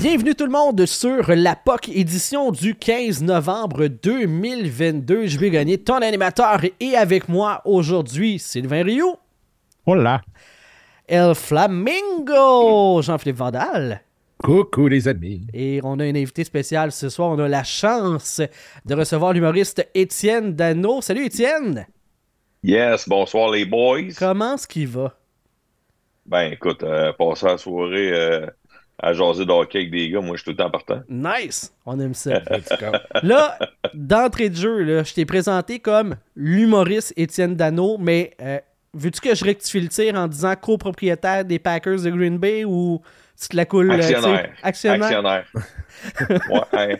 Bienvenue tout le monde sur la POC édition du 15 novembre 2022. Je vais gagner ton animateur et avec moi aujourd'hui Sylvain Rio, Hola. El Flamingo, Jean-Philippe Vandal. Coucou les amis. Et on a un invité spécial ce soir. On a la chance de recevoir l'humoriste Étienne Dano. Salut Étienne. Yes, bonsoir les boys. Comment est-ce qu'il va? Ben écoute, euh, passer la soirée euh, à jaser de hockey avec des gars, moi je suis tout le temps partant. Nice. On aime ça. Là, d'entrée de jeu, là, je t'ai présenté comme l'humoriste Étienne Dano, mais euh, veux-tu que je rectifie le tir en disant copropriétaire des Packers de Green Bay ou tu te la coules euh, tu sais, Actionnaire. actionnaire? Actionnaire. Ouais, hein.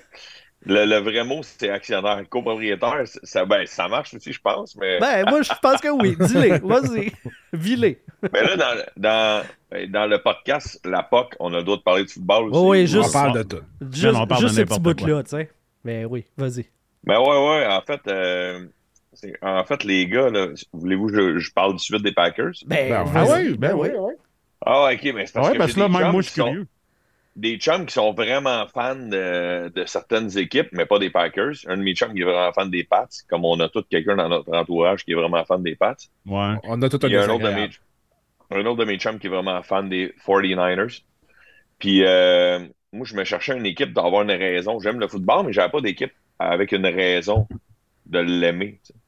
le, le vrai mot, c'est actionnaire. Copropriétaire, c- ça, ben, ça marche aussi, je pense, mais, Ben, moi, je pense que oui. Dis-le. Vas-y. Vis-le. mais là, dans, dans, ben, dans le podcast, la POC, on a le droit de parler de football aussi. Oh, oui, On juste, parle de tout. juste, on parle de juste ce petit n'importe bout-là, tu sais. Mais oui, vas-y. Ben ouais, ouais, en fait, euh, c'est- en fait, les gars, là, voulez-vous que je, je parle du suite des Packers? Ben, Ben, vas-y. ouais, ben oui, Ah, ok, mais c'est parce Ouais, que parce j'ai que là, des même chums moi, qui je suis sont- curieux. des chums qui sont vraiment fans de, de certaines équipes, mais pas des Packers. Un de mes chums qui est vraiment fan des Pats, comme on a tous quelqu'un dans notre entourage qui est vraiment fan des Pats. Ouais. On a tout un Il y a un autre, de mes, désagréable. un autre de mes chums qui est vraiment fan des 49ers. Puis euh, moi, je me cherchais une équipe d'avoir une raison. J'aime le football, mais j'avais pas d'équipe avec une raison de l'aimer. tu sais.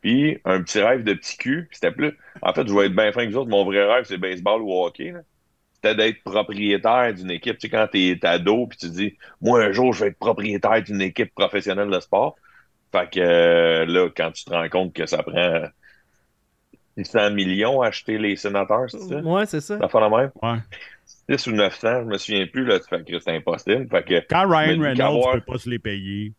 Puis un petit rêve de petit cul, c'était plus. En fait, je vais être bien franc avec vous autres. Mon vrai rêve, c'est baseball ou hockey. là. C'était d'être propriétaire d'une équipe. Tu sais, quand t'es ado, puis tu dis, moi, un jour, je vais être propriétaire d'une équipe professionnelle de sport. Fait que euh, là, quand tu te rends compte que ça prend 600 millions à acheter les sénateurs, c'est ça? Ouais, c'est ça. Ça fait la même? Ouais. 6 ou 900, je me souviens plus, là, fait que c'est impossible. Fait que, Quand Mais Ryan du Reynolds Coward. ne peut pas se les payer.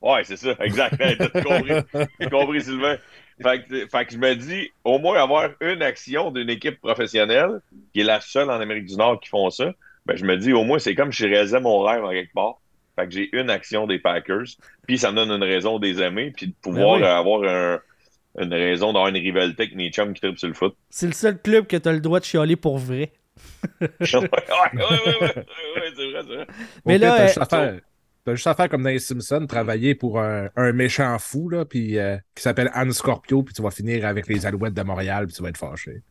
ouais, c'est ça, exact. Ben, T'as compris, T'as compris, Sylvain. Fait que, fait que je me dis, au moins avoir une action d'une équipe professionnelle, qui est la seule en Amérique du Nord qui font ça, ben je me dis, au moins, c'est comme si je réalisais mon rêve en quelque part. Fait que j'ai une action des Packers, puis ça me donne une raison de les aimer, puis de pouvoir Ben oui. euh, avoir un- une raison d'avoir une rivalité avec mes chums qui trippent sur le foot. C'est le seul club que t'as le droit de chialer pour vrai. ouais, ouais, ouais, ouais, ouais, ouais, c'est vrai, c'est vrai. Mais Mais là, là, euh, t'as juste, à faire- t'as juste à faire comme dans les Simpsons, travailler pour un, un méchant fou là, puis, euh, qui s'appelle Anne Scorpio, puis tu vas finir avec les Alouettes de Montréal, puis tu vas être fâché.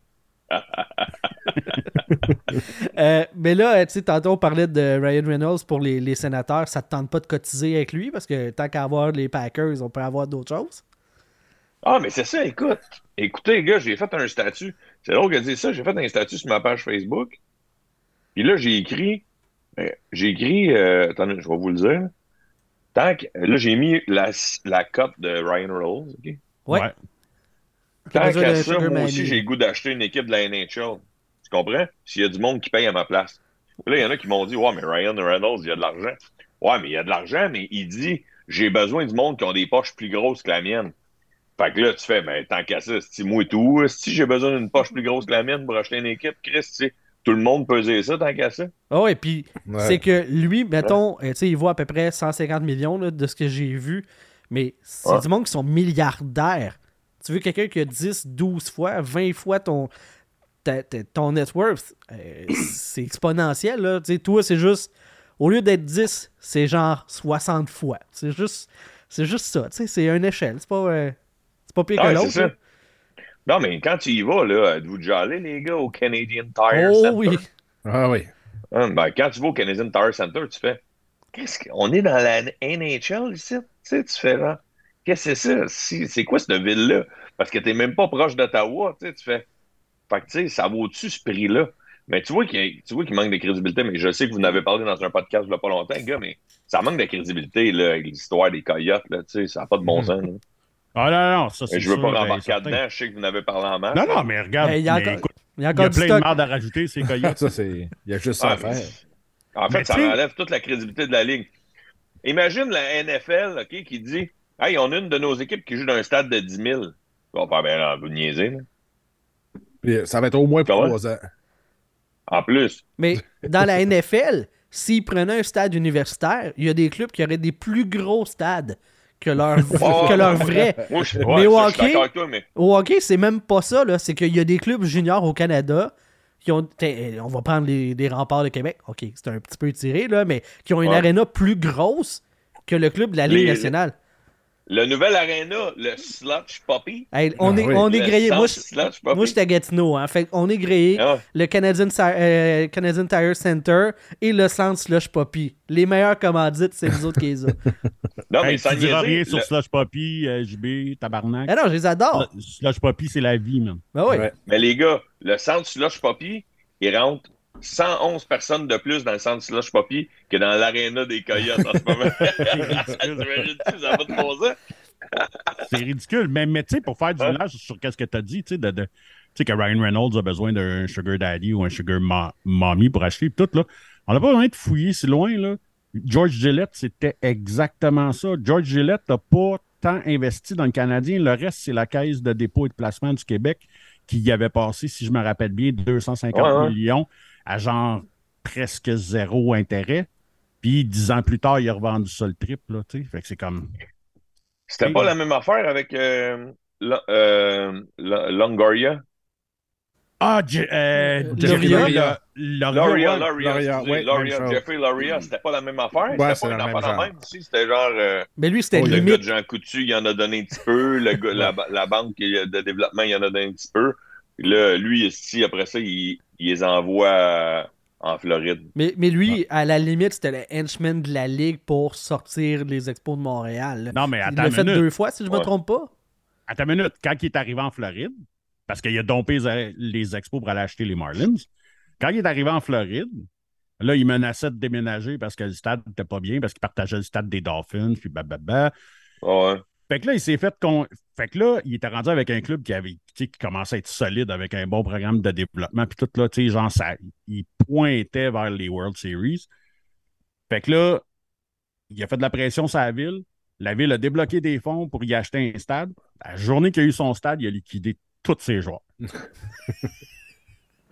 Euh, mais là, euh, tu sais, tantôt, on parlait de Ryan Reynolds pour les, les sénateurs. Ça te tente pas de cotiser avec lui parce que tant qu'à avoir les Packers, on peut avoir d'autres choses. Ah, mais c'est ça, écoute. Écoutez, les gars, j'ai fait un statut. C'est drôle que de dire ça. J'ai fait un statut sur ma page Facebook. Puis là, j'ai écrit. euh, J'ai écrit. euh, attendez, je vais vous le dire. Tant que, là, j'ai mis la, la cote de Ryan Rolls. ok? Ouais. Tant besoin qu'à d'un ça, sugar moi mammy. aussi, j'ai le goût d'acheter une équipe de la NHL. Tu comprends? S'il y a du monde qui paye à ma place. Puis là, il y en a qui m'ont dit Ouais, mais Ryan Reynolds, il y a de l'argent. Ouais, mais il y a de l'argent, mais il dit J'ai besoin du monde qui ont des poches plus grosses que la mienne. Fait que là, tu fais Mais tant qu'à ça, si moi et tout, si j'ai besoin d'une poche plus grosse que la mienne pour acheter une équipe, Chris, tu sais, tout le monde peut dire ça tant qu'à ça. Oh, et puis, Ouais. c'est que lui, mettons, euh, tu sais, il voit à peu près 150 millions là, de ce que j'ai vu. Mais c'est Ouais. du monde qui sont milliardaires. Tu veux quelqu'un qui a 10, 12 fois, 20 fois ton, ta- ta- ton net worth, euh, c'est exponentiel. Là. Tu sais, toi, c'est juste, au lieu d'être 10, c'est genre 60 fois. C'est juste, c'est juste ça. tu sais, C'est une échelle. C'est pas, euh, c'est pas pire Ah Ouais, que c'est l'autre. ça. là. Non, mais quand tu y vas, là, êtes-vous déjà allés, les gars, au Canadian Tire Oh Center? oui. Ah oui. Hum, ben, quand tu vas au Canadian Tire Center, tu fais Qu'est-ce qu'on est dans la NHL ici? Tu sais, tu fais genre, Qu'est-ce que c'est ça? Si- C'est quoi cette ville-là? Parce que t'es même pas proche d'Ottawa, tu sais, tu fais. Fait que tu sais, ça vaut-tu ce prix-là? Mais tu vois qu'il y a- tu vois qu'il manque de crédibilité, mais je sais que vous en avez parlé dans un podcast il y a pas longtemps, gars, mais ça manque de crédibilité, là, avec l'histoire des coyotes, là, tu sais, ça n'a pas de bon sens. là. Ah non, non, ça Hmm. c'est Mais je veux sûr, pas ben, rembarquer certain. dedans, je sais que vous en avez parlé en masse. Non, non, mais regarde, Mais mais il écoute, y a encore- Il y a il y encore a du plein de stock. merde à rajouter, ces coyotes. Ça, c'est. Il y a juste ça Ah, à faire. En fait, Mais ça tu sais- enlève toute la crédibilité de la ligue. Imagine la NFL ok, qui dit Hey, on a une de nos équipes qui joue dans un stade de 10 000. On va faire bien, là, vous niaisez. là. Puis, ça va être au moins pour Comment? trois ans. En plus, Mais dans la NFL, s'ils prenaient un stade universitaire, il y a des clubs qui auraient des plus gros stades que leur, Oh. que leur vrai. moi, je, Mais ouais, au ça, je suis hockey- d'accord avec toi, mais Au hockey, c'est même pas ça. là. C'est qu'il y a des clubs juniors au Canada qui ont. t'sais, euh, On va prendre les, les remparts de Québec. OK, c'est un petit peu tiré, là, mais qui ont une Ouais. aréna plus grosse que le club de la Ligue Les- nationale. Le nouvel arena, le Sludge Poppy. Hey, on, Ah est, oui. on est Le grillé. Moi, centre je- Sludge Poppy. moi, j'étais à Gatineau. Hein. Fait on est grillé. Ah ouais. Le Canadian, Ti- euh, Canadian Tire Center et le Centre Slush Poppy. Les meilleurs commandites, c'est nous autres qui les ont. Non, mais Hey, sans tu diras niaiser, rien sur le- Slush Poppy, euh, JB, tabarnak. Ah non, je les adore. Slu- Slush Poppy, c'est la vie, man. Ben oui. Ouais. Mais les gars, le centre Slush Poppy, il rentre 111 personnes de plus dans le centre Slush Poppy que dans l'aréna des Coyotes en ce moment. T'imagines-tu, ça va de bon sens? C'est ridicule. Mais, mais tu sais, pour faire du Ouais. mélange sur qu'est-ce que tu as dit, tu sais, de, de- tu sais, que Ryan Reynolds a besoin d'un Sugar Daddy ou un Sugar ma- Mommy pour acheter tout, là. On n'a pas besoin de fouiller si loin, là. George Gillette, c'était exactement ça. George Gillette n'a pas tant investi dans le Canadien. Le reste, c'est la Caisse de dépôt et de placement du Québec qui y avait passé, si je me rappelle bien, 250 Ouais, ouais. millions à genre presque zéro intérêt. Puis dix ans plus tard, il a revendu ça le trip, là, tu sais. Fait que c'est comme... C'était pas la même affaire avec euh, Lo- euh, Lo- Longoria. Ah, J- euh, Euh, Jeffrey Loria. Loria. Loria, ouais, Loria, Loria, excusez, ouais, Loria, même chose. Jeffrey Loria, c'était pas la même affaire. Ouais, c'est c'était pas la une même affaire de genre. même ici. C'était genre euh, Mais lui, c'était le gars de limite. Jean Coutu, il en a donné un petit peu. Le gars- la, la banque de développement, il en a donné un petit peu. Là, lui, ici, après ça, il, il les envoie euh, en Floride. Mais, mais lui, à la limite, c'était le henchman de la Ligue pour sortir les expos de Montréal. Ben, là. Non, mais Il attends l'a une fait minute. deux fois, si je me Ouais. trompe pas. Attends une minute. Quand il est arrivé en Floride, parce qu'il a dompé les- les expos pour aller acheter les Marlins, quand il est arrivé en Floride, là, il menaçait de déménager parce que le stade n'était pas bien, parce qu'il partageait le stade des Dolphins, puis bababa. Ah Ouais. Fait que là, il s'est fait con... Fait que là, il était rendu avec un club qui avait, tu sais, qui commençait à être solide avec un bon programme de développement. Puis tout là, tu sais, genre, ça, il pointait vers les World Series. Fait que là, il a fait de la pression sur la ville. La ville a débloqué des fonds pour y acheter un stade. La journée qu'il a eu son stade, il a liquidé tous ses joueurs.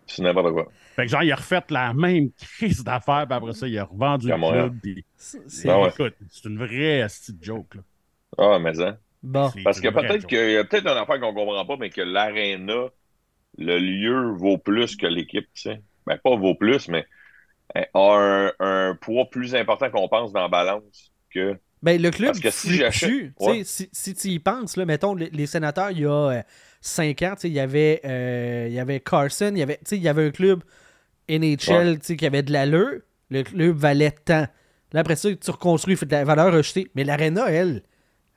C'est n'importe quoi. Fait que genre, il a refait la même crise d'affaires, puis après ça, il a revendu À le Montréal. club. puis- C'est- c'est- Ah hein. ouais. Écoute, c'est une vraie petite joke. Là. Ah, mais ça. Bon. C'est Parce que une vraie peut-être joke. qu'il y a peut-être une affaire qu'on comprend pas, mais que l'aréna, le lieu vaut plus que l'équipe, tu sais. Ben, pas vaut plus, mais euh, a un, un poids plus important qu'on pense dans la balance que. Ben, le club Parce que si fluctue. j'achète- Tu sais, Ouais. Si, si tu y penses, là, mettons, les, les sénateurs, il y a euh, cinq ans, tu sais, il y avait, euh, il y avait Carson, il y avait, tu sais, il y avait un club NHL tu sais, qui avait de l'allure. Le club valait tant. Là, après ça, tu reconstruis, il faut de la valeur rejetée. Mais l'aréna, elle,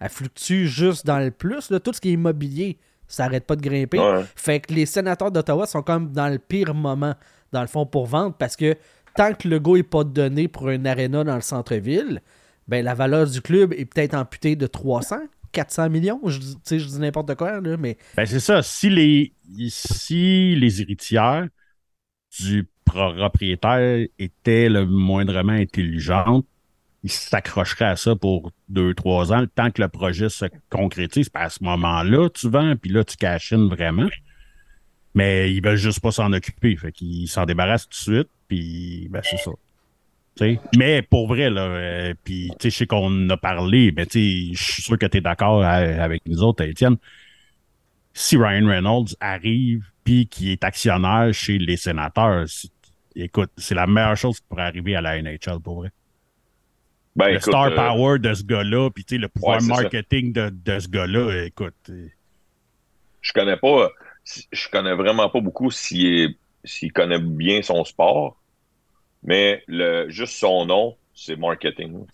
elle fluctue juste dans le plus. là. Tout ce qui est immobilier, ça n'arrête pas de grimper. Ouais. Fait que les sénateurs d'Ottawa sont comme dans le pire moment, dans le fond, pour vendre, parce que tant que le go n'est pas donné pour une aréna dans le centre-ville, ben la valeur du club est peut-être amputée de 300, 400 millions. Je, dis- tu sais, je dis n'importe quoi, là, mais Ben, c'est ça. Si les, si les héritières du propriétaire étaient le moindrement intelligentes, ils s'accrocheraient à ça pour deux, trois ans, le temps que le projet se concrétise. Puis à ce moment-là, tu vends, puis là, tu cachines vraiment. Mais ils veulent juste pas s'en occuper. Fait qu'ils s'en débarrassent tout de suite, puis ben, c'est ça. Tu sais, Mais pour vrai, là, euh, puis tu sais, je sais qu'on en a parlé, mais tu sais, je suis sûr que tu es d'accord euh, avec nous autres, Étienne si Ryan Reynolds arrive puis qui est actionnaire chez les sénateurs, c'est- écoute, c'est la meilleure chose qui pourrait arriver à la NHL pour vrai. Ben, le écoute, star euh, power de ce gars-là, puis tu sais, le pouvoir ouais, c'est ça. marketing de, de ce gars-là, écoute. euh, je connais pas, je connais vraiment pas beaucoup s'il est- s'il connaît bien son sport, mais le, juste son nom, c'est marketing.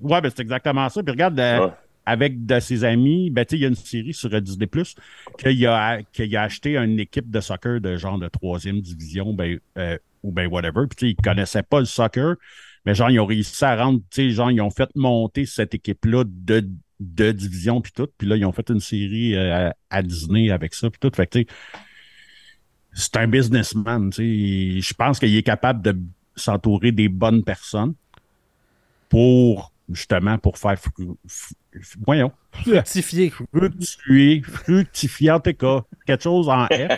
Ouais, ben c'est exactement ça. Puis regarde, euh, Ouais. avec de ses amis, ben tu sais, il y a une série sur euh, Disney Plus qu'il a, qu'il a acheté une équipe de soccer de genre de troisième division, ben, euh, ou ben whatever. Puis tu sais, ils connaissaient pas le soccer, mais genre, ils ont réussi à rendre, tu sais, genre, ils ont fait monter cette équipe-là de, de division, puis tout. Puis là, ils ont fait une série euh, à, à Disney avec ça, puis tout. Fait que, tu sais, c'est un businessman, tu sais. Je pense qu'il est capable de s'entourer des bonnes personnes pour, justement, pour faire... fru- fru- fru- voyons rectifié. fructuer, fructifier, en tout cas, quelque chose en F.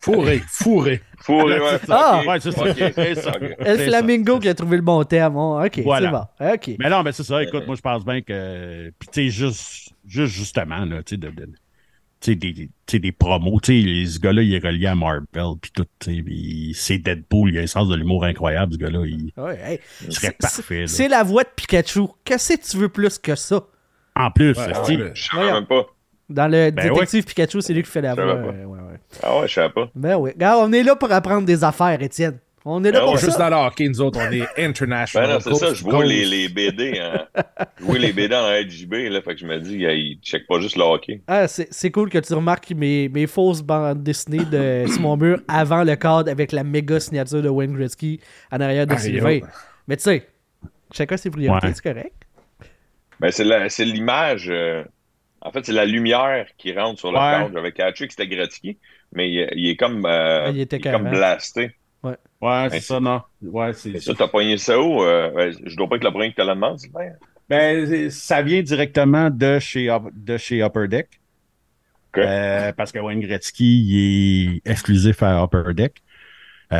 Fourré, fourré. Fourré, ouais. Ah! ok, Ouais, c'est ça. ok, C'est ça. ok. El C'est ça. Flamingo qui a trouvé le bon terme. Oh, ok, Voilà. c'est bon. Ok. Mais non, mais c'est ça, écoute, moi je pense bien que. Puis tu sais, juste, juste justement, là, tu sais, de, de- tu sais, des, tu sais, des promos. Tu sais, ce gars-là, il est relié à Marvel, puis tout. tu sais, puis C'est Deadpool, il a un sens de l'humour incroyable, ce gars-là. Il, Ouais, hey, il serait c'est- parfait. là. C'est la voix de Pikachu. Qu'est-ce que tu veux plus que ça? En plus, Ouais, esti, ouais. Ah, Je savais même pas. Dans le Ben détective Pikachu, c'est lui qui fait la Ça voix. va pas. euh, ouais, ouais. Ah ouais, je savais pas. Ben oui. Regarde, on est là pour apprendre des affaires, Étienne. On est là Ben pour ouais. ça. Juste dans le hockey, nous autres, on est international. Ben non, c'est Coast ça, to je vois les, coast. les BD en... je vois les BD en RGB, là, fait que je me dis, hey, ils checkent pas juste le hockey. Ah, c'est c'est cool que tu remarques mes, mes fausses bandes dessinées de Simon Mur avant le cadre avec la méga signature de Wayne Gretzky en arrière de Ah, Sylvain. yo. Mais tu sais, chacun ses priorités, Ouais. c'est correct. Ben, c'est la- c'est l'image. euh, En fait, c'est la lumière qui rentre sur le Ouais. cadre. J'avais catché que c'était Gretzky, mais il, il est comme, euh, Ah, il était est comme carrément. blasté. Ouais, Ouais. c'est ça, non. Ouais, c'est Et ça, t'as poigné ça où? Euh, ben, je dois pas être le premier qui te la demande, Sylvain. Ben, c'est- ça vient directement de chez, Up- de chez Upper Deck. Ok. Euh, parce que Wayne Gretzky il est exclusif à Upper Deck.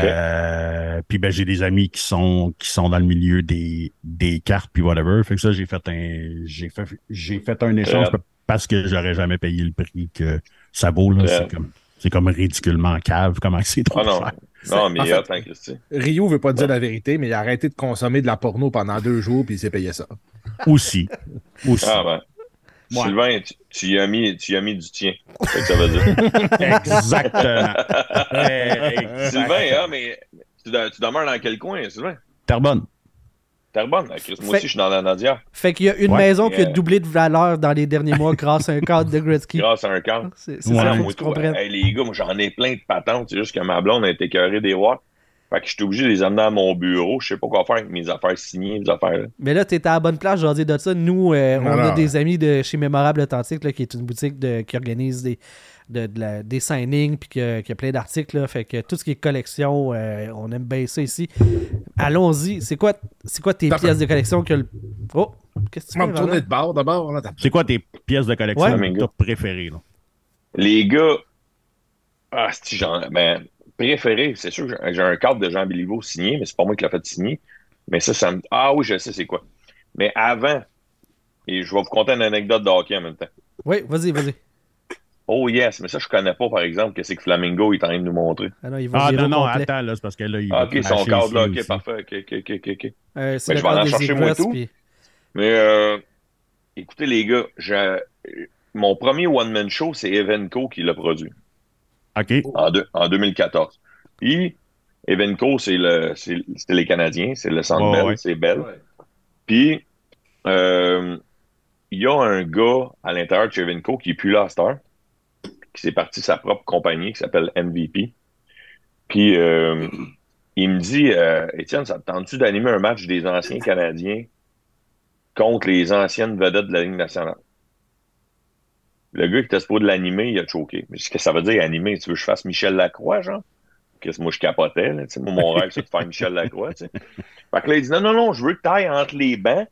Euh, puis ben j'ai des amis qui sont qui sont dans le milieu des, des cartes puis whatever. Fait que ça j'ai fait un j'ai fait j'ai fait un échange Claire. parce que j'aurais jamais payé le prix que ça vaut là. Claire. C'est comme c'est comme ridiculement cave comment c'est trop Ah non. cher. Non, mais en il fait- a tant Christy. Rio veut pas dire la vérité, mais il a arrêté de consommer de la porno pendant deux jours, puis il s'est payé ça. Aussi aussi Ah ben. Ouais. Sylvain, tu, tu y as mis, tu y as mis du tien. C'est que ça veut dire. exactement. Eh, Sylvain, ah, mais tu, de- tu demeures dans quel coin, Sylvain? Terrebonne. Terrebonne. Ah, Chris, moi Fait- aussi, je suis dans la Nadia, Fait qu'il y a une Ouais. maison qui a Euh. doublé de valeur dans les derniers mois grâce à un cadre de Gretzky. grâce à un camp. C'est c'est Ouais. ça, Ah, faut moi, que tu tout. comprennes. Hey, les gars, moi, j'en ai plein de patentes. C'est juste que ma blonde a été écœurée des watts. Fait que je suis obligé de les amener à mon bureau. Je sais pas quoi faire avec mes affaires signées, mes affaires. là. Mais là, t'étais à la bonne place, j'en dis de ça. Nous, euh, on a Alors. des amis de chez Mémorable Authentique, là, qui est une boutique de- qui organise des, de, de la- des signings, puis que- qui a plein d'articles. là. Fait que tout ce qui est collection, euh, on aime bien ça ici. Allons-y. C'est quoi, c'est quoi tes T'as- pièces de collection que le. Oh! Qu'est-ce que Tu tu vas fais, me tourner Roland? de bord d'abord. là, t'as- C'est quoi tes pièces de collection Ouais. que t'as préférées? Là? Les gars, ah, si j'en. Ben, préféré, c'est sûr que j'ai- j'ai un cadre de Jean Béliveau signé, mais c'est pas moi qui l'ai fait signer. Mais ça, ça me. Ah oui, je sais c'est quoi. Mais avant, et je vais vous conter une anecdote de hockey en même temps. Oui, vas-y, vas-y. Oh yes, mais ça, je connais pas, par exemple, que c'est que Flamingo est en train de nous montrer. Ah non, il va Ah zéro non, non, complet. attends, là, c'est parce que là, il Ah, va ok, son cracher cadre ici là, ok, aussi. parfait, ok, ok, ok, ok, Euh, ok. c'est Ben, le je vais cadre en des chercher, moi, Eagles, tout. puis- Mais euh, écoutez, les gars, je- mon premier one-man show, c'est Evenco qui l'a produit OK. en, deux- en 2014. Puis, Evenco, c'est le, c'est- c'était les Canadiens, c'est le Centre Ouais, Bell, ouais. c'est Bell. Puis, euh, il y a un gars à l'intérieur de chez Evenco qui est plus là à cette heure, qui s'est parti sa propre compagnie qui s'appelle MVP. Puis, euh, il me dit euh, Étienne, ça te tente-tu d'animer un match des anciens Canadiens contre les anciennes vedettes de la Ligue nationale? Le gars qui était supposé de l'animer, il a choqué. Mais Qu'est-ce que ça veut dire animer? Tu veux que je fasse Michel Lacroix, genre? Qu'est-ce que moi je capotais, là, tu sais, moi, mon rêve, c'est de faire Michel Lacroix, tu sais. Fait que là, il dit non, non, non, je veux que tu ailles entre les bancs.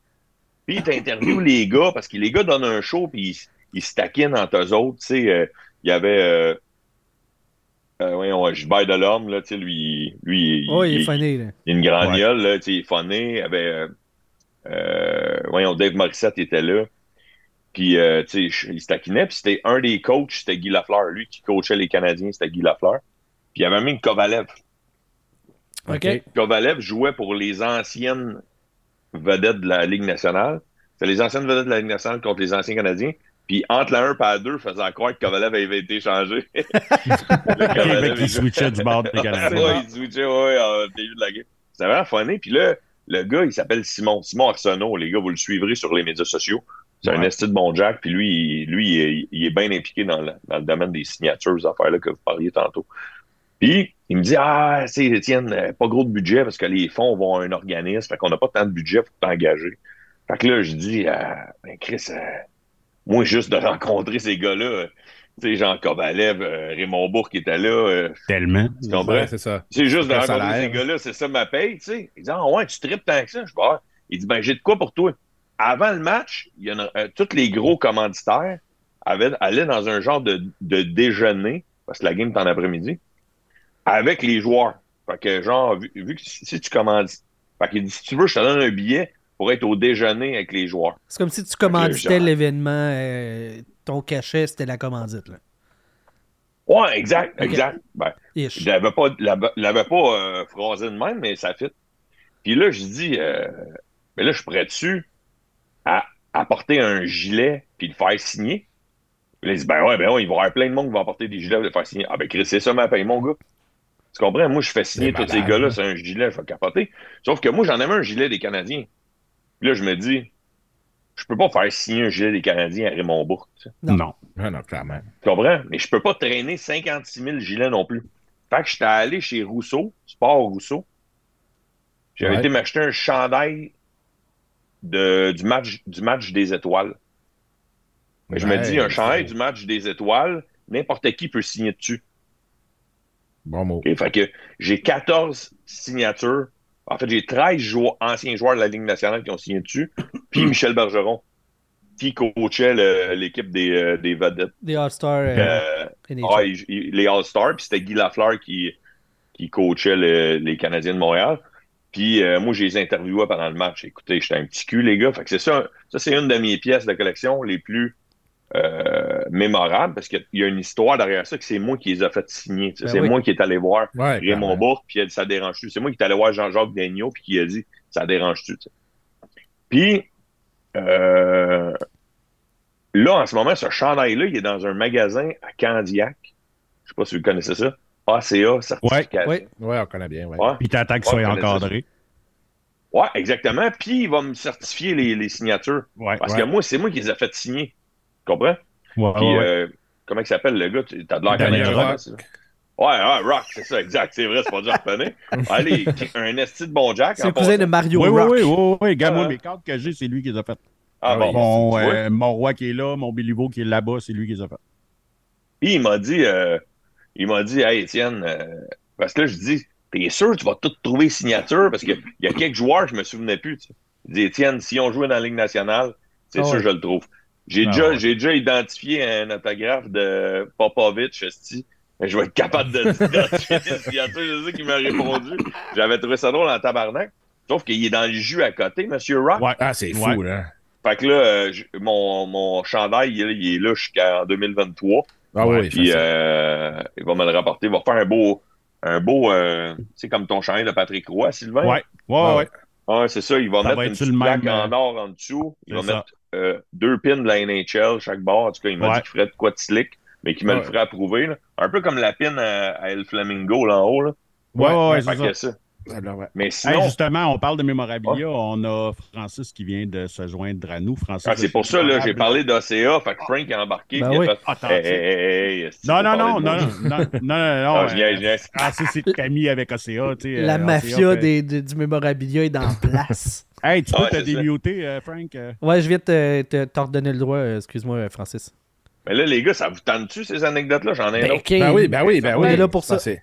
Puis il t'interviewe les gars, parce que les gars donnent un show, puis ils, ils se taquinent entre eux autres. Tu sais, euh, il y avait. Euh, euh, voyons, Gilbert Delorme, là, tu sais, lui, lui, Oh, il est funny, là. il a une grande Ouais. gueule, là, tu sais, il est funny. Il y avait, euh, euh, voyons, Dave Morissette était là. Puis, euh, tu sais, je- il se taquinait. Puis c'était un des coachs, c'était Guy Lafleur. Lui qui coachait les Canadiens, c'était Guy Lafleur. Puis il y avait même Kovalev. OK. Kovalev jouait pour les anciennes vedettes de la Ligue nationale. C'est les anciennes vedettes de la Ligue nationale contre les anciens Canadiens. Puis entre la 1 et la 2, faisant croire que Kovalev avait été échangé. Le OK, fait Kovalev, qu'il switchait du bord des ouais, Canadiens. il switchait, ouais, au début de la game. C'était vraiment funny. Puis là, le gars, il s'appelle Simon. Simon Arsenault, les gars, vous le suivrez sur les médias sociaux. C'est un Ouais. esti de bon Jack. Puis lui, il, lui, il est- il est bien impliqué dans, la- dans le domaine des signatures, ces affaires-là que vous parliez tantôt. Puis, il me dit, ah, c'est Étienne, euh, pas gros de budget parce que les fonds vont à un organisme. Fait qu'on n'a pas tant de budget pour t'engager. Fait que là, je dis, Ah, ben Chris, euh, moi, juste de rencontrer ces gars-là, euh, tu sais, Jean Kovalev, euh, Raymond Bourg qui était là, euh, Tellement. tu comprends? Ouais, c'est ça. C'est juste de Le rencontrer salaire. ces gars-là, c'est ça ma paye, tu sais. Il dit, ah ouais, tu tripes tant que ça. Je dis, ah. Il dit, ben, j'ai de quoi pour toi. Avant le match, il y en a, euh, tous les gros commanditaires avaient, allaient dans un genre de, de déjeuner, parce que la game est en après-midi, avec les joueurs. Fait que, genre, vu, vu que si, si tu commandes, fait qu'il dit, si tu veux, je te donne un billet pour être au déjeuner avec les joueurs. C'est comme si tu Fait que là, commanditais genre- l'événement, euh, ton cachet, c'était la commandite, là. Ouais, exact, Ok. exact. Ben, Ish. Je l'avais pas, l'avais l'avais pas euh, phrasé de même, mais ça fit. Puis là, je dis, euh, mais là, je pourrais-tu à- apporter un gilet puis le faire signer? Puis là, il dit, ben ouais, ben ouais, il va y avoir plein de monde qui va apporter des gilets pour le faire signer. Ah ben Chris, c'est ça ma paye, mon gars. Tu comprends? Moi, je fais signer C'est tous ces malade, gars-là, hein? c'est un gilet, je vais capoter. Sauf que moi, j'en avais un gilet des Canadiens. Puis là, je me dis, je peux pas faire signer un gilet des Canadiens à Raymond Bourque. tu sais. Non. Non. Non, non, clairement. Tu comprends? Mais je peux pas traîner 56 000 gilets non plus. Fait que j'étais allé chez Rousseau, Sport Rousseau. J'avais Ouais. été m'acheter un chandail de, du, match, du match des étoiles. Mais je me Ouais, dis, un chandail c'est- du match des étoiles, n'importe qui peut signer dessus. Bon mot. OK? Fait que j'ai 14 signatures. En fait, j'ai 13 jou- anciens joueurs de la Ligue nationale qui ont signé dessus. Puis Michel Bergeron, qui coachait le- l'équipe des, euh, des vedettes. Des All-Stars. euh, Euh, NHL. Ah, il- il- les All-Stars, puis c'était Guy Lafleur qui, qui coachait le- les Canadiens de Montréal. Puis euh, moi, je les interviewais pendant le match. Écoutez, j'étais un petit cul, les gars. Fait que c'est ça, ça c'est une de mes pièces de collection les plus euh, mémorables, parce qu'il y a une histoire derrière ça que c'est moi qui les a fait signer. tu sais. Ben c'est oui. moi qui est allé voir Ouais, Raymond clairement. Bourque, puis il a dit ça dérange-tu. C'est moi qui est allé voir Jean-Jacques Daigneault, puis qui a dit ça dérange-tu. tu sais. Puis euh, là, en ce moment, ce chandail-là, il est dans un magasin à Candiac. Je sais pas si vous connaissez ça. ACA, certification. Ouais. Ouais, on connaît bien. Ouais. Ouais. Puis t'attends qu'il soit Ouais, je connais ça. encadré. Ouais, exactement. Puis il va me certifier les, les signatures. Ouais, Parce ouais, que moi, c'est moi qui les ai fait signer. Tu comprends? ouais, Puis, ouais. euh, comment il s'appelle le gars? Tu- T'as de l'air Daniel canadien, Rock. c'est ça? Ouais, ouais, Rock, c'est ça, exact. C'est vrai, c'est pas dur à retenir. Allez, un esti de bon Jack. C'est en le cousin passant. de Mario Oui, oui, Rock. oui, oui, oui. Regarde, moi, Ah. mes cartes que j'ai, c'est lui qui les a faites. Ah bon. Mon, Tu vois? euh, mon roi qui est là, mon Béliveau qui est là-bas, c'est lui qui les a faites. Puis il m'a dit, euh, il m'a dit, hey Étienne, euh, parce que là je dis, t'es sûr que tu vas tout trouver signature parce que il y a quelques joueurs je me souvenais plus. tu sais. Il dit Étienne, si on jouait dans la Ligue nationale, c'est Ah sûr ouais. je le trouve. J'ai Ah déjà, ouais. j'ai déjà identifié un autographe de Popovic, esti. Mais je vais être capable de d'identifier les signatures. Je sais qu'il m'a répondu. J'avais trouvé ça drôle en tabarnak. Sauf qu'il est dans le jus à côté, Monsieur Rock. Ouais. Ah, c'est fou, Ouais. là. Fait que là, euh, j- mon, mon chandail, il, est- il est là jusqu'en 2023. Ah Ouais, oui, Puis facile. euh, il va me le rapporter. Il va faire un beau. Un beau. euh, tu sais, comme ton chandail de Patrick Roy, Sylvain. Ouais, ouais, ouais. Ah, ouais. Ah, c'est ça. Il va Ça mettre va être une sur le petite même, euh, plaque en or en dessous. Il va c'est ça. mettre euh, deux pins de la NHL chaque bord. En tout cas, il m'a Ouais. dit qu'il ferait de quoi de slick, mais qu'il me le Ouais. ferait approuver. là. Un peu comme la pin à, à El Flamingo, là en haut. Là. Ouais, ouais, ouais, Fait c'est que ça. ça. Ah, là, ouais. Mais Hey, sinon, justement, on parle de mémorabilia. On a Francis qui vient de se joindre à nous. Francis, ah, c'est pour ça, là, j'ai parlé d'ACA. Fait que Frank est embarqué. Ben puis il a oui. fait, Attends, Hey, hey, hey, hey, est-ce Non, que non, vous non, non, parlez de non, moi? non, non, non, Ah, non, je euh, niaise, je niaise. Ah, c'est c'est Camille avec OCA, tu sais. La euh, mafia OCA, fait- des, des- du mémorabilia est dans la place. Hey, tu Ouais, peux te c'est ça. démuter, euh, Frank? euh? Ouais, je viens de te- te- t'ordonner le droit. euh, Excuse-moi, euh, Francis. Mais là, les gars, ça vous tente-tu, ces anecdotes-là? J'en ai un Ben, autre. ok. Ben oui, ben oui, ben oui. On est là pour ça. c'est-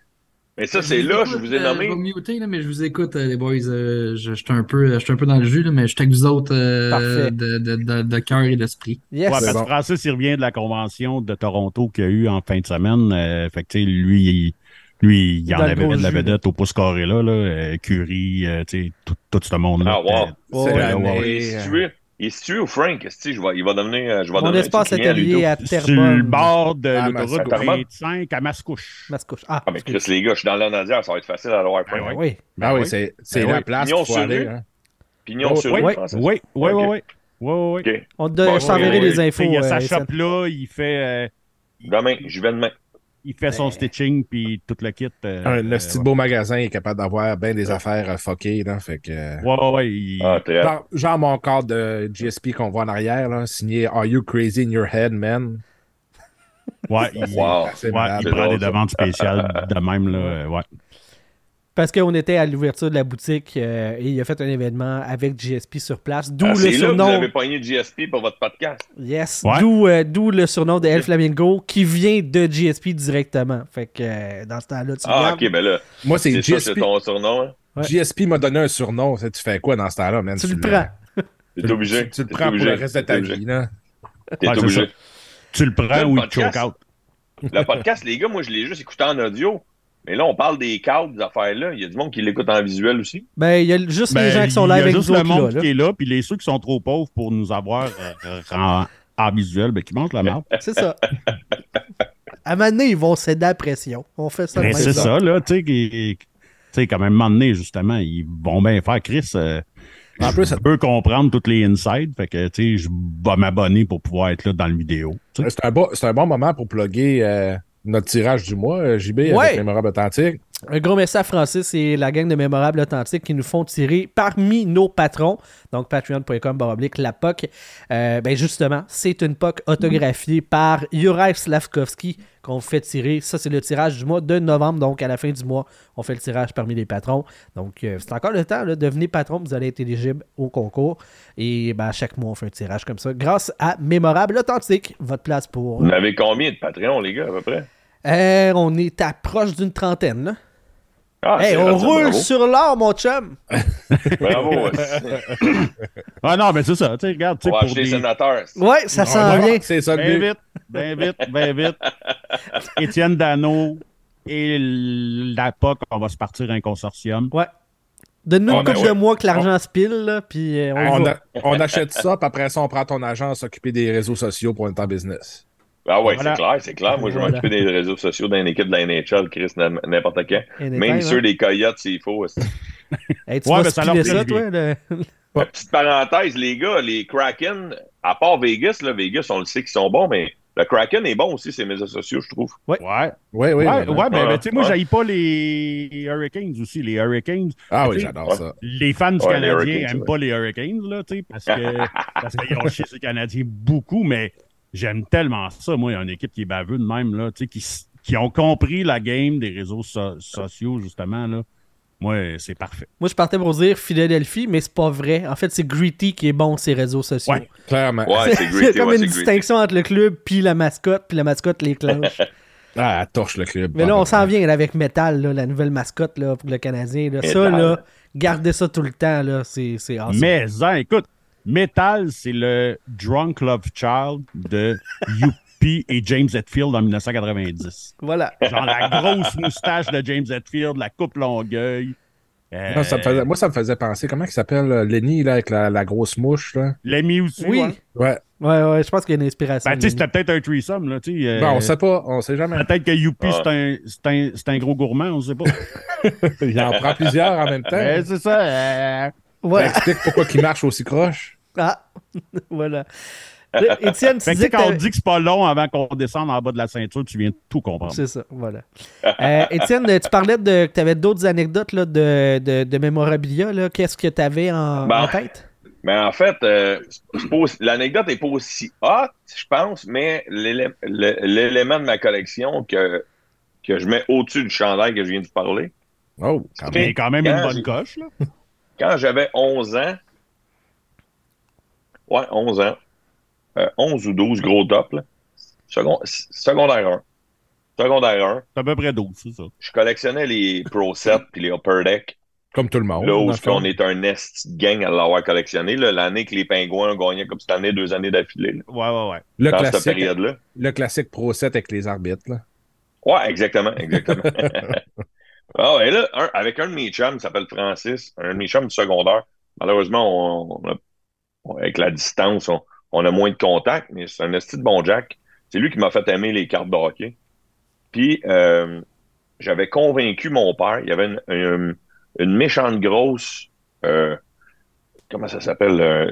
Mais ça, c'est là, je écoute, vous ai euh, nommé. Je vais me muter, là, mais je vous écoute, euh, les boys. Euh, je, je suis un peu, je suis un peu dans le jus, là, mais je suis avec vous autres euh, Parfait. de, de, de, de cœur et d'esprit. Yes. Ouais, ben, c'est parce bon. que Francis, il revient de la convention de Toronto qu'il y a eu en fin de semaine. Euh, fait que, tu sais, lui, il, lui, il en Dans le avait gros mis de la jus. vedette au pouce carré, là, là euh, Curie, euh, tu sais, tout, tout ce monde-là. Ah, wow. Ouais, c'est ouais. l'année, Il est euh, situé, il est situé au Frank, esti, je vais- il va devenir. euh, Je vais Mon devenir un espace petit client, atelier Ludo. à Sur le Terrebonne. bord de Ah, l'autoroute Mascouche. 25 à Mascouche. Mascouche. Ah, Ah, mais Chris, les gars, je suis dans l'anadière, ça va être facile à voir. Frank. ben oui. Ah oui, c'est c'est Ben la oui. place Ils ont qu'il faut sur aller. rue. hein. Pignon sur Ouais. rue, Ouais. Francis. Oui, oui, oui, Ah, Ok. oui. Oui, oui, oui. Ok. On te, Bon, je t'enverrai oui, les oui. infos. Il y a sa euh, shop Étienne. là, il fait, euh, Demain, je vais demain. il fait Ben. son stitching puis tout le kit. euh, Un euh, le petit beau magasin est capable d'avoir bien des affaires euh, fuckées, là. Fait que. euh, Ouais, ouais, ouais. il- Ah, très. Genre, genre mon cadre de GSP qu'on voit en arrière, là, signé Are You Crazy in Your Head, Man? Ah, ouais, il- Wow. C'est ouais, malade. il C'est prend des drôle, ça. demandes spéciales de même, là. euh, Ouais. Parce qu'on était à l'ouverture de la boutique euh, et il a fait un événement avec GSP sur place. D'où Ah, le c'est là que vous surnom. avez pogné GSP pour votre podcast. Yes. Ouais. D'où, euh, d'où le surnom de El Flamingo qui vient de GSP directement. Fait que euh, dans ce temps-là, tu Ah, regardes. ok, ben là, Moi, c'est c'est ça, c'est GSP. ton surnom. Hein. Ouais. GSP m'a donné un surnom. Tu sais, tu fais quoi dans ce temps-là, man? Tu le prends. T'es obligé. Tu, tu le T'es prends obligé. pour le reste de ta T'es obligé. vie, là. T'es Ouais, c'est obligé. Tu le Là, prends le ou il te podcast- choke out. Le podcast, les gars, moi, je l'ai juste écouté en audio. Mais là, on parle des cadres, des affaires-là. Il y a du monde qui l'écoute en visuel aussi. Ben, il y a juste Ben, les gens qui sont il y là a avec juste nous le autres monde là, là. qui est là, puis les ceux qui sont trop pauvres pour nous avoir euh, en, en visuel, ben, qui mangent la merde. C'est ça. À un moment donné, ils vont céder à la pression. On fait ça. de Mais même Ben, c'est ça, là, tu sais, qui- tu sais, comme à un moment donné, justement, ils vont bien faire Chris. euh, En je plus, ça- peux comprendre toutes les insides, fait que, tu sais, je vais m'abonner pour pouvoir être là dans le vidéo. tu sais. Euh, C'est un, bon, c'est un bon moment pour plugger euh, notre tirage du mois, euh, JB, Ouais. avec Mémorable Authentique. Un gros merci à Francis et la gang de Mémorables Authentiques qui nous font tirer parmi nos patrons. Donc, patreon.com, baroblique, la POC. Euh, ben, justement, c'est une POC autographiée par Juraj Slavkovski qu'on vous fait tirer. Ça, c'est le tirage du mois de novembre. Donc, à la fin du mois, on fait le tirage parmi les patrons. Donc, euh, c'est encore le temps. là. devenez patron, vous allez être éligible au concours. Et ben, à chaque mois, on fait un tirage comme ça. Grâce à Mémorable Authentique, votre place pour. Vous en avez combien de Patreon, les gars, à peu près? Euh, on est à proche d'une trentaine, là. Ah, Hey, c'est on relativement- roule bravo. sur l'or, mon chum! Bravo. ouais. Ah non, mais c'est ça, tu sais, regarde, tu sais, On va pour acheter les des... sénateurs. Ouais, ça s'en Ouais, vient. Ah, C'est ça le Ben but. vite, ben vite, ben vite. Étienne Dano et la POC, on va se partir un consortium. Ouais. Donne-nous On une a- couple de ouais. mois que l'argent se pile, là, puis euh, on y On, va. a- on achète ça, puis après ça, on prend ton agent à s'occuper des réseaux sociaux pour être en business. Ah ouais, Voilà. c'est clair, c'est clair. Moi, je vais Voilà. m'occuper des réseaux sociaux d'une équipe de la NHL, Chris, n- n'importe quand. Et des Même times, ceux hein. des Coyotes, s'il faut. c'est- Hey, tu Ouais, vas mais ça leur spiler plaît ça, bien. toi? le- Petite parenthèse, les gars, les Kraken, à part Vegas, là, Vegas, on le sait qu'ils sont bons, mais le Kraken est bon aussi, ses réseaux sociaux, je trouve. Ouais. Oui, oui. Ouais, ouais, vraiment. ben, ben, tu sais, moi, Ouais. j'haïs pas les Hurricanes aussi. Les Hurricanes, Ah oui, Tu sais, j'adore ça. les fans du Ouais, les Canadien Hurricanes, n'aiment ouais. pas les Hurricanes, là, tu sais, parce que parce qu'ils ont chié sur les Canadiens beaucoup, mais j'aime tellement ça, moi, une équipe qui est baveuse de même, là, tu sais, qui, s- qui ont compris la game des réseaux so- sociaux, justement, là. Moi, c'est parfait. Moi, je partais pour dire Philadelphie, mais c'est pas vrai. En fait, c'est Gritty qui est bon, ses réseaux sociaux. Ouais. Clairement. Ouais, c'est Il y a great. comme ouais, une c'est great. distinction entre le club puis la mascotte, puis la mascotte les clenche. Ah, elle torche le club. mais là, on s'en Ah, vient là, avec Metal, là, la nouvelle mascotte là, pour le Canadien. là. Ça, Metal. là, gardez ça tout le temps, là, c'est Ah, c'est awesome. Mais, hein, écoute, Metal, c'est le Drunk Love Child de Yuppie et James Hetfield en 1990. Voilà. Genre la grosse moustache de James Hetfield, la coupe longueuil. Euh, ça me faisait- moi, ça me faisait penser, comment il s'appelle euh, Lenny, là, avec la, la grosse mouche, là? L'ami aussi. Oui. ouais. Ouais. Ouais, ouais, je pense qu'il y a une inspiration. Ben, tu sais, Denis. c'était peut-être un threesome, là, tu sais. euh, Ben, on sait pas, on sait jamais. Peut-être que Youpi, Ah. Ouais. c'est un, c'est un, c'est un gros gourmand, on sait pas. Il en prend plusieurs en même temps. Ben, c'est ça. euh, Ça Ouais. explique pourquoi il marche aussi croche. Ah, voilà. Là, Étienne, tu Fait que, tu sais, disais que quand on t'avais- dit que c'est pas long avant qu'on descende en bas de la ceinture, tu viens de tout comprendre. C'est ça, voilà. Euh, Étienne, tu parlais de, que tu avais d'autres anecdotes là, de, de, de mémorabilia. là. Qu'est-ce que tu avais en, Ben, en tête? Mais en fait, euh, c'est pas aussi- l'anecdote n'est pas aussi hot, je pense, mais l'élé- le- l'élément de ma collection que, que je mets au-dessus du chandail que je viens de vous parler, Oh, quand même. Mais quand même une Quand- bonne coche, là. quand j'avais 11 ans, ouais, 11 ans, euh, 11 ou 12, gros top, là, second- s- secondaire 1. Secondaire 1, C'est à peu près 12, c'est ça. je collectionnais les Pro 7 puis les Upper Deck. Comme tout le monde. Là où Oh, dans le fond. on est un nest gang à l'avoir collectionné, là, l'année que les Pingouins ont gagné comme cette année, deux années d'affilée, là, Ouais, ouais, ouais. le, dans cette classique, période-là. le classique Pro 7 avec les arbitres, là. Ouais, exactement, exactement. ah, et là, un- avec un de mes chums qui s'appelle Francis, un de mes chums du secondaire, malheureusement, on, on a- on- avec la distance, on, on a moins de contact, mais c'est un esti de bon Jack. C'est lui qui m'a fait aimer les cartes de hockey. Puis, euh, j'avais convaincu mon père, il y avait une, une- une méchante grosse, euh, comment ça s'appelle, euh,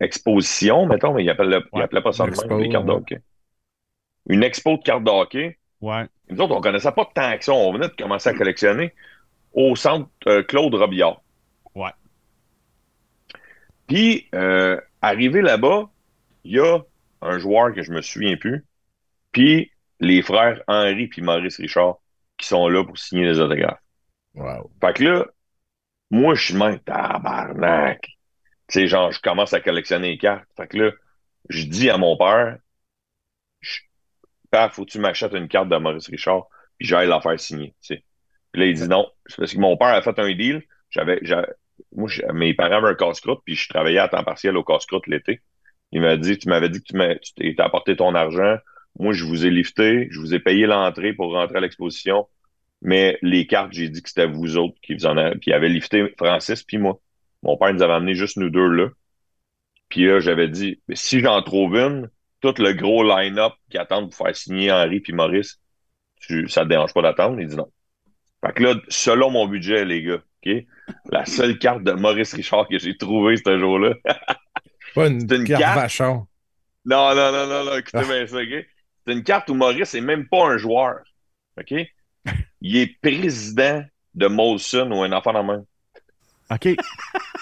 exposition, mettons, mais il appelait, il Ouais, appelait pas ça de une même, les expo, cartes de ouais. hockey. Une expo de cartes de hockey. Ouais. Nous autres, on connaissait pas tant que ça. On venait de commencer à collectionner au centre euh, Claude Robillard. Ouais. Puis, euh, arrivé là-bas, il y a un joueur que je me souviens plus, puis les frères Henri puis Maurice Richard qui sont là pour signer les autographes. Wow. Fait que là, moi, je suis même tabarnak. Tu sais, genre, je commence à collectionner les cartes. Fait que là, je dis à mon père, je- Père, faut que tu m'achètes une carte de Maurice Richard, puis j'aille la faire signer. tu sais. Puis là, il dit non. C'est parce que mon père a fait un deal. J'avais, j'avais- moi, je- mes parents avaient un casse-croûte, puis je travaillais à temps partiel au casse-croûte l'été. Il m'a dit, tu m'avais dit que tu m'as- tu t'es apporté ton argent. Moi, je vous ai lifté, je vous ai payé l'entrée pour rentrer à l'exposition. Mais les cartes, j'ai dit que c'était vous autres qui vous en avez, qui avez lifté Francis puis moi. Mon père nous avait amené juste nous deux là. Puis là, j'avais dit, Mais si j'en trouve une, tout le gros line-up qui attendent pour faire signer Henri puis Maurice, tu, ça te dérange pas d'attendre? Il dit non. Fait que là, selon mon budget, les gars, OK? La seule carte de Maurice Richard que j'ai trouvée ce jour-là. Pas une, C'est une carte, carte. vachon. non, non, non, non, non, écoutez Ah. bien ça, OK? C'est une carte où Maurice n'est même pas un joueur. OK? Il est président de Molson ou un enfant dans la main. OK.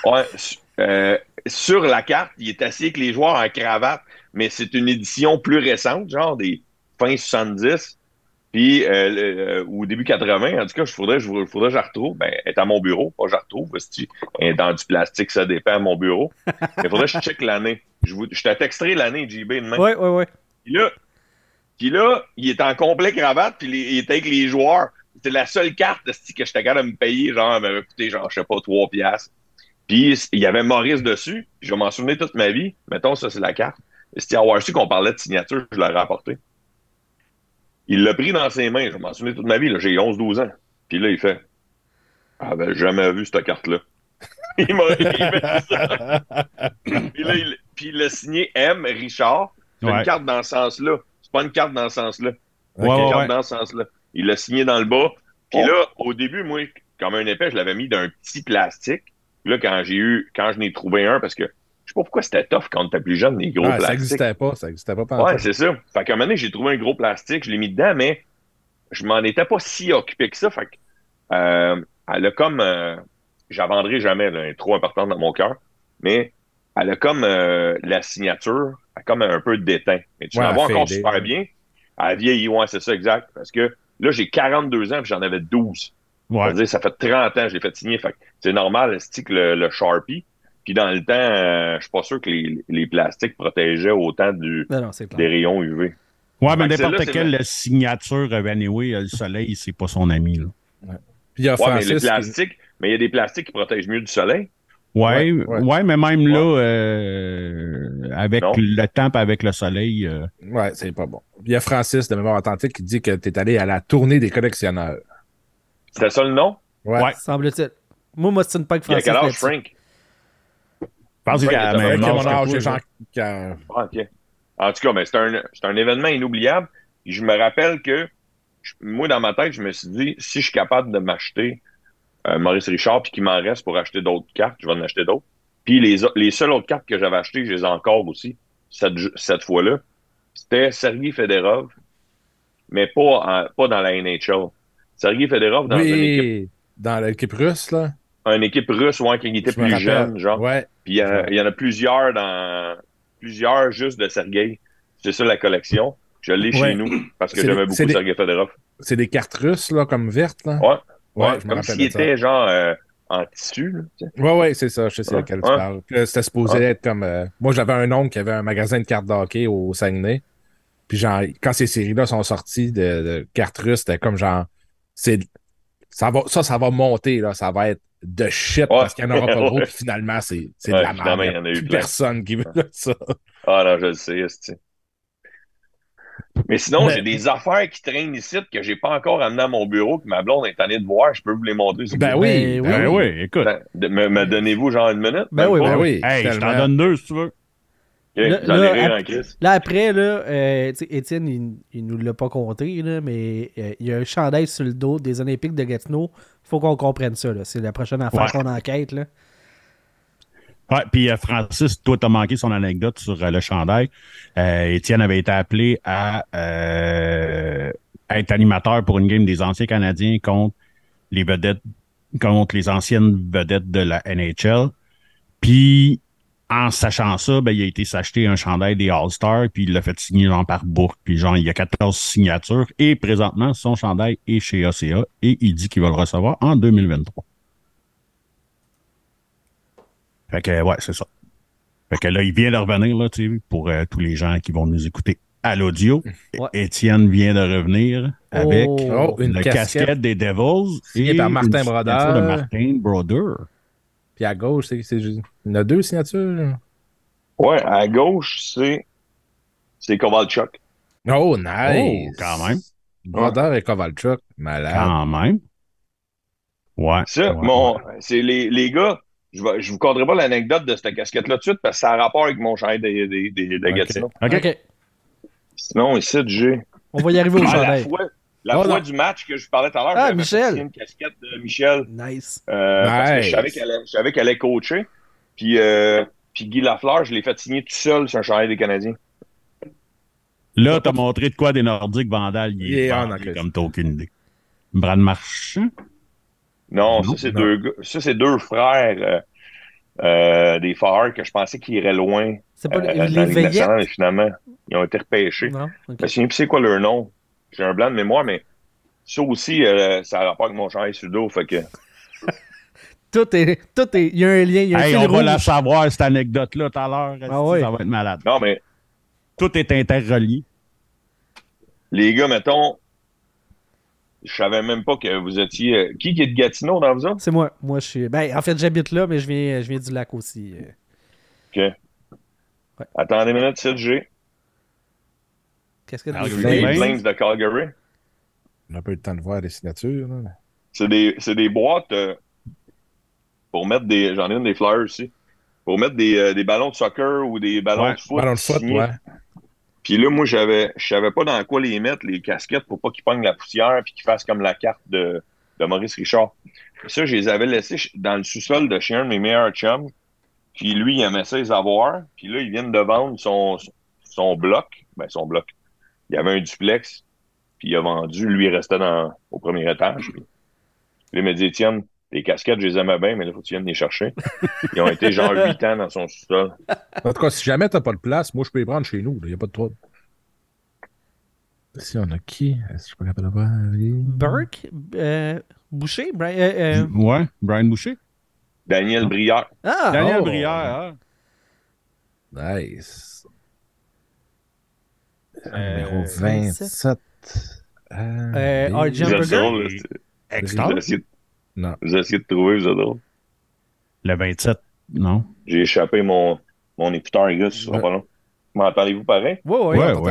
Ouais, su- euh, sur la carte, il est assis avec les joueurs en cravate, mais c'est une édition plus récente, genre des fins 70, puis euh, le- euh, ou début 80. En tout cas, je faudrait, je vous- faudrait que je la retrouve. Ben, elle est à mon bureau, pas je la retrouve. hostie. Elle est dans du plastique, ça dépend à mon bureau. Mais faudrait que je check l'année. Je, vous, je te texterai l'année, JB, demain. Ouais, ouais, ouais. Puis là, puis là, il est en complet cravate, puis les- il est avec les joueurs. C'est la seule carte hostie, que j'étais capable de me payer, genre, elle m'avait coûté, genre, je sais pas, 3 piastres. Puis il y avait Maurice dessus, puis je vais m'en souvenir toute ma vie. Mettons, ça, c'est la carte. C'était avoir su qu'on parlait de signature, je l'aurais apporté. Il l'a pris dans ses mains, je vais m'en souviens toute ma vie, là, j'ai 11-12 ans. Puis là, il fait Ah ben, jamais vu cette carte-là. il m'a il m'a dit ça. Puis là, il, puis il l'a signé M. Richard. C'est une Ouais. carte dans ce sens-là. C'est pas une carte dans ce sens-là. C'est Ouais, une ouais, carte ouais. Oh. dans ce sens-là. Il l'a signé dans le bas. Puis là, au début, moi, comme un épais, je l'avais mis d'un petit plastique. Puis là, quand j'ai eu, quand je n'ai trouvé un, parce que je sais pas pourquoi c'était tough quand t'es plus jeune, les gros Ouais, ça plastiques. n'existait pas, Ah, ça n'existait pas. pendant Ouais, c'est ça. Fait qu'à un moment donné, j'ai trouvé un gros plastique, je l'ai mis dedans, mais je m'en étais pas si occupé que ça. Fait que, euh, elle a comme, euh, j'en vendrai jamais, là, elle est trop importante dans mon cœur, mais elle a comme euh, la signature, elle a comme un peu de déteint. Mais tu Ouais, la vois elle encore fadée, super ouais. bien. Elle vieillit, ouais, c'est ça, exact. Parce que là, j'ai 42 ans, puis j'en avais 12. Ça veut Ouais. dire, ça fait 30 ans que je l'ai fait signer. Fait que c'est normal, c'est que le, le Sharpie. Puis dans le temps, euh, je suis pas sûr que les, les plastiques protégeaient autant du, Ben Non, non, c'est des clair. rayons UV. Ouais, mais Fait que celle-là, n'importe c'est quelle signature, euh, anyway, euh, le soleil, c'est pas son ami. Là. Puis il y a Ouais, mais les Francis. qui- plastiques, mais il y a des plastiques qui protègent mieux du soleil. Ouais, Ouais, ouais, ouais. mais même là, euh, avec Non. le temps pis avec le soleil, euh, Ouais, c'est pas bon. Puis il y a Francis de Mémoire Authentique qui dit que t'es allé à la tournée des collectionneurs. C'était ça le nom? Ouais. Ouais. Semble-t-il. Moi, moi, c'est une pack Puis à française. quel âge, là-dessus. Frank? je pense Ouais, qu'il y a ça la Avec même fait âge mon que âge, toi, j'ai là. genre- quand- Ah, ok. En tout cas, mais c'est un, c'est un événement inoubliable. Et je me rappelle que je- moi, dans ma tête, je me suis dit, si je suis capable de m'acheter euh, Maurice Richard, puis qu'il m'en reste pour acheter d'autres cartes, je vais en acheter d'autres. Puis les, o- les seules autres cartes que j'avais achetées, je les ai encore aussi, cette, ju- cette fois-là. C'était Sergei Federov, mais pas, en- pas dans la NHL. Sergei Federov dans une, équipe, Oui, dans l'équipe russe, là. une équipe russe, ouais, qui était Je me plus rappelle. jeune, genre. Ouais. Puis il y, en a- il y en a plusieurs dans plusieurs juste de Sergei. C'est ça la collection. Je l'ai Ouais. chez nous parce que C'est j'aimais des- beaucoup c'est des- Sergei Fedorov. C'est des cartes russes, là, comme vertes, là. Ouais. Ouais, Ouais, je me comme rappelle s'il de ça. était genre euh, en tissu. là, tu sais. Ouais, ouais, c'est ça, je sais c'est Ouais, lequel tu ouais. parles. Puis là, C'était supposé Ouais. être comme. euh, moi, j'avais un oncle qui avait un magasin de cartes d'hockey au Saguenay. Puis, genre, quand ces séries-là sont sorties de, de cartes russes, c'était comme genre. c'est ça, va, ça, ça va monter, là. Ça va être de shit parce qu'il n'y en aura pas Ouais. gros. Puis finalement, c'est c'est Ouais, de la merde. finalement, il y en a eu plus plein. personne qui veut ça. Ah non, je le sais. esti. Mais sinon, Mais- j'ai des affaires qui traînent ici que j'ai pas encore amené à mon bureau que ma blonde est tannée de voir. Je peux vous les montrer. si Ben vous oui, Ben Ben ben oui, écoute. voulez. De- Me, me donnez-vous genre une minute? Ben Même oui, pas? Ben oui, hey, je tellement. t'en donne deux si tu veux. Ok, Là- vous allez là, rire à- en crise. Là, après, là, euh, tu sais, Étienne, il, il nous l'a pas compté, là, mais euh, il y a un chandail sur le dos des Olympiques de Gatineau. Faut qu'on comprenne ça. là. C'est la prochaine affaire Ouais. qu'on enquête. Là. Ouais, puis euh, Francis, toi, t'as manqué son anecdote sur euh, le chandail. Euh, Étienne avait été appelé à euh, être animateur pour une game des anciens Canadiens contre les vedettes, contre les anciennes vedettes de la NHL. Puis, en sachant ça, ben, il a été s'acheter un chandail des All-Stars, puis il l'a fait signer genre par bourre. Puis genre, il y a 14 signatures. Et présentement, son chandail est chez ACA et il dit qu'il va le recevoir en 2023. Fait que, ouais, c'est ça. Fait que là, il vient de revenir, là, tu sais, pour euh, tous les gens qui vont nous écouter à l'audio. Ouais. Étienne vient de revenir avec Oh. Oh, une le casquette. casquette. des Devils Signée par Martin une signature Brodeur. de Martin Brodeur. Puis à gauche, c'est. c'est juste- Il y en a deux signatures. Ouais, à gauche, c'est. C'est Kovalchuk. Oh, nice. Oh, quand même. Brodeur et Kovalchuk, malade. Quand même. Ouais. Ça, ouais, mon, ouais. c'est les, les gars, je ne vous conterai pas l'anecdote de cette casquette-là tout de suite parce que ça a rapport avec mon chandail des, des, des, de Ok. Gatineau. OK. OK. Sinon, ici, j'ai On va y arriver au à Ah, la chandail. fois La Oh, fois non. du match que je vous parlais tout à l'heure, Ah, j'avais Michel. acheté une casquette de Michel. Nice. euh, Parce que je savais Nice. qu'elle allait- je savais qu'elle allait coacher. Puis, euh, puis Guy Lafleur, je l'ai fait signer tout seul sur un chandail des Canadiens. Là, t'as montré de quoi des Nordiques Vandal. Il Il est est en bandé enquête. comme t'as aucune idée. Brad Marchand? Non, Non, ça, c'est non. deux, gars- ça, c'est deux frères euh, euh, des Phares que je pensais qu'ils iraient loin C'est euh, pas dans les la Ligue veillettes. nationale, mais finalement, ils ont été repêchés. Non, ok. Je me souviens plus Ben, c'est quoi leur nom. J'ai un blanc de mémoire, mais ça aussi, euh, ça a rapport avec mon chandail sur le dos. Fait que... Tout est. Tout est. Il y a un lien, il y a un Hey, fil on va rouge. la savoir, cette anecdote-là, tout à l'heure. Esti, ouais. Ça va être malade. Non, mais Tout est interrelié. les gars, mettons, je savais même pas que vous étiez. euh, Qui qui est de Gatineau dans vous autres? C'est moi. Moi, je suis. Ben, en fait, j'habite là, mais je viens, je viens du lac aussi. euh. Attendez une minute, 7G. Qu'est-ce que Ah, tu oui, fais? oui. Les Flames. Flames de Calgary. On a pas eu le temps de voir les signatures. Là. C'est des, c'est des boîtes euh, pour mettre des. J'en ai une des fleurs aussi. Pour mettre des, euh, des ballons de soccer ou des ballons Ouais, de foot. Pas dans le foot, signés. ouais. Puis là, moi, j'avais, je savais pas dans quoi les mettre, les casquettes, pour pas qu'ils pognent la poussière puis qu'ils fassent comme la carte de, de Maurice Richard. Ça, je les avais laissés ch- dans le sous-sol de chez un de mes meilleurs chums. Puis lui, il aimait ça les avoir. Puis là, ils viennent de vendre son, son bloc. Ben, son bloc. Il y avait un duplex. Puis il a vendu. Lui, il restait dans, au premier étage. Puis, là, il m'a dit, Étienne, les casquettes, je les aimais bien, mais là, faut que tu viennes les chercher. Ils ont été genre 8 ans dans son sous-sol. En tout cas, si jamais t'as pas de place, moi je peux les prendre chez nous. Il n'y a pas de trouble. Si on a qui Est-ce que je peux capable de voir Burke? euh, Boucher? Brian- euh, euh, Ouais, Brian Boucher. Daniel Brière. Ah! Daniel oh. Brière, hein? Nice. Euh, Numéro 27. 27. Ah, Euh, oui. Arjan Vous êtes Burger? drôle, là, c'est- Extra. Vous essayez, Non. vous essayez de trouver, vous êtes drôle. Le 27, non? J'ai échappé mon, mon écouteur, les gars, ce sera Ouais. pas long. M'entendez-vous pareil? oh, Ouais, ouais. Ouais, attends.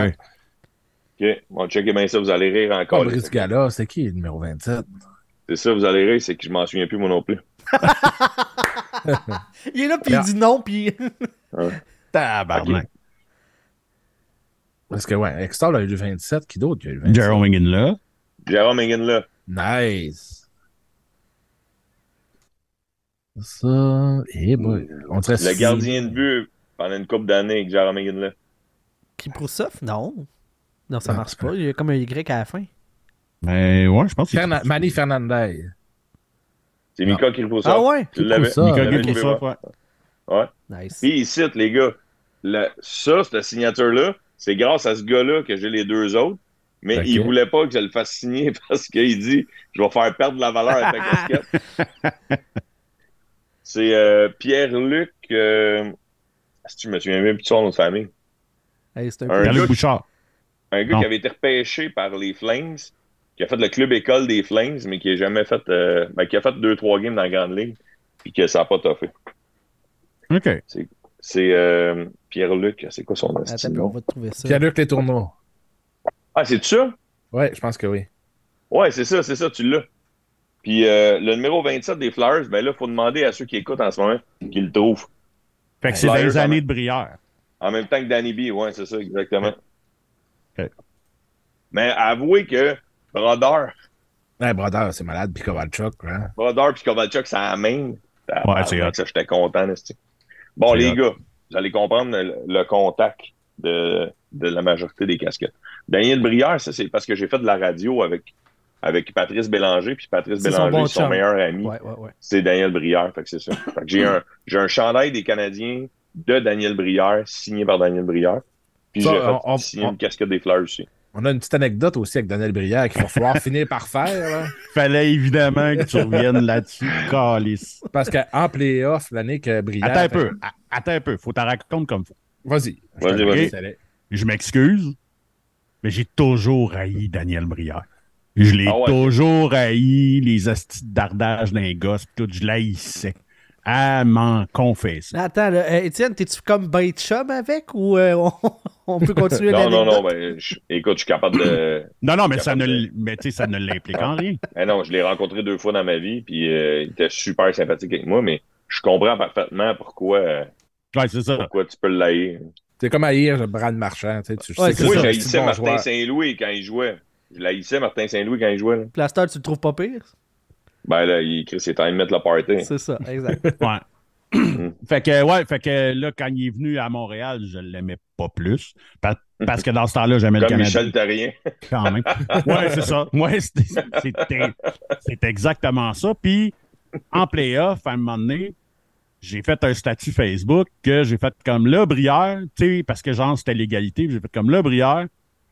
ouais. OK, on check bien ça, vous allez rire encore. Fabrice Gala, c'est qui le numéro 27 C'est ça, vous allez rire, c'est que je m'en souviens plus, moi non plus. Il est là, Ah. puis il dit non, puis. Tabarnak. Parce que, ouais, Extol a eu le 27. Qui d'autre qui a eu le 27 Jerome Higgin là. Jérôme Hagen là. Nice. Ça. Eh boy. On dirait Le si- gardien de but pendant une couple d'années avec Jérôme Hagen là. Puis Proussoff? Non. Non, ça Ah. marche pas. Il y a comme un Y à la fin. Mais Ben, ouais, je pense que c'est. Fernan- Manny Fernandez. C'est Mika qui repose ça. Ah ouais? Tu l'avais. Qui trouve ça? Tu Nicolas l'avais Guy trouvé, ouais. Trousseau, ouais. Nice. Puis ici, les gars, la- ça, cette signature-là, c'est grâce à ce gars-là que j'ai les deux autres. Mais Ok. il voulait pas que je le fasse signer parce qu'il dit Je vais faire perdre la valeur à ta casquette. c'est euh, Pierre-Luc. Euh... Si tu me souviens même plus de son nom de famille. Hey, c'est un Un peu- Pierre-Luc gars- Bouchard. Un gars Non. qui avait été repêché par les Flames, qui a fait le club école des Flames, mais qui a jamais fait. euh, ben, qui a fait deux, trois games dans la Grande Ligue, puis que ça n'a pas toffé. OK. C'est euh, Pierre-Luc. C'est quoi son esti de Attends, on nom? va trouver ça. Pierre-Luc Les Tourneaux. Ah, c'est ça? Ouais, je pense que oui. Ouais, c'est ça, c'est ça, tu l'as. Puis euh, le numéro 27 des Flowers, ben là, faut demander à ceux qui écoutent en ce moment qu'ils le trouvent. Fait que c'est dans Flyer, les quand années même. de Brière. En même temps que Danny B, ouais, c'est ça, exactement. Ok. Mais avouez que Brodeur, Ouais, brother, c'est malade. Puis Kovalchuk, hein. Brodeur puis Kovalchuk, c'est la même. Ah, Ouais, c'est ben, hot. ça, j'étais content, esti. Bon, C'est les hot. gars, vous allez comprendre le, le contact de, de la majorité des casquettes. Daniel Brière, ça, c'est parce que j'ai fait de la radio avec, avec Patrice Bélanger, puis Patrice C'est son Bélanger, bon son, chum. meilleur ami. Ouais, ouais, ouais. c'est Daniel Brière. Fait que c'est ça. Fait que j'ai un, j'ai un chandail des Canadiens de Daniel Brière, signé par Daniel Brière. Puis j'ai Ça, fait on- on- signer on- une casquette des fleurs aussi. On a une petite anecdote aussi avec Daniel Brière qu'il va falloir finir par faire. là. Fallait évidemment que tu reviennes là-dessus, Calice. Parce qu'en playoff, l'année que Brière. Attends un fait- peu. a- Attends un peu. Faut t'en raconter comme faut. Vas-y. Vas-y, Je te vas-y. laisse aller. Je m'excuse, mais j'ai toujours haï Daniel Brière. Je l'ai Ah ouais. toujours haï, les astis d'ardage d'un gosse, pis tout, je l'haïssais. À m'en confesser. Attends, là, euh, Étienne, t'es-tu comme bait chum avec ou euh, on, on peut continuer Non, non, l'anecdote? non, ben, je- écoute, je suis capable de. Non, non, mais ça Capable ne, de- l- mais, tu sais, ça ne l'implique en rien. Eh non, je l'ai rencontré deux fois dans ma vie, puis euh, il était super sympathique avec moi, mais je comprends parfaitement pourquoi, euh, Ouais, c'est ça. pourquoi tu peux le laïr. C'est comme haïr le Brad Marchand. Tu sais, tu Ouais, sais c'est que Moi, ça, c'est un j'ai petit bon Martin joueur. Saint-Louis quand il jouait. Je l'haïssais, Martin Saint-Louis, quand il jouait. Là. Plaster, tu le trouves pas pire? Ben là, il Chris, il est en train de mettre la party. C'est ça, exact. Ouais. Mm. fait que, ouais, fait que là, quand il est venu à Montréal, je l'aimais pas plus. Pa- Parce que dans ce temps-là, j'aimais le Comme Canada Michel Tarien. quand même. Ouais, c'est ça. Ouais, c'est- c'est c'est exactement ça. Puis, en playoff, à un moment donné, j'ai fait un statut Facebook que j'ai fait comme là, Brière, tu sais, parce que genre, c'était l'égalité. puis J'ai fait comme là, Brière,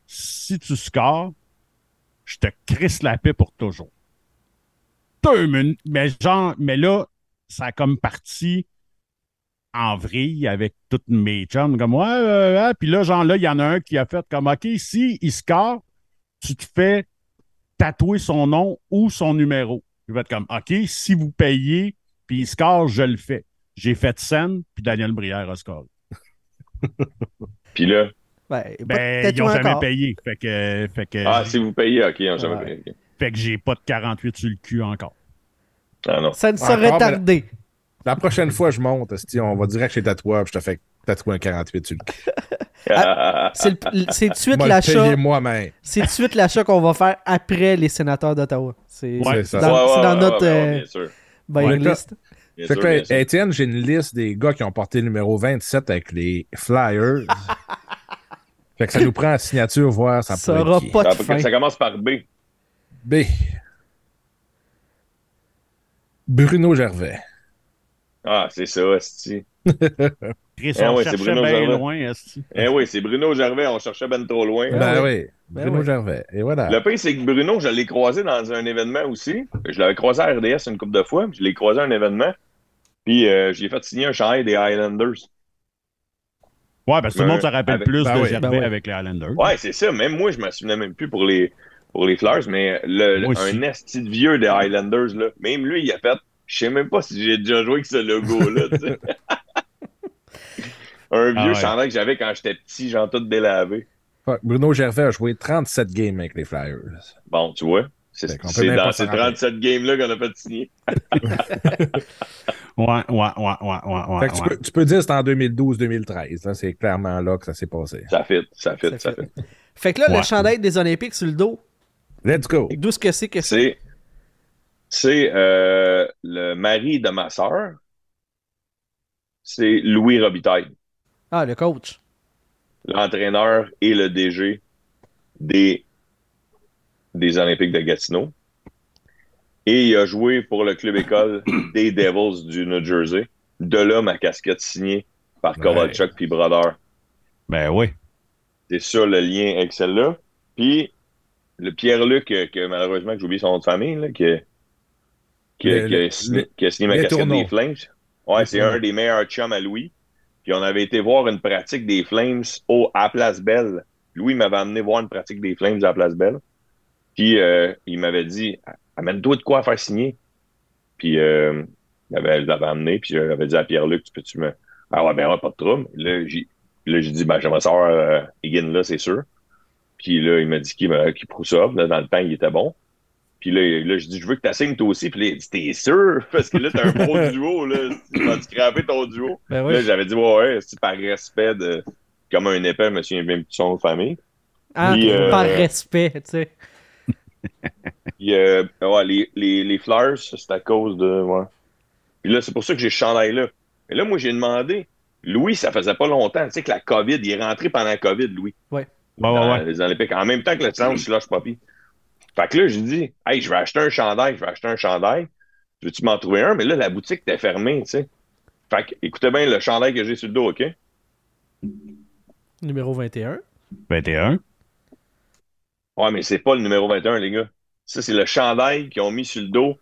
si tu scores, je te crisse la paix pour toujours. Deux minutes. Mais genre, mais là, ça a comme parti en vrille avec toutes mes chums, comme ouais, ouais, ouais. puis là, genre là, il y en a un qui a fait comme OK, si il score, tu te fais tatouer son nom ou son numéro. Je vais être comme OK, si vous payez, puis il score, je le fais. J'ai fait scène, puis Daniel Brière a score. Puis là, Ben, pas de Ben, ils tatouage n'ont jamais encore. payé. Fait que, fait que, ah, si vous payez, ok, on s'en va Ouais. payer, ok. fait que j'ai pas de 48 sur le cul encore. Ah non. Ça ne Encore, serait mais- tardé. La prochaine fois, je monte, esti, on va direct chez Tatoua, puis je te fais tatouer un 48 sur le cul. C'est le- c'est de suite Moi, le l'achat. payer moi-même. C'est de suite l'achat qu'on va faire après les sénateurs d'Ottawa. C'est Ouais, c'est c'est ça. dans, Ouais, c'est ouais, dans ouais, notre ouais, ouais, euh, bien sûr. buying Ouais. list. Bien Fait sûr, que là, bien sûr. Étienne, j'ai une liste des gars qui ont porté le numéro 27 avec les Flyers. fait que ça nous prend la signature, voir ça, Ça pourrait aura être qui. pas de Ah, parce que fin. Ça commence par B. B. Bruno Gervais. Ah, c'est ça, esti. Chris, Eh on ouais, c'est cherchait Bruno bien Gervais. loin. esti. Eh oui, c'est Bruno Gervais, on cherchait ben trop loin. Ben ouais. oui, Bruno oui. Gervais. Et voilà. Le pire, c'est que Bruno, je l'ai croisé dans un événement aussi. Je l'avais croisé à RDS une couple de fois. puis Je l'ai croisé à un événement. Puis euh, j'ai fait signer un chandail des Highlanders. Ouais, parce que tout le monde se rappelle Ben, plus ben de oui, Gervais ben oui. avec les Highlanders. Ouais, c'est ça. Même moi, je m'en souvenais même plus pour les, pour les Fleurs, mais le, le- Moi aussi. un esti de vieux des Highlanders, là, même lui, il a fait. Je sais même pas si j'ai déjà joué avec ce logo-là. tu sais. un vieux Ah ouais. chandail que j'avais quand j'étais petit, genre tout délavé. Fuck, Bruno Gervais a joué 37 games avec les Flyers. Bon, tu vois, Fait c'est qu'on peut c'est même dans pas ces s'en rappeler. 37 games-là qu'on a fait signer. Ouais, ouais, ouais, ouais, ouais. fait que tu, ouais. peux, tu peux dire que c'est en 2012-2013. là, C'est clairement là que ça s'est passé. Ça fit, ça fit, Ça ça, fit. fit. Fait que là, le Ouais. chandail des Olympiques sur le dos, Let's go. d'où ce que c'est que c'est? C'est, c'est euh, le mari de ma sœur. C'est Louis Robitaille, Ah, le coach. l'entraîneur et le DG des, des Olympiques de Gatineau. Et il a joué pour le club école des Devils du New Jersey. De là, ma casquette signée par Ouais. Kovalchuk puis Brother. Ben oui. C'est ça le lien avec celle-là. Puis le Pierre-Luc, euh, que malheureusement que j'ai oublié son nom de famille, là, qui, qui, Le- qui le- a signé, qui a signé ma les casquette tourneaux. des Flames. Ouais, c'est tourneaux. un des meilleurs chums à Louis. Puis on avait été voir une pratique des Flames au, à Place Belle. Louis m'avait amené voir une pratique des Flames à Place Belle. Puis euh, il m'avait dit Amène-toi de quoi à faire signer. Puis euh, il avait- je l'avais amené, puis je l'avais dit à Pierre-Luc Tu peux-tu me. Ah ouais, ben ouais, pas de trouble. Là, j'ai là, j'ai dit Ben, j'aimerais savoir euh, Higgin là, c'est sûr. Puis là, il m'a dit qu'il me- qu'il prouve ça. Là, dans le temps, il était bon. Puis là, là je dis, je veux que tu signes toi aussi. Puis là, il dit, t'es sûr? Parce que là, t'as un beau duo, là. Tu vas te craper ton duo. Ben Là, oui. j'avais dit, ouais, ouais, c'est par respect de. Comme un épais, je me souviens même plus de son nom de famille. Hein, Puis, euh, Par respect, tu sais. Puis, euh, ouais, les, les, les fleurs, c'est à cause de. Ouais. Puis là, c'est pour ça que j'ai ce chandail-là. Mais là, moi, j'ai demandé. Louis, ça faisait pas longtemps. Tu sais que la COVID, il est rentré pendant la COVID, Louis. Ouais, ouais, dans ouais. les Olympiques. En même temps que le challenge slush poppy. Fait que là, je dis, hey, je vais acheter un chandail, je vais acheter un chandail. Veux-tu m'en trouver un? Mais là, la boutique était fermée, tu sais. Fait que, écoutez bien le chandail que j'ai sur le dos, OK? Numéro 21. 21. Ouais, mais c'est pas le numéro 21, les gars. Ça, c'est le chandail qu'ils ont mis sur le dos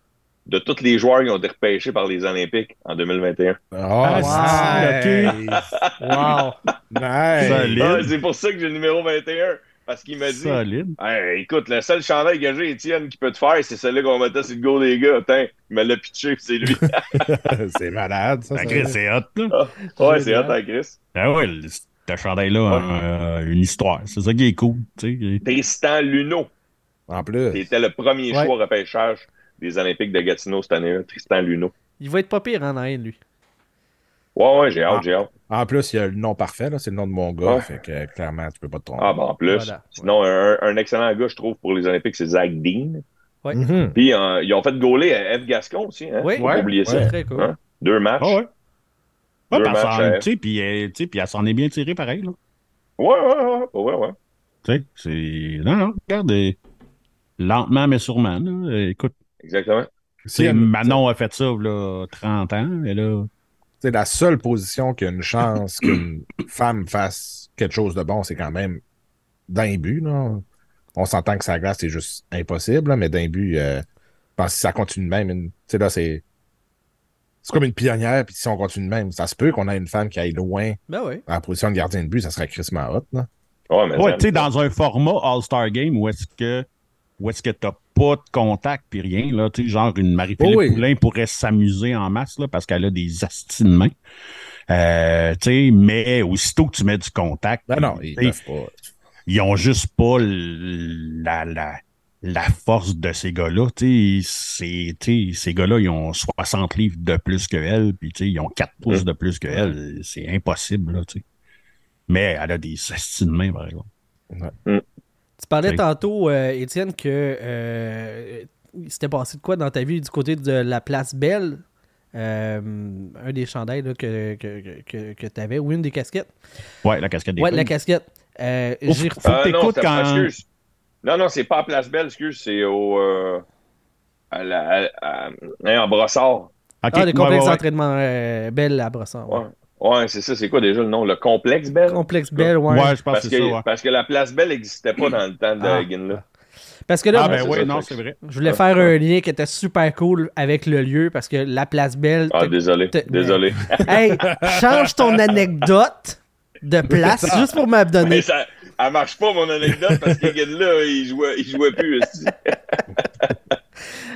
de tous les joueurs qui ont été repêchés par les Olympiques en 2021. Oh, Ah, nice. Wow. Nice. Solide. Ah, c'est pour ça que j'ai le numéro 21. Parce qu'il m'a dit, Solide. Hey, écoute, le seul chandail que j'ai, Étienne, qui peut te faire, c'est celui qu'on mettait sur le go des gars. Tiens, il me l'a pitché, puis c'est lui. c'est malade, ça. Ben, ça. Chris, c'est hot, là. ouais, c'est hot, hein, Chris. Ben ouais, le- ce chandail-là a un- euh, une histoire. C'est ça qui est cool, tu sais. Tristan Luneau, En qui plus. était le premier Ouais. choix au repêchage des Olympiques de Gatineau cette année-là, Tristan Luneau. Il va être pas pire en haine, lui. Ouais, ouais, j'ai Ah. hâte, j'ai hâte. En plus, il y a le nom parfait, là, c'est le nom de mon gars. Ouais. Fait que euh, clairement, tu peux pas te tromper. Ah, ben en plus. Voilà. Sinon, un, un excellent gars, je trouve, pour les Olympiques, c'est Zach Dean. ouais. Mhm. Puis, euh, ils ont fait gauler à F. Gascon aussi, hein? Oui, Faut pas oublier ça. c'est très cool. Hein? Deux matchs. Ah ouais. Ouais, Deux parce matchs que, à- tu sais, puis elle, tu sais, puis elle s'en est bien tirée pareil. Là. Ouais, ouais, ouais, ouais, ouais, ouais. Tu sais, c'est. Non, non, regarde. euh, lentement, mais sûrement. là. Euh, Écoute, Exactement. tu C'est sais, une- Manon a fait ça, là, 30 ans. Et là, c'est la seule position qui a une chance qu'une femme fasse quelque chose de bon, c'est quand même dans les buts. Là. On s'entend que sa glace, c'est juste impossible, là, mais dans les buts, euh, je pense que si ça continue de même, une- tu sais, là, c'est. C'est comme une pionnière, puis si on continue de même, ça se peut qu'on ait une femme qui aille loin Ben oui. en position de gardien de but, ça serait crissement hot. Là. Ouais, mais ouais, ça- tu sais, dans un format All-Star Game où est-ce que où est-ce que t'as pas de contact puis rien, là, tu sais, genre une Marie-Philippe Oh oui. Poulin pourrait s'amuser en masse, là, parce qu'elle a des astis de main. Euh, tu sais, mais aussitôt que tu mets du contact, Ben non, ils tu sais, peuvent pas. ils ont juste pas l- la, la, la force de ces gars-là. Tu sais, c'est- tu sais, ces gars-là, ils ont 60 livres de plus que elle, puis tu sais, ils ont 4 pouces de plus que elle. C'est impossible, là, tu sais. Mais elle a des astis de main, par exemple. Tu parlais Oui. tantôt, euh, Étienne, que euh, il s'était passé de quoi dans ta vie du côté de la place Belle, euh, un des chandails là, que, que, tu avais, ou une des casquettes. Ouais, la casquette des ouais, Queens. la casquette. Euh, Ouf. j'ai Faut Ah, que non, t'écoutes c'est- quand- excuse. Non, non, c'est pas à Place Belle, excuse, c'est au. euh, à la, à- à- hein, en brossard. Ok, Ah, ouais, le complexe ouais, ouais. d'entraînement euh, Belle à Brossard. ouais. Ouais, ouais c'est ça, c'est quoi déjà le nom? Le complexe Belle? Complexe Belle, ouais. Ouais, je pense parce, que que, c'est ça. ouais. parce que la Place Belle n'existait pas dans le temps de Ah. Hagen, là. Parce que là, Ah, moi, c'est ben oui, ça, non, fait c'est que- vrai. je voulais faire un lien qui était super cool avec le lieu, parce que la place Belle. Ah, t'as- désolé, t'as- désolé. Hey, change ton anecdote de place juste pour Mais m'abandonner. ça, elle marche pas, mon anecdote, parce qu'Hagen, là, il jouait, il jouait plus. esti.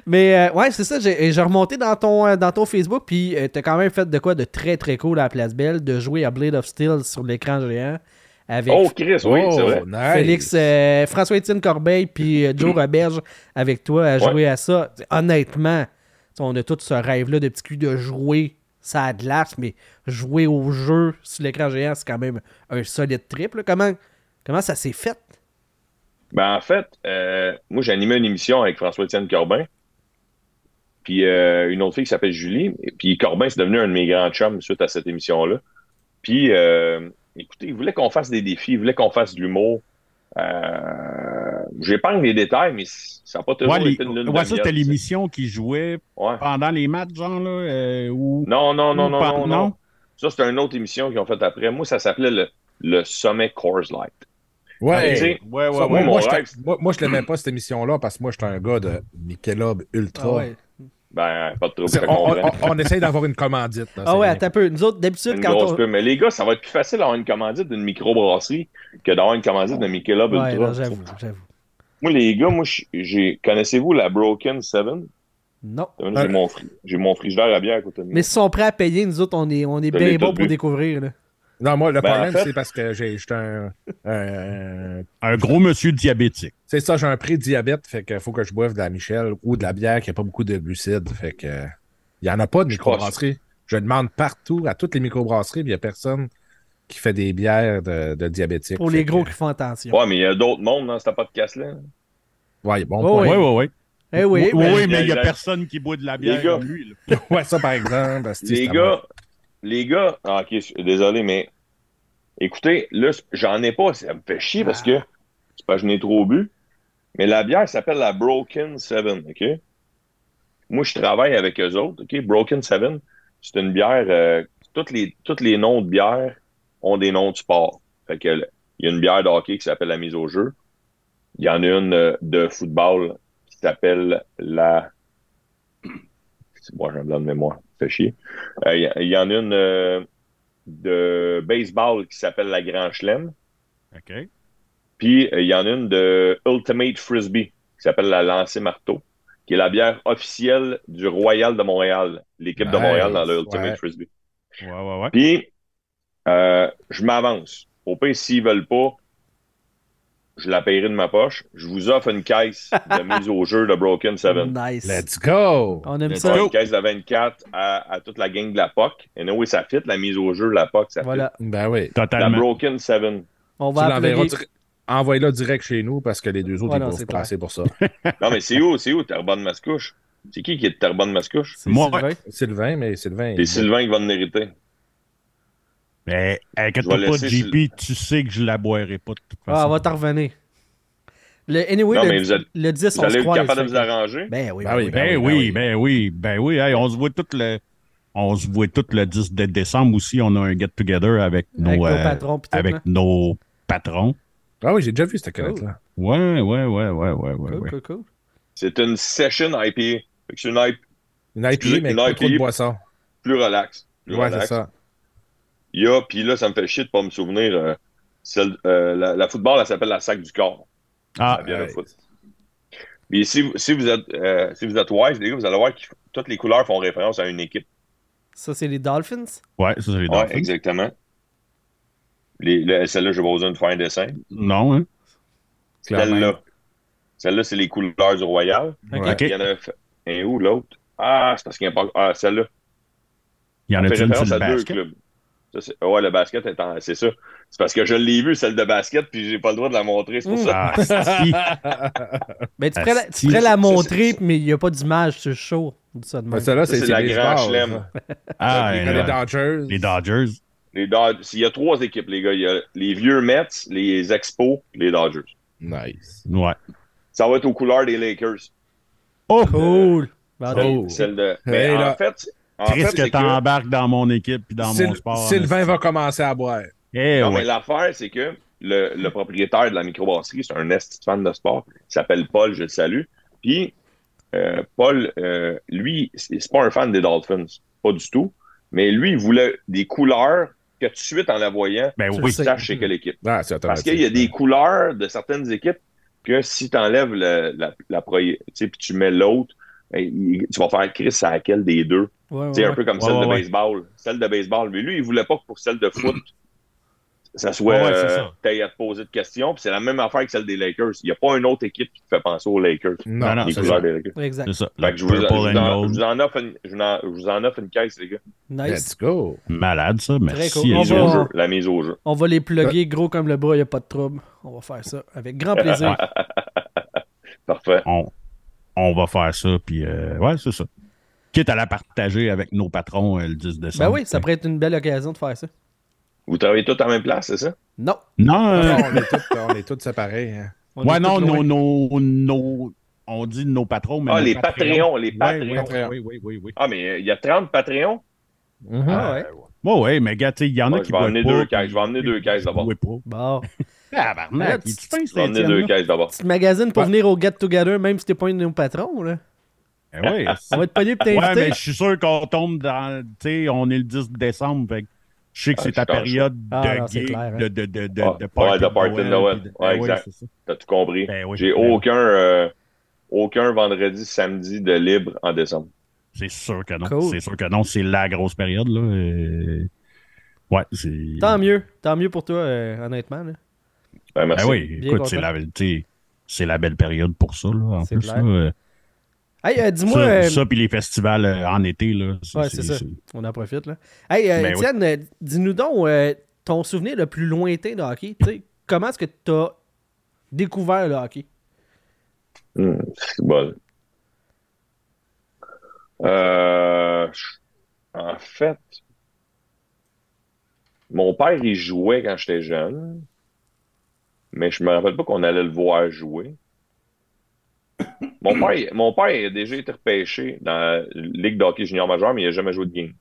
Mais euh, ouais, c'est ça, j'ai j'ai remonté dans ton, euh, dans ton Facebook, puis euh, t'as quand même fait de quoi de très très cool à la place Belle, de jouer à Blade of Steel sur l'écran géant avec Oh, Chris, oui, c'est vrai. nice. Félix, euh, François-Étienne Corbeil, puis euh, Joe Roberge avec toi à jouer à ça. Honnêtement, t'sais, on a tout ce rêve-là de petit cul de jouer ça a de glace, mais jouer au jeu sur l'écran géant, c'est quand même un solide trip. là. Comment, comment ça s'est fait? Ben, en fait, euh, moi, j'animais une émission avec François-Étienne Corbin. Puis euh, une autre fille qui s'appelle Julie. Et Puis Corbin, c'est devenu un de mes grands chums suite à cette émission-là. Puis, euh, écoutez, il voulait qu'on fasse des défis, il voulait qu'on fasse de l'humour. Euh, J'épargne les détails, mais c- ça n'a pas toujours Ouais, les- été une lune de ouais, ça, miel, c'était tu sais. l'émission qui jouait Ouais. pendant les matchs, genre, là, euh, ou... Non, non, non, ou non, pas- non, non. Ça, c'était une autre émission qu'ils ont faite après. Moi, ça s'appelait le, le Sommet Coors Light. Ouais. Tu sais, Ouais, ouais, Ça, ouais, moi, moi, mon j'étais- rêve. moi- moi, je l'aimais pas cette émission-là parce que moi, j'étais un gars de Michelob Ultra. Ah ouais, Ben, pas de trouble, je C'est- te On, comprends. on- on essaye d'avoir une commandite. ah là, c'est ouais rien. attends un peu. Nous autres, d'habitude, Une quand grosse on. pub. Mais les gars, ça va être plus facile d'avoir une commandite d'une microbrasserie que d'avoir une commandite de Michelob Ouais, Ultra. non, j'avoue, j'avoue. Moi, les gars, moi, je- j'ai. Connaissez-vous la Broken Seven? Non. J'ai mon, fri- j'ai mon frigidaire à bière à côté de moi. Mais s'ils sont prêts à payer, nous autres, on est, on est Je bien l'ai bons tout pour vu. découvrir. Là. Non, moi, le Ben, en problème, fait- c'est parce que j'ai j'étais un. un- Un gros monsieur diabétique. c'est ça, j'ai un pré-diabète, fait qu'il faut que je boive de la Michel ou de la bière qui n'a pas beaucoup de glucides. Fait que. euh, Il n'y en a pas de Je suis pas microbrasserie. Je demande partout, à toutes les microbrasseries, puis il n'y a personne qui fait des bières de, de diabétiques. Pour Fait les que, gros qui font attention. Ouais, mais il y a d'autres mondes dans ce podcast-là. Ouais, bon. Oh, Oui. point. Ouais, ouais, ouais. Eh oui, oui, mais- oui, mais il y a Les- personne qui boit de la bière. Les gars. comme lui, là. Ouais, ça, par exemple. asti, Les c'est gars, les gars, ah, ok, je- désolé, mais écoutez, là, j'en ai pas, ça me fait chier parce que c'est pas que je n'ai trop bu. Mais la bière s'appelle la Broken Seven, ok? Moi, je travaille avec eux autres, ok? Broken Seven, c'est une bière, euh, toutes les, tous les noms de bière ont des noms de sport. Fait que, le- il y a une bière de hockey qui s'appelle la mise au jeu. Il y en a une euh, de football qui s'appelle la. C'est moi, j'ai un blanc de mémoire, ça fait chier. Euh, Il y, il y en a une euh, de baseball qui s'appelle la Grand Chelem. OK. Puis euh, il y en a une de Ultimate Frisbee qui s'appelle la Lancée Marteau, qui est la bière officielle du Royal de Montréal, l'équipe de Nice, Montréal dans le Ultimate ouais. Frisbee. Ouais, ouais, ouais. Puis euh, je m'avance. Au pire, s'ils veulent pas, je la paierai de ma poche. Je vous offre une caisse de mise au jeu de Broken Seven. Nice. Let's go! On aime Une ça. bonne caisse de 24 à, à toute la gang de la POC. Et oui, ça fit, la mise au jeu, la POC, ça fit. Voilà. Ben oui. La Totalement. Broken Seven. On Tu va l'enverras. appeler. dir- Envoie-la direct chez nous parce que les deux autres, Ouais, ils non, peuvent c'est pas passer pour ça. Non, mais c'est où, c'est où, Terrebonne Mascouche? C'est qui qui est de Terrebonne Mascouche? C'est Moi, Sylvain. Sylvain, mais Sylvain. C'est Sylvain qui va en hériter. Mais Je inquiète-toi vais pas, laisser JP, tu sais que je la boirai pas de toute façon. Ah, on va t'en revenir. Le, anyway, Non, le, mais vous êtes- le 10, Vous on se allez être croise. capable de fait vous que- arranger? Ben oui, Ben ben oui, oui. Ben, Ben oui, ben ben oui, ben oui. Hey, on se voit tout le. On se voit tout le 10 de décembre aussi. On a un get-together avec nos, Avec nos euh, patrons pis tout, avec là. nos patrons. Ah oui, j'ai déjà vu Oh. cette canette-là. Ouais, ouais, ouais, ouais, ouais, ouais. Cool, ben ouais. cool, cool. C'est une session IPA. Fait que C'est une IP Une IPA, mais Une pas trop de IPA. boisson. plus relax. Plus Ouais, c'est relax. ça. Il y a, puis là, ça me fait chier de pas me souvenir. euh, celle- euh, la, la football, elle s'appelle la sac du corps. Ah, Ça vient de ouais. foot. Puis si, vous- si vous êtes, euh, si vous êtes wise, les gars, vous allez voir que toutes les couleurs font référence à une équipe. Ça, c'est les Dolphins. ouais, ça, c'est les Ouais, Dolphins. exactement. Les, le- celle-là, je vais besoin de faire un dessin. Non, hein? Clairement. Celle-là. Celle-là, c'est les couleurs du Royal. Ouais. OK. Il y en a un, un où l'autre? Ah, c'est parce qu'il n'y a pas. Ah, celle-là. Il y en On a fait une sur référence le à deux basket. clubs. Ça, c'est- ouais, le basket, est en- c'est ça. C'est parce que je l'ai vu, celle de basket, puis j'ai pas le droit de la montrer, c'est pour Mm. ça. Ah, si. Ben, Ah, tu pourrais la, tu Asti. pourrais la Ça, c'est- montrer, mais il n'y a pas d'image sur le show. On dit ça de Ben, même. Celle-là, Ça, c'est c'est c'est la les Grand Stars. Chelem. Ah, Les euh, les Dodgers. les Dodgers. Les Dodgers. Il y a trois équipes, les gars. Il y a les vieux Mets, les Expos, les Dodgers. Nice. Ouais. Ça va être aux couleurs des Lakers. Oh! Cool. Ah, Ben, Oh. Celle de. Mais Hey, en là. fait, en fait, Triste que c'est t'embarques dans mon équipe puis dans Syl- mon sport. Sylvain va commencer à boire. Eh Non, mais ouais. l'affaire, c'est que le, le propriétaire de la microbrasserie, c'est un esti de fan de sport. Il s'appelle Paul, je le salue. Puis, euh, Paul, euh, lui, c'est c'est pas un fan des Dolphins. Pas du tout. Mais lui, il voulait des couleurs que tout de suite, en la voyant, Ben Tu oui. sais. sache c'est quelle équipe. Ah, c'est Parce automatique. qu'il y a des couleurs de certaines équipes que si tu enlèves la, la pro- tu sais, puis tu mets l'autre, ben, il- tu vas faire Chris à laquelle des deux. Ouais, ouais, C'est un ouais. peu comme Ouais, celle ouais, de ouais. baseball. Celle de baseball. Mais lui, il voulait pas que pour celle de foot, ça soit. Ouais, ouais, c'est euh, ça. t'aies à te poser de questions. Puis c'est la même affaire que celle des Lakers. Il n'y a pas une autre équipe qui te fait penser aux Lakers. Non, non, Non, les Ah, c'est couleurs ça. des Lakers. Exact. C'est ça. Fait Le que je vous, je vous Purple and en, je vous Gold. en offre une, je vous en- je vous en offre une caisse, les gars. Nice. Let's go. Malade, ça. Merci. cool. On Mise Elio. va- au jeu, la mise au jeu. On va les plugger gros comme le bras, il n'y a pas de trouble. On va faire ça avec grand plaisir. Parfait. on, on va faire ça. Puis, euh, ouais, c'est ça. Quitte à la partager avec nos patrons euh, le 10 décembre. ben oui, ça pourrait être une belle occasion de faire ça. Vous travaillez tous à la même place, c'est ça? Non. Non, euh, on, est tous, on est tous séparés. hein. On ouais, est non, tous loin. nos, nos, nos- on dit nos patrons, mais. Ah, nos les Patreons, les Ouais, Patreons. ouais, Patreons. Oui, oui, oui, oui. Ah, mais euh, il y a 30 Patreons? Ah ouais. Ouais, ouais, mais gars, tu sais, il y en a Ouais, qui je vais boivent emmener pas, deux puis- caisses, je vais emmener deux caisses d'abord. Boivent pas. Bon. Tabarnak, Ouais, il est fin, Ben Je vais cet emmener deux Étienne-là. caisses d'abord. Petite magazine pour Ouais. venir au Get Together, même si t'es pas un de nos patrons. Là. Eh ouais, On va te payer pour Ouais, t'inviter. mais je suis sûr qu'on tombe dans. Tu sais, on est le 10 décembre. Fait que je sais que Ah, c'est je ta suis période Ah, de non, c'est gig, clair, hein. de, de, de, de, Ah, de ouais, party de party de Noël. puis de- Ouais, Ah, exact. c'est ça. T'as tout compris. Ben oui, J'ai ben oui. aucun, euh, aucun vendredi, samedi de libre en décembre. C'est sûr que non. Cool. C'est sûr que non. C'est la grosse période, là. Euh, Ouais, c'est. Tant mieux. Tant mieux pour toi, euh, honnêtement. là. Ben, merci. Ben oui, Bien écoute, c'est content. la, t'sais, c'est la belle période pour ça, là, en C'est plus. clair. là. Euh, Hey, euh, dis-moi. ça, euh, ça, puis les festivals euh, en été, là. Ouais, c'est ça. On en profite, là. Hey, euh, Ben oui. Étienne, euh, dis-nous donc euh, ton souvenir le plus lointain de hockey. Tu sais, comment est-ce que tu as découvert le hockey? Hum, c'est bon. Euh, je- en fait, mon père, il jouait quand j'étais jeune, mais je me rappelle pas qu'on allait le voir jouer. Mon père, il- mon père il a déjà été repêché dans la Ligue de hockey junior majeur, mais il n'a jamais joué de game.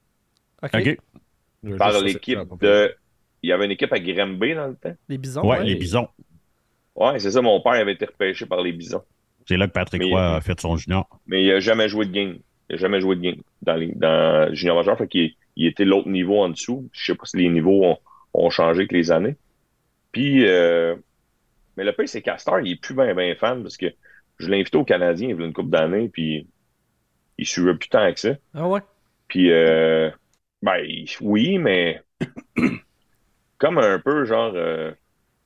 OK. OK. Par Juste- l'équipe Ah, pas pire. de. Il y avait une équipe à Grimby dans le temps. Les bisons. Ouais, Ouais, les bisons. Ouais, c'est ça, mon père avait été repêché par les Bisons. C'est là que Patrick Mais- euh, Roy a fait son junior. Mais il n'a jamais joué de game. Il n'a jamais joué de game dans, les- dans Junior Major. Fait qu'il il était l'autre niveau en dessous. Je sais pas si les niveaux ont, ont changé avec les années. Puis, euh, mais le pire, c'est Castor, il est plus bien ben fan parce que je l'ai invité au Canadien il y a une couple d'années, puis il suivait plus tant que ça. Ah ouais. Puis, euh, ben, il- oui, mais comme un peu, genre, euh,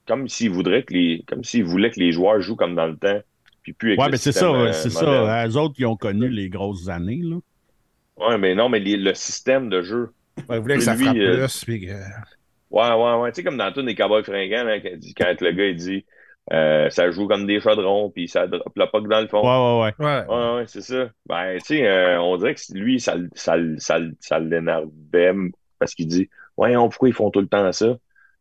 comme s'ils voudraient que les, comme s'ils voulaient que les joueurs jouent comme dans le temps, puis plus avec Ouais, le mais c'est système, ça, euh, ouais, c'est moderne. ça. hein, Eux autres, ils ont connu les grosses années, là. Ouais, mais non, mais les- le système de jeu. Ouais, ils voulaient que Puis ça lui, frappe euh, plus. Puis que... Ouais, ouais, ouais. Tu sais, comme dans tous les cowboys fringants, là, quand, il dit- quand le gars, il dit, euh, ça joue comme des chaudrons, puis ça drop la puck dans le fond. Ouais, ouais, ouais. Ouais. Ouais, ouais, c'est ça. Ben, tu sais, euh, on dirait que lui, ça, le- ça, le- ça, le- ça l'énervait m- parce qu'il dit, voyons, pourquoi ils font tout le temps ça?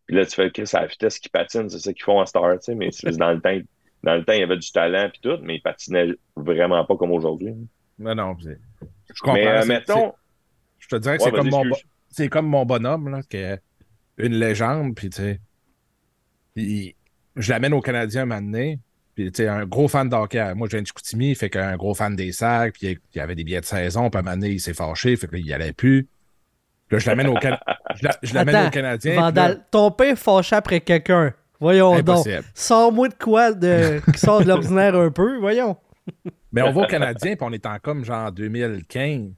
Puis là, tu fais, Chris, à la vitesse qu'ils patinent, c'est ça qu'ils font à cette heure, tu sais, mais c'est dans le temps, dans le temps, il y avait du talent puis tout, mais ils patinaient vraiment pas comme aujourd'hui. Non, non, c'est- je comprends. Mais, euh, c'est- mettons, c'est- Je te dirais que Ouais, c'est comme vas-y, mon excuse. bo- c'est comme mon bonhomme, là, qui est une légende, puis tu sais. il- Je l'amène au Canadien un moment donné, puis tu sais, un gros fan de hockey. Moi, je viens de Chicoutimi, fait qu'un gros fan des sacs, puis il- il avait des billets de saison, puis un moment donné, il s'est fâché, fait qu'il y allait plus. Là, je l'amène au, Can- je la- je l'amène Attends, au Canadien. puis là- Vandal, ton père fâché après quelqu'un. Voyons donc. Impossible. Sors-moi de quoi de... qui sort de l'ordinaire un peu, voyons. Mais on va au Canadien, puis on est en comme genre 2015.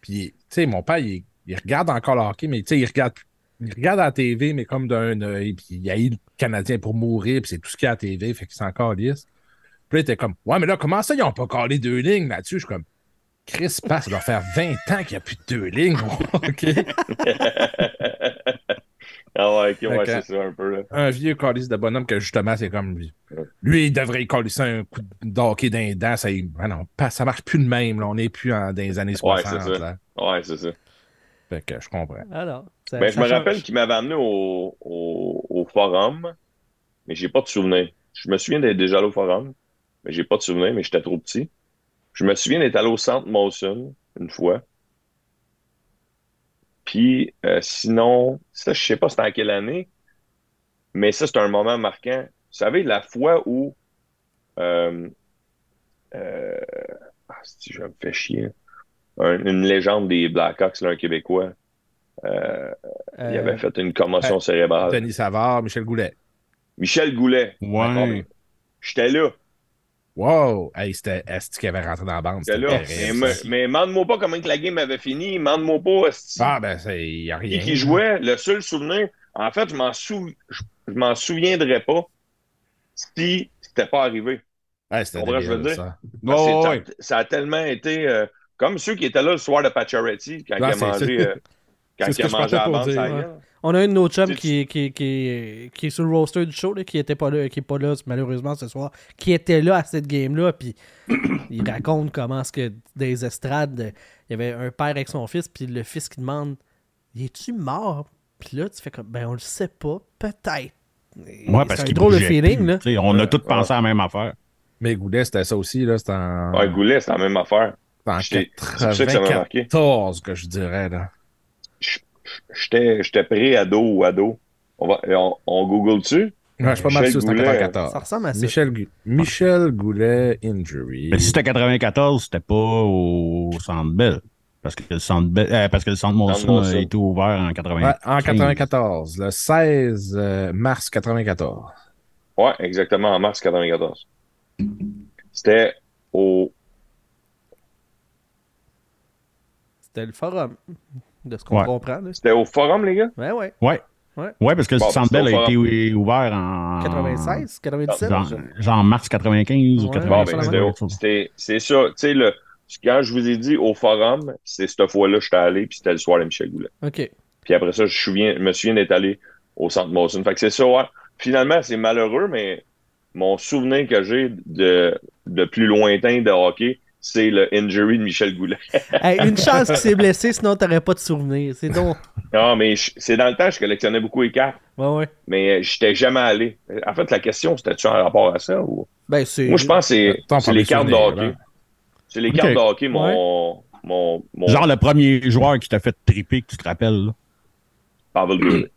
Puis, tu sais, mon père, il, il regarde encore le hockey, mais tu sais, il regarde, il regarde à la TV, mais comme d'un œil. Puis, il a eu le Canadien pour mourir, puis c'est tout ce qu'il y a à la TV, fait qu'il s'en calisse. Puis là, il était comme, ouais, mais là, comment ça, ils n'ont pas collé deux lignes là-dessus? Je suis comme, Chris, passe, ça doit faire 20 ans qu'il n'y a plus de deux lignes. OK. Ah ouais, ok, ouais, Fait que- c'est ça un peu, là. un vieux calice de bonhomme que justement, c'est comme lui. Lui, il devrait colisser un coup d'hockey d'un dent. Ça, il- ah non, pas- ça marche plus de même. là. On n'est plus en, dans les années 60. c'est ça. là. Ouais, c'est ça. Fait que je comprends. Alors, Ah ça, Ben, ça je me change. rappelle qu'il m'avait amené au, au, au forum, mais j'ai pas de souvenir. Je me souviens d'être déjà allé au forum, mais j'ai pas de souvenir, mais j'étais trop petit. Je me souviens d'être allé au centre Mawson une fois. Puis euh, sinon, ça, je sais pas c'était en quelle année, mais ça, c'est un moment marquant. Vous savez, la fois où euh, euh, ah, si je me fais chier. Un- une légende des Blackhawks, là, un Québécois. Euh, il Euh, avait fait une commotion ouais. cérébrale. Denis Savard, Michel Goulet. Michel Goulet. Ah, mais Ouais. J'étais là. Wow! Hey, c'était Asti qui avait rentré dans la bande. J'étais C'était là. Mais, terrible, ça. me- mais demande-moi pas comment que la game avait fini. Demande-moi pas esti, Ah, ben, c'est- il n'y a qui, rien. qui jouait. Le seul souvenir, en fait, je m'en sou- je, je m'en souviendrais pas si c'était pas arrivé. Ouais, c'était Comprends, je veux débile, dire. ça. Ouais, Parce que ouais, ça, ouais. ça a tellement été euh, comme ceux qui étaient là le soir de Pacioretty quand Ah, il a c'est- mangé, c'est- euh, quand c'est ce il a que je mangé partais à la pour bande, dire, sa ouais. gueule. On a un de nos chums C'est- qui, qui, qui, qui est sur le roster du show, là, qui était pas là, qui est pas là malheureusement ce soir, qui était là à cette game-là, puis il raconte comment ce que des estrades, euh, il y avait un père avec son fils, puis le fils qui demande Il es-tu mort? Puis là, tu fais comme ben on le sait pas, peut-être. Et Ouais, parce c'est un qu'il drôle de bougeait feeling, plus, là. tu sais, On a tous Ouais. pensé à la même affaire. Mais Goulet, c'était ça aussi. là. C'était en, Ouais, Goulet, c'est la même affaire. en j'étais- c'est pour ça que ça m'a marqué. 94, que je dirais. Là. J'étais j'étais pré-ado ou ado. On, va, on, on google dessus. Ouais, je suis pas mal Michel sûr, c'était en Goulet, 94. Ah. Ça ressemble à ça. Michel, Gu- Michel Goulet Injury. Mais si c'était 94, c'était pas au Centre Bell. Parce que le Centre Bell, euh, parce que le Centre Monson Monson. a été ouvert en Ouais, 94. en 94, le 16 euh, mars 94. Ouais, exactement, en mars 94. C'était au. C'était le forum, de ce qu'on Ouais. comprend. Là. C'était au forum, les gars? Ouais, ouais. Ouais, parce que Bon, le Centre Bell c'est au a été ou- ouvert en 96, 97. Genre, genre mars 95 Ouais, ou Bon, 96. ben, Ouais, c'était au- c'était- c'est ça. Tu sais, le- quand je vous ai dit au forum, c'est cette fois-là que j'étais allé, puis c'était le soir de Michel Goulet. Ok. Puis après ça, je, souviens- je me souviens d'être allé au centre Mawson. Fait que c'est ça, ouais. Finalement, c'est malheureux, mais mon souvenir que j'ai de, de plus lointain de hockey, c'est le injury de Michel Goulet. Hey, une chance qu'il s'est blessé, sinon t'aurais pas de souvenir. C'est donc. Non, mais je- c'est dans le temps, je collectionnais beaucoup les cartes, Ouais, ouais. mais euh, j'étais jamais allé. En fait, la question, c'était-tu en rapport à ça ou. Ben, c'est. Moi, je pense que c'est- Ton c'est les premier cartes de souvenir, hockey. là. C'est les Ok. cartes de hockey, mon, mon, mon Genre le premier joueur qui t'a fait triper, que tu te rappelles. là. Pavel Buré.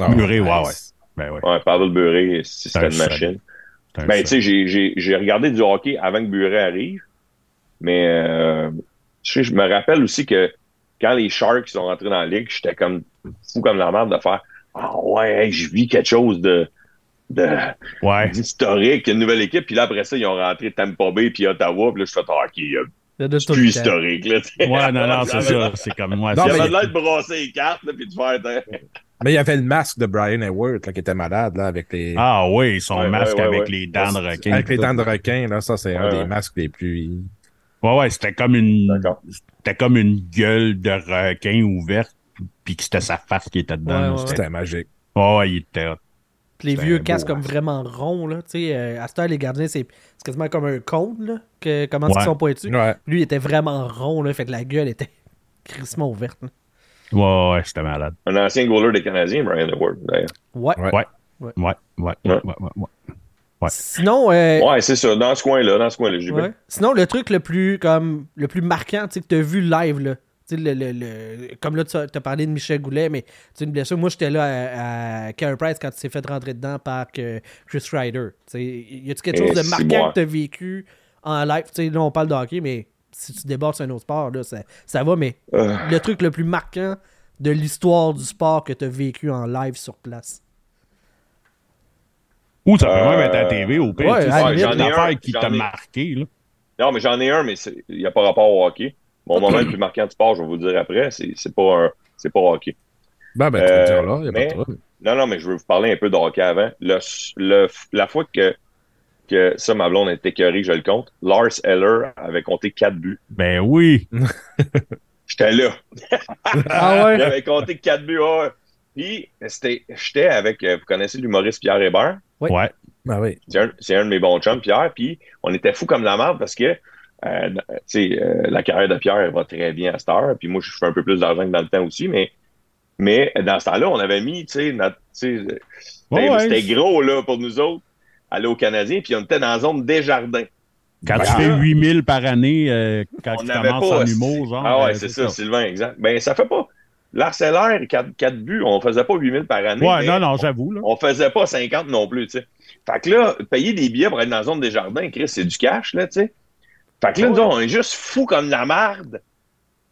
Ah, Murray, ouais, nice. ouais. Ben ouais. Ouais, Pavel Buré, si C'est c'était un une solide. machine. c'est un Ben, seul. tu sais, j'ai- j'ai j'ai regardé du hockey avant que Buré arrive, mais euh, tu sais, je me rappelle aussi que quand les Sharks sont rentrés dans la ligue, j'étais comme fou comme la merde de faire Ah ouais, hey, je vis quelque chose de. de Ouais. d'historique, une nouvelle équipe, puis là après ça, ils ont rentré Tampa Bay puis Ottawa, puis là je fais ah, ok, euh, Il y a de c'est tout plus le temps. historique là. tu sais. Ouais, non, non, c'est ça. C'est comme moi. Non, Il y mais- avait l'air de brasser les cartes, là, puis de faire. Mais il y avait le masque de Brian Hayward là, qui était malade là, avec les. Ah oui, son Ouais, masque ouais, ouais, avec ouais. les dents de requin. Avec les tout. dents de requin, là, ça, c'est un Ouais, des ouais. masques les plus. Ouais, ouais, c'était comme une. D'accord. C'était comme une gueule de requin ouverte, puis que c'était sa face qui était dedans. Ouais, là, ouais, c'était- C'était magique. Ouais, ouais, il était hot. Puis les C'était vieux beau, casques hein. comme vraiment ronds, là. Tu sais, euh, à cette heure, les gardiens, c'est c'est quasiment comme un cône, là. Que, comment ils Ouais. sont pointus. Ouais. Lui, il était vraiment rond, là. Fait que la gueule était crissement ouverte. là. Ouais, Ouais, ouais, c'était malade. Un ancien goaler des Canadiens, Brian Hayward, d'ailleurs. Ouais. Ouais. Ouais, ouais, ouais, Ouais. ouais, ouais. ouais. Ouais. Sinon, euh, Ouais, c'est ça, dans ce coin-là, dans ce coin-là, j'ai ouais. Sinon, le truc le plus, comme, le plus marquant, tu sais, que t'as vu live, là. Tu sais, le, le- le- comme là, tu as t'as parlé de Michel Goulet, mais tu sais, une blessure. Moi, j'étais là à, à Carey Price quand il s'est fait rentrer dedans par euh, Chris Ryder. Tu sais, y a-tu quelque Eh, chose de si, marquant moi. que tu as vécu en live? Tu sais, là, on parle de hockey, mais si tu débordes sur un autre sport, là, ça, ça va, mais Euh. le truc le plus marquant de l'histoire du sport que tu as vécu en live sur place. Ou ça peut Euh, même être à la TV au pire. ouais, tu à sais, la c'est limite, une j'en ai affaire un, qui j'en t'a ai- marqué. Là. Non, mais j'en ai un, mais c'est- il n'y a pas rapport au hockey. Mon moment le plus marquant du sport, je vais vous le dire après, c'est c'est pas un- c'est pas hockey. Ben, ben, tu peux Euh, le dire là, il n'y a mais- pas de trouble. Non, non, mais je veux vous parler un peu de hockey avant. Le, le- la fois que, que ça, ma blonde était écœurée, je le compte, Lars Eller avait compté 4 buts. Ben oui. J'étais là. Ah Il ouais? avait compté 4 buts. ouais. Puis, c'était- j'étais avec, euh, vous connaissez l'humoriste Pierre Hébert? Ouais. Ouais. Ben oui. C'est un, c'est un de mes bons chums, Pierre. Puis on était fous comme la merde parce que euh, tu sais, euh, la carrière de Pierre elle va très bien à cette heure. Puis moi, je fais un peu plus d'argent que dans le temps aussi. Mais, mais dans ce temps-là, on avait mis, tu sais, notre- tu sais, Ouais, c'était ouais. c'était gros là, pour nous autres, aller au Canadien. Puis on était dans la zone Desjardins. Quand Ben, tu fais ça- 8000 par année, euh, quand on tu n'avait commences pas. en aussi. humour, genre. ah ouais, euh, c'est ça, Sylvain, exact. Ben, ça fait pas. L'arcellaire, 4, buts, on faisait pas 8000 par année. Ouais, mais- non, non, j'avoue. là. on faisait pas 50 non plus, tu sais. Fait que là, payer des billets pour être dans la zone des jardins, Chris, c'est du cash, là, tu sais. Fait que là, nous, on est juste fous comme la marde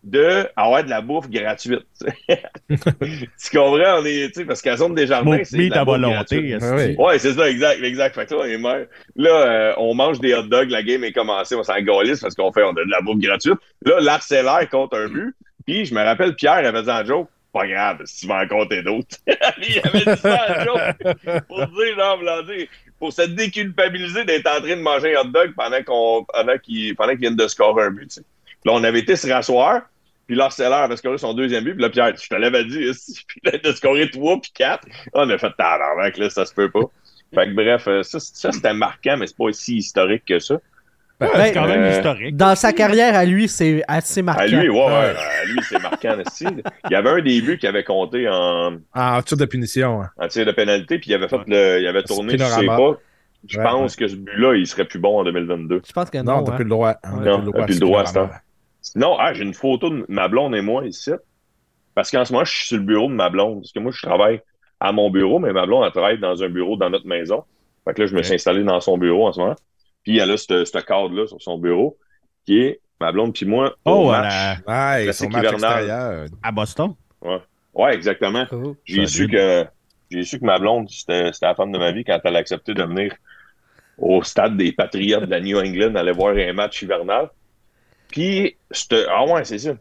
de avoir de la bouffe gratuite. tu sais. tu comprends? On est, tu sais, parce qu'à la zone des jardins, Mot c'est de mis la ta bouffe gratuite. volonté. Ben est-ce oui. Ouais, c'est ça, exact, exact. Fait que là, on est mort. Là, euh, on mange des hot dogs, la game est commencée, on s'en galisse parce qu'on fait, on a de la bouffe gratuite. Là, l'arcellaire compte un but, puis je me rappelle, Pierre avait dit en joke, pas grave, si tu vas en compter d'autres. il avait dit ça en joke pour dire, genre, voulant dire, pour se déculpabiliser d'être en train de manger un hot dog pendant qu'on, pendant qu'il, pendant qu'il vienne de scorer un but, tu sais. Puis Là, on avait été se rasseoir, puis l'arcellaire avait scoré son deuxième but, puis là, Pierre, je te l'avais dit, ici. puis là, il a scoré trois, puis quatre. On a Ah, fait tabarnak, là, ça se peut pas. Fait que bref, euh, ça, c- ça c'était marquant, mais c'est pas si historique que ça. C'est quand même Euh, historique. Dans sa carrière à lui, c'est assez marquant. À Ah, lui, ouais, ouais, Ouais. à lui, c'est marquant aussi. Il y avait un début qui avait compté en, En tir de punition. hein. en tir de pénalité, puis il avait fait le. Il avait tourné, je sais Spinorama. pas. Je Ouais, pense que ce but-là, il serait plus bon en 2022. Je pense que non. Non, t'as hein. plus le droit. On Ouais. a Non, t'as plus le droit à ce ça. Sinon, ah, j'ai une photo de ma blonde et moi ici. Parce qu'en ce moment, je suis sur le bureau de ma blonde. Parce que moi, je travaille à mon bureau, mais ma blonde, elle travaille dans un bureau dans notre maison. Fait que là, je me suis installé dans son bureau en ce moment. Puis elle a ce ce cadre-là sur son bureau, qui est ma blonde puis moi. au Oh, à, match. la- Ouais, ils Classique sont match hivernal. extérieur. à Boston. Ouais, exactement. Cool. J'ai su que j'ai su que ma blonde, c'était c'était la femme de ma vie quand elle a accepté de venir au stade des Patriotes de la New England aller voir un match hivernal. Puis c'était ah ouais, c'est ça.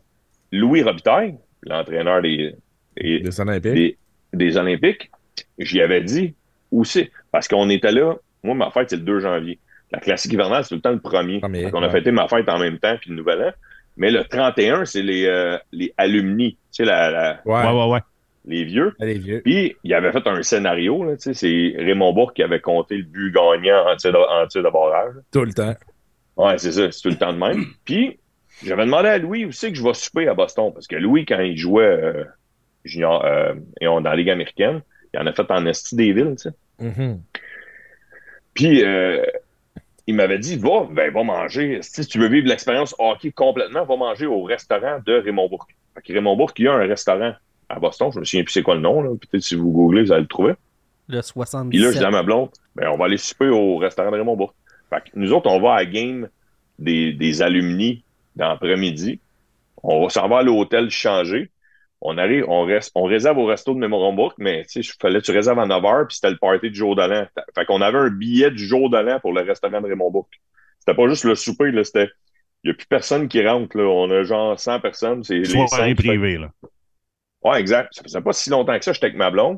Louis Robitaille, l'entraîneur des, des, Des Olympiques. des, des Olympiques, j'y avais dit où c'est parce qu'on était là, moi ma fête c'est le 2 janvier. La classique hivernale, c'est tout le temps le premier. Premier, on a ouais. fêté ma fête en même temps puis le nouvel an. Mais le 31, c'est les, euh, les alumni, tu sais, la- la- Ouais, Ouais, ouais, ouais. les vieux. les vieux. Puis, il avait fait un scénario, là, tu sais, c'est Raymond Bourque qui avait compté le but gagnant en tir de, en tir de barrage. Tout le temps. Ouais, c'est ça, c'est tout le temps de même. Puis, j'avais demandé à Louis où c'est que je vais souper à Boston, parce que Louis, quand il jouait euh, junior, euh, et on, dans la Ligue américaine, il en a fait en Estie des villes, tu sais. Mhm. Puis, euh, il m'avait dit, va, ben, va manger. Si tu veux vivre l'expérience hockey complètement, va manger au restaurant de Raymond Bourque. Fait que Raymond Bourque, il y a un restaurant à Boston, je me souviens plus c'est quoi le nom, là. Peut-être si vous googlez, vous allez le trouver. Le Puis 77. là, je dis à ma blonde, ben, on va aller souper au restaurant de Raymond Bourque. Fait que nous autres, on va à la game des, des alumni dans l'après-midi. On va s'en va à l'hôtel changer. On arrive, on, reste, on réserve au resto de Raymond Bourque, mais tu sais, il fallait que tu réserves à 9h, puis c'était le party du jour de l'an. Fait qu'on avait un billet du jour de l'an pour le restaurant de Raymond Bourque. C'était pas juste le souper, là, c'était. Il n'y a plus personne qui rentre, là. On a genre 100 personnes. C'est les Soirée cinq- privée, là. Ouais, exact. Ça faisait pas si longtemps que ça, j'étais avec ma blonde.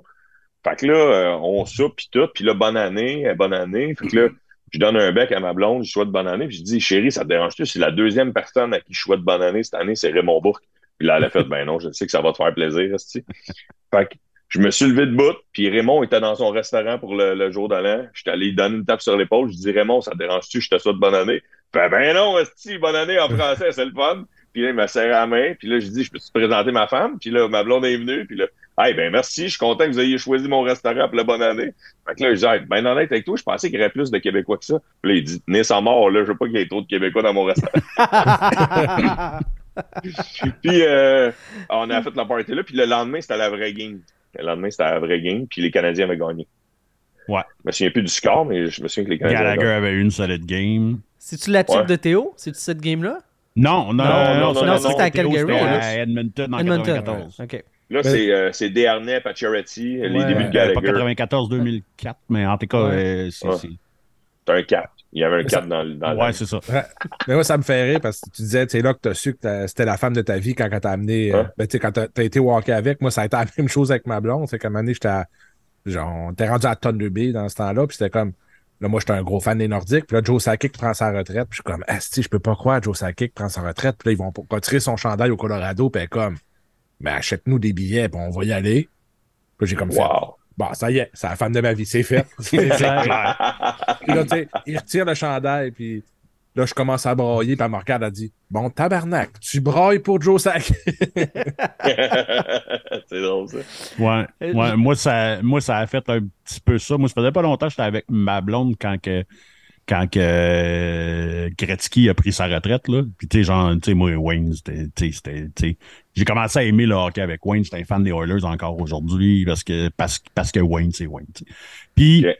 Fait que là, euh, on soupe pis tout, puis là, bonne année, euh, bonne année. Fait que là, je donne un bec à ma blonde, je souhaite bonne année, puis je dis, chérie, ça te dérange-tu? C'est la deuxième personne à qui je souhaite bonne année cette année, c'est Raymond Bourque. Puis là, elle a fait, ben non, je sais que ça va te faire plaisir, esti. Fait que je me suis levé de bout, puis Raymond était dans son restaurant pour le, le jour de l'an. J'étais allé lui donner une tape sur l'épaule, je dis, Raymond, ça te dérange-tu? Je te souhaite bonne année. Fait, ben non, esti, bonne année en français, c'est le fun. Puis là, il m'a serré la main. Puis là, je dis, je peux-tu te présenter ma femme? Puis là, ma blonde est venue. Puis là, hey, ben merci, je suis content que vous ayez choisi mon restaurant pour la bonne année. Fait que là, je dis, hey, ben honnête avec toi, je pensais qu'il y aurait plus de Québécois que ça. Puis là, il dit, tenez sans mort, là, je veux pas qu'il y ait trop de Québécois dans mon restaurant. puis euh, on a fait la party là. Puis le lendemain, c'était la vraie game. Le lendemain, c'était la vraie game. Puis les Canadiens avaient gagné. Ouais. Je me souviens plus du score, mais je me souviens que les Canadiens. avaient Gallagher gagné. avait eu une solide game. C'est-tu la type Ouais. de Théo? C'est-tu cette game-là? Non, non, non, non, non, c'était c'était à Théo, Calgary, c'était là. à Edmonton en Edmonton. 94. OK. Là, Ben- c'est, euh, c'est Desharnais, Pacioretty, les Ouais. débuts de Euh, Pas Gallagher. 94, 2004, mais en tout cas, Ouais. euh, c'est. Ouais. Ah, c'est- C'était un 4. Il y avait un Ça- 4 dans, le- dans le- Ouais, c'est ça. Mais moi, ça me fait rire parce que tu disais, c'est là que tu as su que t'as- c'était la femme de ta vie quand, quand t'as amené, euh, Ouais. ben, tu sais, quand t'as t'as été walker avec. Moi, ça a été la même chose avec ma blonde. C'est comme année, j'étais à- genre, on était rendu à Thunder Bay dans ce temps-là. Puis c'était comme, là, moi, j'étais un gros fan des Nordiques. Puis là, Joe Sakic prend sa retraite. Puis je suis comme, Asti, je peux pas croire, Joe Sakic prend sa retraite. Puis là, ils vont pour- retirer son chandail au Colorado. Puis elle est comme, ben, achète-nous des billets, puis on va y aller. Puis j'ai comme fait, Wow. bon, ça y est, c'est la femme de ma vie, c'est fait. C'est clair. Puis là, tu sais, il retire le chandail, puis là, je commence à brailler, puis elle me regarde, elle dit Bon, tabarnak, tu brailles pour Joe Sack. c'est drôle, ça. Ouais, Euh, ouais, je- Moi, ça, moi, ça a fait un petit peu ça. Moi, ça faisait pas longtemps que j'étais avec ma blonde quand que, quand que euh, Gretzky a pris sa retraite. Là. Puis, tu sais, genre, tu sais, moi, Wayne, c'était. tu sais, c'était- tu sais, J'ai commencé à aimer le hockey avec Wayne. J'étais un fan des Oilers encore aujourd'hui parce que, parce, parce que Wayne, c'est Wayne. tu sais. Puis, Ok.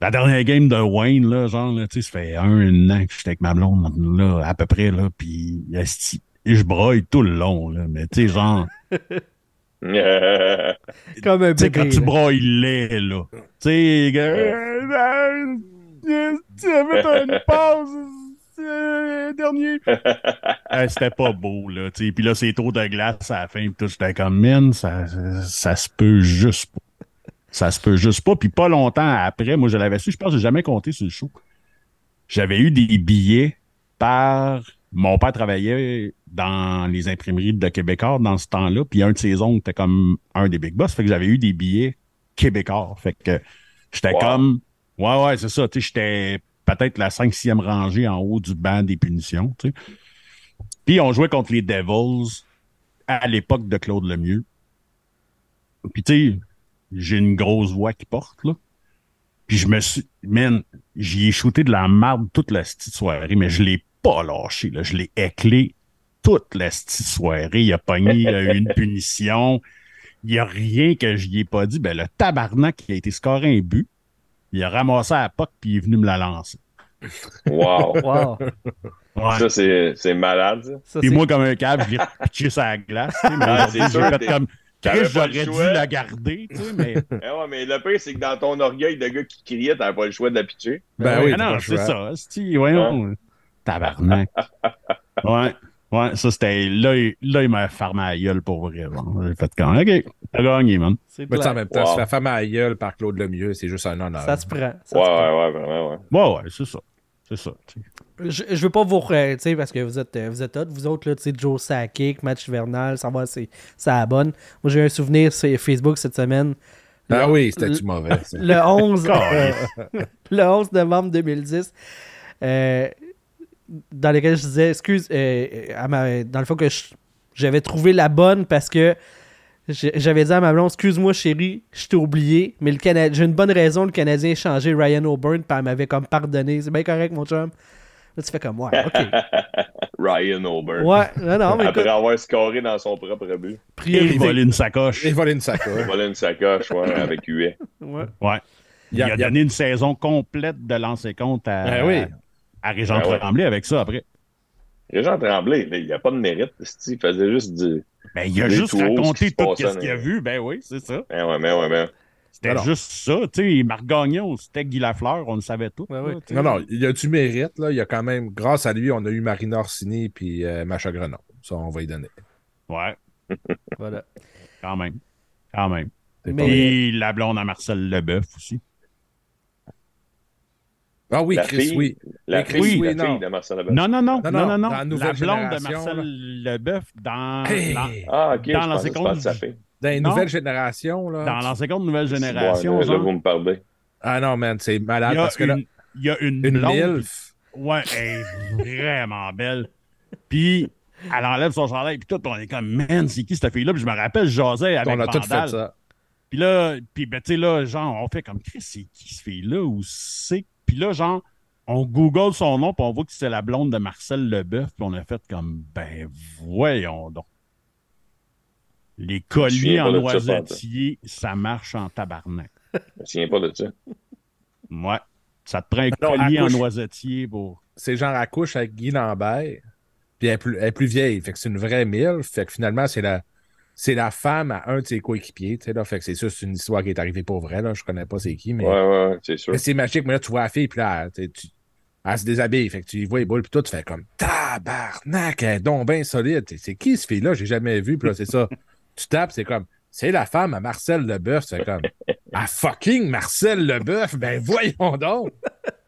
la dernière game de Wayne, là, genre, là, tu sais, ça fait un an que j'étais avec ma blonde, là, à peu près, là. Puis, esti, je broille tout le long, là. Mais, tu sais, genre. Euh, Comme un Tu sais, bébé. quand tu là. broilles laid, là. Tu sais, euh, euh, tu avais fait une pause. euh, Dernier. Euh, C'était pas beau, là. tu sais. Puis là, c'est trop de glace à la fin. Puis tout, j'étais comme, man, ça, ça se peut juste pas. Ça se peut juste pas. Puis pas longtemps après, moi, je l'avais su. Je pense que j'ai jamais compté sur le show. J'avais eu des billets par. Mon père travaillait dans les imprimeries de Québécois dans ce temps-là, puis un de ses oncles était comme un des big boss, fait que j'avais eu des billets Québécois. Fait que j'étais Wow. comme. Ouais, ouais, c'est ça. Tu sais, j'étais peut-être la 5-6e rangée en haut du banc des punitions, tu sais. Puis on jouait contre les Devils à l'époque de Claude Lemieux. Puis tu sais, j'ai une grosse voix qui porte, là. Puis je me suis. Man, j'y ai shooté de la marde toute la petite soirée, mais je l'ai pas lâché, là. Je l'ai éclé toute la petite soirée. Il a pogné euh, une punition. Il n'y a rien que j'y ai pas dit. Ben, le tabarnak, qui a été scoré un but. Il a ramassé à la puck, puis il est venu me la lancer. wow. Wow. Ouais. Ça, c'est, c'est malade, ça. Ça, Puis c'est- moi, comme un câble, je l'ai pitché sa glace. tu sais, mais Ah, c'est j'ai sûr, fait t'es- comme. t'avais Chris, pas j'aurais le dû choix. la garder, tu sais, mais. Eh ouais, mais le pire, c'est que dans ton orgueil de gars qui criait, t'avais pas le choix de la pitcher. Ben oui, Ah non, t'as c'est pas le choix. ça. hostie, voyons. Tabarnak. ouais. Ouais, ça c'était. Là, il- là, il m'a fermé la gueule pour vrai. Bon, j'ai fait comme. OK, t'as gagné, man. c'est Mais tu sais, en clair. même temps, Wow. se faire femme à la gueule par Claude Lemieux, c'est juste un honneur. Ça se prend. ça se Ouais, ouais, prend. ouais, vraiment, ouais. Ouais, ouais, c'est ça. C'est ça. tu sais. Je, je veux pas vous. euh, tu sais, parce que vous êtes, euh, vous êtes hot. Vous autres, là, tu sais, Joe Sakic, match hivernal, ça va, c'est ça abonne. Moi, j'ai un souvenir sur Facebook cette semaine. Ah Le- oui, c'était-tu mauvais? ça? Le 11, euh, le 11 novembre 2010, euh, dans lequel je disais, excuse, euh, euh, à ma- dans le fond que je- j'avais trouvé la bonne parce que j'ai- j'avais dit à ma blonde, excuse-moi chérie, je t'ai oublié, mais le Cana- j'ai une bonne raison, le Canadien a changé Ryan O'Byrne, puis elle m'avait comme pardonné, c'est bien correct mon chum. Là, tu fais comme, ouais, ok. Ryan O'Byrne. Ouais, non, non, mais Après écoute, avoir scoré dans son propre but. Et priorité. il volait une sacoche. Et voler une sacoche. Voilà une sacoche, ouais, avec huet. Ouais. Ouais. Il y a, a- y a- donné une saison complète de lancer compte à, Ben oui. à Régent Ben ouais. Tremblay avec ça après. Régent Tremblay, là, il n'y a pas de mérite. esti, Il faisait juste du. Ben, il a Les juste tout hauts, raconté ce qui se tout passait, ce qu'il a mais- vu. Ben oui, c'est ça. Eh ouais, mais ouais, mais. C'était Alors. juste ça. Tu sais, Marc Gagnon, c'était Guy Lafleur, on le savait tout. Ben Ouais, ouais. là, tu sais. Non, non, il y a du mérite, là. Il y a quand même, grâce à lui, on a eu Marina Orsini puis euh, Macha Grenoble. Ça, on va y donner. Ouais. Voilà. Quand même. Quand même. C'est Mais- pas vrai. Et la blonde à Marcel Leboeuf aussi. Ah oui, La Chris, fille- oui. La Oui, fille, oui, la non. fille de Marcel Lebel. Non, non, non. Non, Non, non, non, dans la non. nouvelle La blonde de génération, Marcel Leboeuf dans, Hey! dans, Ah, ok, Dans je la pensais que tu seconde- parlais de sa fille. Dans les Non. nouvelles générations, là. dans tu- la seconde nouvelle Ouais, génération. là, là, genre, vous me parlez. Ah non, man, c'est il, malade y a parce que là, une, il y a une une blonde. MILF. Ouais, elle est vraiment belle. Puis elle enlève son chandail, puis tout, on est comme, man, c'est qui cette fille-là? Puis je me rappelle, je jasais avec On a tout Vandal. fait ça. Puis là, puis ben, tu sais, là, genre, on fait comme, Chris, c'est qui cette fille-là? Ou c'est. Puis là, genre, on google son nom, puis on voit que c'est la blonde de Marcel Leboeuf, puis on a fait comme, ben, voyons donc. Les colliers souviens en pas de ça, noisetier, ça marche en tabarnak. Je me souviens pas de ça. Ouais. Ça te prend un Non, la collier en couche- noisetier pour. C'est genre à couche avec Guy Lambert. Puis elle est plus, elle est plus vieille. Fait que c'est une vraie MILF. Fait que finalement, c'est la. C'est la femme à un de ses coéquipiers, tu sais, là. Fait que c'est sûr, c'est une histoire qui est arrivée pour vrai, là. Je connais pas c'est qui, mais. Ouais, ouais, ouais, c'est sûr. Mais c'est magique, mais là, tu vois la fille, puis là, tu, sais, tu- elle se déshabille, fait que tu y vois les boules, puis toi, tu fais comme tabarnak, elle est donc bien solide. Tu sais, C'est qui ce fille-là? J'ai jamais vu, puis là, c'est ça. tu tapes, c'est comme c'est la femme à Marcel Leboeuf. Tu fais comme à fucking Marcel Leboeuf, ben voyons donc.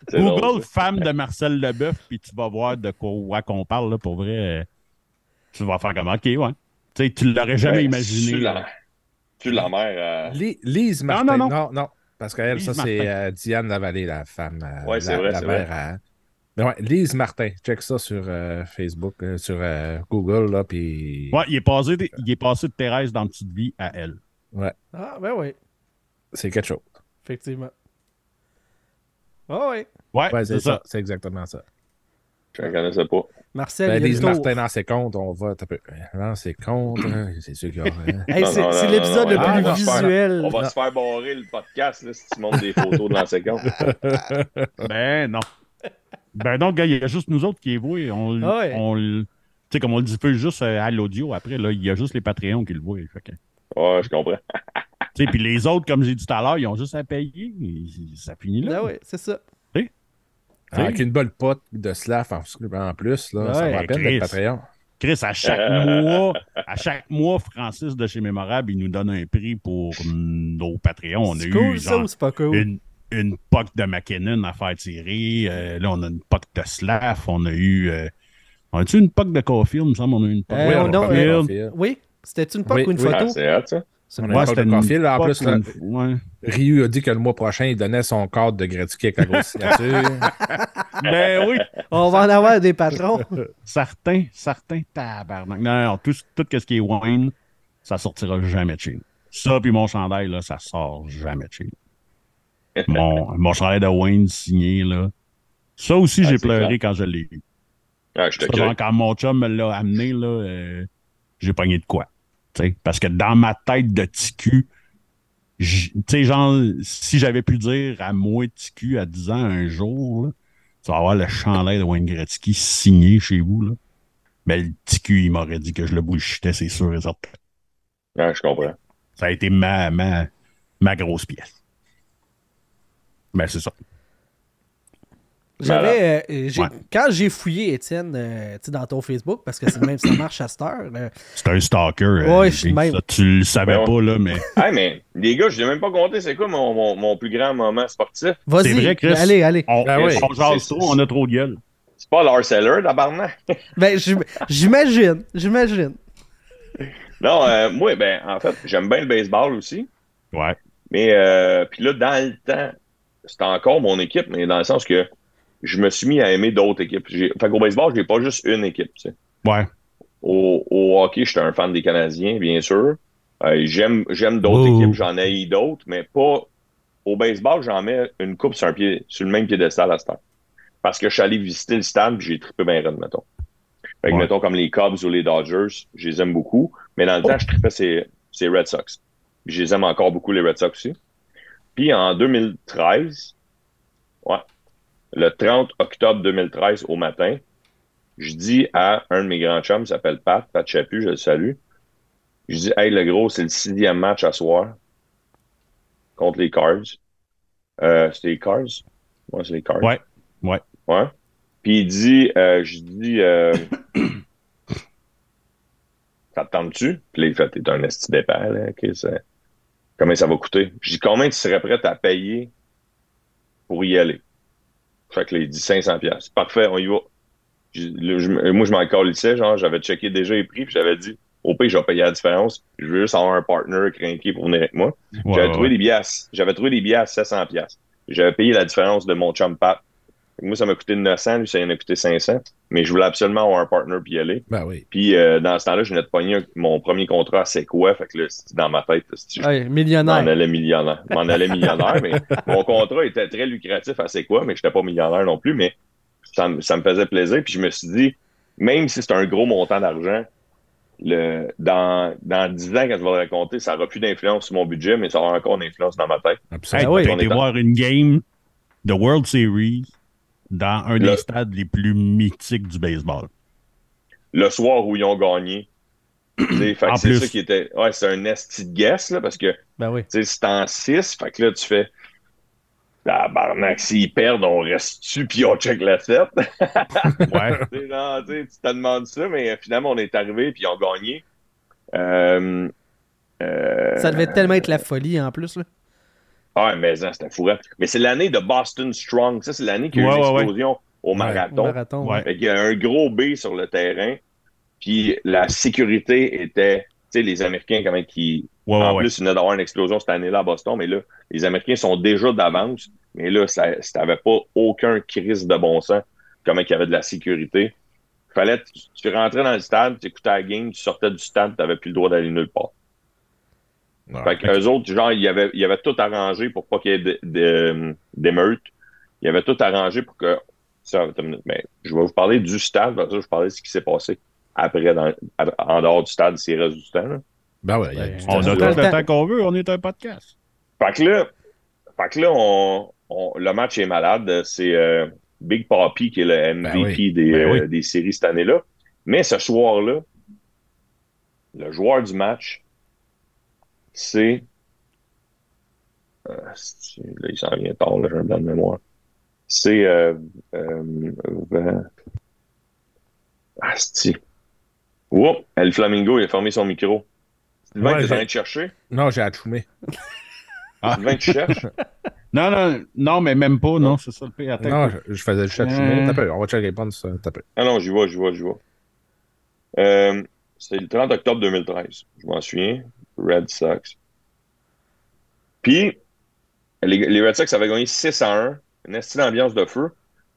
C'est drôle, Google ça. femme de Marcel Leboeuf, puis tu vas voir de quoi qu'on parle, là, pour vrai. euh, Tu vas faire comme, OK, ouais. Tu sais, tu l'aurais jamais Ben, imaginé. Tu là. la, tu la mère. euh, Li- Lise Martin. non, non. parce qu'elle, Lise ça, c'est Martin. euh, Diane Lavallée, la femme. euh, Ouais, c'est la, vrai, la c'est mère à- Mais ouais, Lise Martin, check ça sur euh, Facebook, euh, sur euh, Google, là, puis. Ouais, il est passé, de- il est passé de Thérèse dans Petite Vie à elle. Ah, ben oui, C'est quelque chose. effectivement. Ah ouais. Ouais, Ouais, c'est ça. C'est exactement ça. Je ne connaissais pas. Marcel, Ben, il y a le Lise tour. Martin dans ses comptes, on va taper. Dans ses comptes, hein, c'est sûr qu'il y aura. hein. Hey, Non, c'est non, c'est non, l'épisode non, le non, plus on va faire- visuel. On va se faire barrer le podcast là, si tu montres des photos de l'ancien compte. Ben non. Ben non, gars, il y a juste nous autres qui est voué. On, l- Ah ouais. on l- tu sais, comme on le diffuse juste euh, à l'audio après, là, il y a juste les Patreons qui le voient. fait que- Ouais, je comprends. Tu sais, puis les autres, comme j'ai dit tout à l'heure, ils ont juste à payer. et Ça finit là. Ah ouais, c'est ça. Avec une bonne pote de Slav en en plus, là, Ouais, ça va à peine Chris. d'être Patreon. Chris, à chaque mois, à chaque mois, Francis de chez Mémorable, il nous donne un prix pour mm, nos Patreons. On a C'est eu cool ça genre, ou c'est pas cool? une, une POC de McKinnon à faire tirer. euh, là, on a une POC de Slaff. On a eu. euh, on a-tu une POC de Caulfield? Il me semble qu'on a eu une POC Euh, de on a- Caulfield. euh, Caulfield. Oui, c'était une POC Oui, ou une oui. Ah, photo? c'est hot, ça. C'est on a- une- Ouais, c'était une Caulfield, en POC plus, ou une- ouais. Ryu a dit que le mois prochain, il donnait son cadre de gratuité avec la grosse signature. Ben oui, On va en avoir des patrons. certains, certains tabarnak. Non, non, tout, tout ce qui est wine, ça sortira jamais de chez nous. Ça, puis mon chandail, là, ça sort jamais de chez nous. Mon, mon chandail de wine signé, là. Ça aussi, Ah, j'ai c'est pleuré quand je l'ai eu. Ah, je te Ça, genre, crée. quand mon chum me l'a amené, là, euh, j'ai pogné de quoi. Tu sais, parce que dans ma tête de ticu, j- tu sais, genre, si j'avais pu dire à moi ticu à 10 ans un jour, là, tu vas avoir le chandail de Wayne Gretzky signé chez vous, là. Mais le ticu, il m'aurait dit que je le bullshitais, c'est sûr et certain. Ah, je comprends. Ça a été ma, ma, ma grosse pièce. Mais c'est ça. J'avais, euh, j'ai- Ouais. Quand j'ai fouillé, Étienne, euh, tu sais, dans ton Facebook, parce que c'est le même, ça marche à cette heure. euh, là. C'est un stalker. Ouais, je suis puis de même. ça, tu le savais Ouais, ouais. pas, là, mais Ah, mais les gars, je n'ai même pas compté c'est quoi mon, mon, mon plus grand moment sportif. Vas-y, C'est vrai, Chris. allez, allez. on, Ben oui. on jase C'est- trop, on a trop de gueule. C'est pas l'harceleur, tabarnak. Ben, j'im- j'imagine, j'imagine. Non, euh, moi, ben, en fait, j'aime bien le baseball aussi. Ouais. Mais euh, puis là, dans le temps, c'était encore mon équipe, mais dans le sens que je me suis mis à aimer d'autres équipes. J'ai- Fait qu'au baseball, j'ai pas juste une équipe. tu sais. Ouais. Au, au hockey, j'étais un fan des Canadiens, bien sûr. Euh, j'aime j'aime d'autres Oh. équipes, j'en ai d'autres, mais pas au baseball, j'en mets une coupe sur un pied, sur le même piédestal à ce temps. Parce que je suis allé visiter le stade, puis j'ai trippé bien raide, mettons. Fait que, Ouais. mettons, comme les Cubs ou les Dodgers, je les aime beaucoup. Mais dans le temps, je trippais ces, ces Red Sox. Puis je les aime encore beaucoup, les Red Sox aussi. Puis en 2013, ouais, le 30 octobre 2013 au matin, je dis à un de mes grands chums, il s'appelle Pat, Pat Chaput, je le salue. Je dis, hey, le gros, c'est le sixième match à soir contre les Cards. Euh, c'est les Cards? Ouais, c'est les Cards. Ouais, ouais. Ouais. Puis il dit, euh, je dis, euh, ça ça te tente-tu? Puis là, il fait, t'es un esti d'épais, là, ok, ça- Combien ça va coûter? Je dis, combien tu serais prêt à payer pour y aller? Fait que là, il dit 500 pièces. Parfait, on y va. Je- le- je- moi, je m'en calissais, genre, j'avais checké déjà les prix, puis j'avais dit, au pire, je vais payer la différence, je veux juste avoir un partner craqué pour venir avec moi. Ouais, J'avais ouais. trouvé des billets, à- j'avais trouvé des billets à 700 pièces. J'avais payé la différence de mon chum Pat. Moi, ça m'a coûté 900, lui, ça en a coûté 500. Mais je voulais absolument avoir un partner puis y aller. Ben oui. Puis, euh, dans ce temps-là, je venais de pogner un- mon premier contrat à C'est quoi? Fait que là, c'est dans ma tête, c'est- je Ouais, m'en millionnaire. allais millionnaire. Je m'en allais millionnaire, mais mon contrat était très lucratif à C'est quoi, mais j'étais pas millionnaire non plus, mais ça, me- ça me faisait plaisir. Puis, je me suis dit, même si c'est un gros montant d'argent, le, dans, dans 10 ans, quand je vais le raconter, ça n'aura plus d'influence sur mon budget, mais ça aura encore une influence dans ma tête. Hey, Absolument. Ah oui. t'as On est été dans- voir une game de World Series dans un Le- des stades les plus mythiques du baseball. le soir où ils ont gagné. Tu sais, fait que En c'est plus. ça qui était. Ouais, c'est un esti de guess, là, parce que tu Ben oui. sais, c'est en 6, fait que là, tu fais. Ah, barnac, s'ils perdent, on reste-tu, puis on check la 7. Ouais. Tu sais, non, tu sais, tu te demandes ça, mais euh, finalement, on est arrivé, puis ils ont gagné. Euh, euh, Ça devait tellement être la folie en plus. Là. Ah, mais hein, c'était fourré. Mais c'est l'année de Boston Strong. Ça, c'est l'année qu'il y a eu Ouais, ouais, ouais. l'explosion au Ouais. Au marathon. marathon. Ouais. Fait qu'il y a un gros B sur le terrain. Puis la sécurité était. Tu sais, les Américains, quand même, qui. Ouais, ouais, en ouais. plus, il venait d'avoir une explosion cette année-là à Boston, mais là, les Américains sont déjà d'avance. Mais là, ça n'avait pas aucun crise de bon sens, comment il y avait de la sécurité. Fallait, tu, tu rentrais dans le stade, tu écoutais la game, tu sortais du stade, tu n'avais plus le droit d'aller nulle part. Ah, Ouais. Fait qu'eux autres, genre, ils avaient, ils avaient tout arrangé pour pas qu'il y ait de- de- d'émeutes. Ils avaient tout arrangé pour que. Ça, attends une minute, mais je vais vous parler du stade, après ça, je vais vous parler de ce qui s'est passé après, dans- à- en dehors du stade, s'il reste du temps. là. Ben oui. il y a Ben, du On a temps. tout Dans le le temps. temps qu'on veut, on est un podcast. Fait que là, fait que là on, on- le match est malade. C'est euh, Big Papi qui est le MVP Ben oui. Des, Ben oui. euh, des séries cette année-là. Mais ce soir-là, le joueur du match, c'est. Ah, c'est- Là, il s'en vient tard, là, j'ai un blanc de mémoire. C'est. Euh, euh, Van- Ah, c'est- Oups, El Flamingo, il a fermé son micro. Sylvain, Ouais, t'es en j'ai- train de chercher? Non, j'ai atchoumé. Ah. Sylvain, tu cherches? Non, non, non, mais même pas, non, c'est ça le pire. Attends, Non, je, je faisais le chat atchoumé. Mmh. Euh. T'as peu, on va checker répondre ça. T'as peu. Ah non, j'y vois, j'y vois, j'y vois. Euh, c'est le 30 octobre 2013. Je m'en souviens. Red Sox. Puis, les, les Red Sox avaient gagné 6 à 1. Une estime d'ambiance de feu.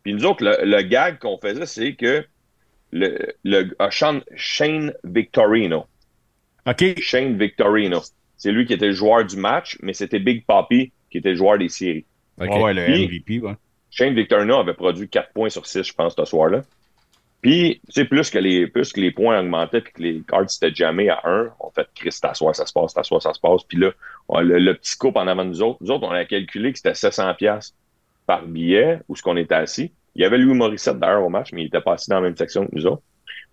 Puis nous autres, le, le gag qu'on faisait, c'est que le, le ah, Sean- Shane Victorino. OK. Shane Victorino. C'est lui qui était le joueur du match, mais c'était Big Papi qui était le joueur des séries. Ok. Ouais, ouais, le Puis- MVP, ouais. Shane Victorino avait produit 4 points sur 6, je pense, ce soir-là. Puis, tu sais, plus que les, plus que les points augmentaient puis que les cards s'étaient jamais à 1, on fait Chris, t'assois, ça se passe, t'assois, ça se passe. Puis là, on- le, le petit coup en avant de nous autres, nous autres, on a calculé que c'était 700$ par billet où ce qu'on était assis. Il y avait Louis Morissette d'ailleurs au match, mais il était pas assis dans la même section que nous autres.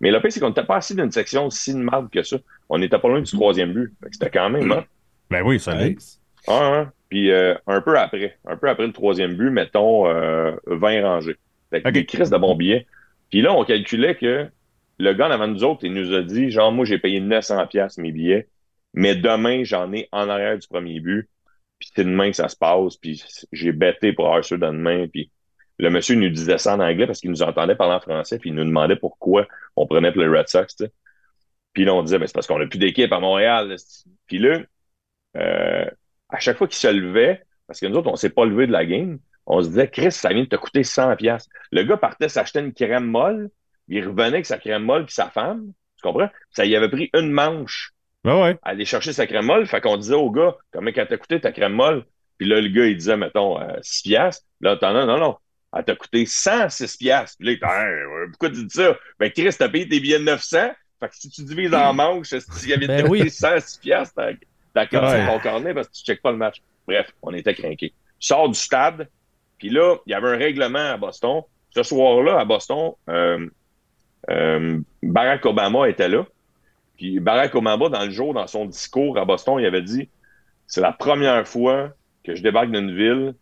Mais le pire, c'est qu'on n'était pas assis d'une section si de marde que ça. On n'était pas loin du troisième but. Fait que C'était quand même, hein? Ben oui, ça l'est. Ah, hein. Puis euh, un peu après, un peu après le troisième but, mettons euh, 20 rangées. Fait que Ok. des crises de bons billets. Puis là, on calculait que le gars en avant de nous autres, il nous a dit, genre, moi, j'ai payé 900 pièces mes billets, mais demain, j'en ai en arrière du premier but. Puis c'est demain que ça se passe. Puis j'ai bêté pour avoir ceux de demain. Puis le monsieur nous disait ça en anglais parce qu'il nous entendait parler en français. Puis il nous demandait pourquoi on prenait pour les Red Sox, tu sais. Puis là, on disait, ben, c'est parce qu'on n'a plus d'équipe à Montréal. là. Puis là, euh, à chaque fois qu'il se levait, parce que nous autres, on s'est pas levé de la game, on se disait, Chris, ça vient de te coûter 100$. piastres. Le gars partait s'acheter une crème molle, il revenait avec sa crème molle puis sa femme, tu comprends? Ça y avait pris une manche Ben ouais. à aller chercher sa crème molle, fait qu'on disait au gars, comment elle t'a coûté ta crème molle? Puis là, le gars, il disait, mettons, euh, 6 piastres. Là, attends, non, non, non. Elle t'a coûté 106 piastres. Puis là, il était, Hein, euh, pourquoi tu dis ça? Ben, Chris, t'as payé tes billets de 900. Fait que si tu divises en manches, s'il y avait Ben t'a coûté oui. 106 piastres, t'as- t'as quand Ouais. ton cornet parce que tu checkes pas le match. Bref, on était craqués. Sors du stade. Puis là, il y avait un règlement à Boston. Ce soir-là, à Boston, euh, euh, Barack Obama était là. Puis Barack Obama, dans le jour, dans son discours à Boston, il avait dit C'est la première fois que je débarque d'une ville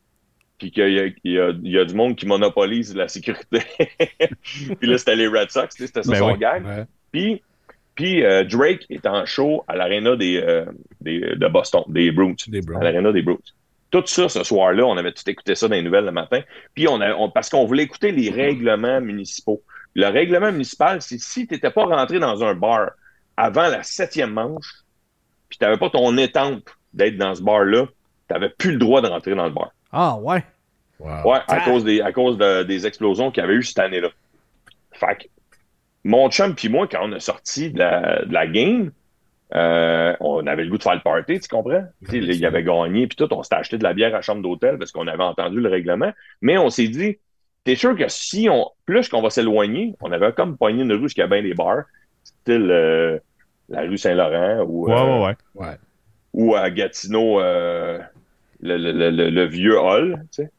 puis qu'il y, a- il y a- il y a du monde qui monopolise la sécurité. puis là, c'était les Red Sox, tu sais, c'était ça Ben son oui. gag. Ouais. Puis Puis euh, Drake est en show à l'Arena des, euh, des- de Boston, des Bruins. Des Browns. À l'Arena des Bruins. Tout ça, ce soir-là, on avait tout écouté ça dans les nouvelles le matin. Puis on a, on- parce qu'on voulait écouter les règlements municipaux. Le règlement municipal, c'est si tu n'étais pas rentré dans un bar avant la septième manche, puis tu n'avais pas ton étampe d'être dans ce bar-là, tu n'avais plus le droit de rentrer dans le bar. Ah ouais. Wow. Ouais, à Ah. cause des, à cause de- des explosions qu'il y avait eu cette année-là. Fait que, mon chum puis moi, quand on a sorti de la, de la game, euh, on avait le goût de faire le party, tu comprends? Tu sais, là, il avait gagné, puis tout, on s'était acheté de la bière à chambre d'hôtel parce qu'on avait entendu le règlement. Mais on s'est dit, t'es sûr que si on, plus qu'on va s'éloigner, on avait comme pogné une rue jusqu'à bien des bars, style euh, la rue Saint-Laurent ou Ouais, euh, ouais, ouais. Ouais. ou à Gatineau, euh, le, le- le- le- le vieux hall, tu sais,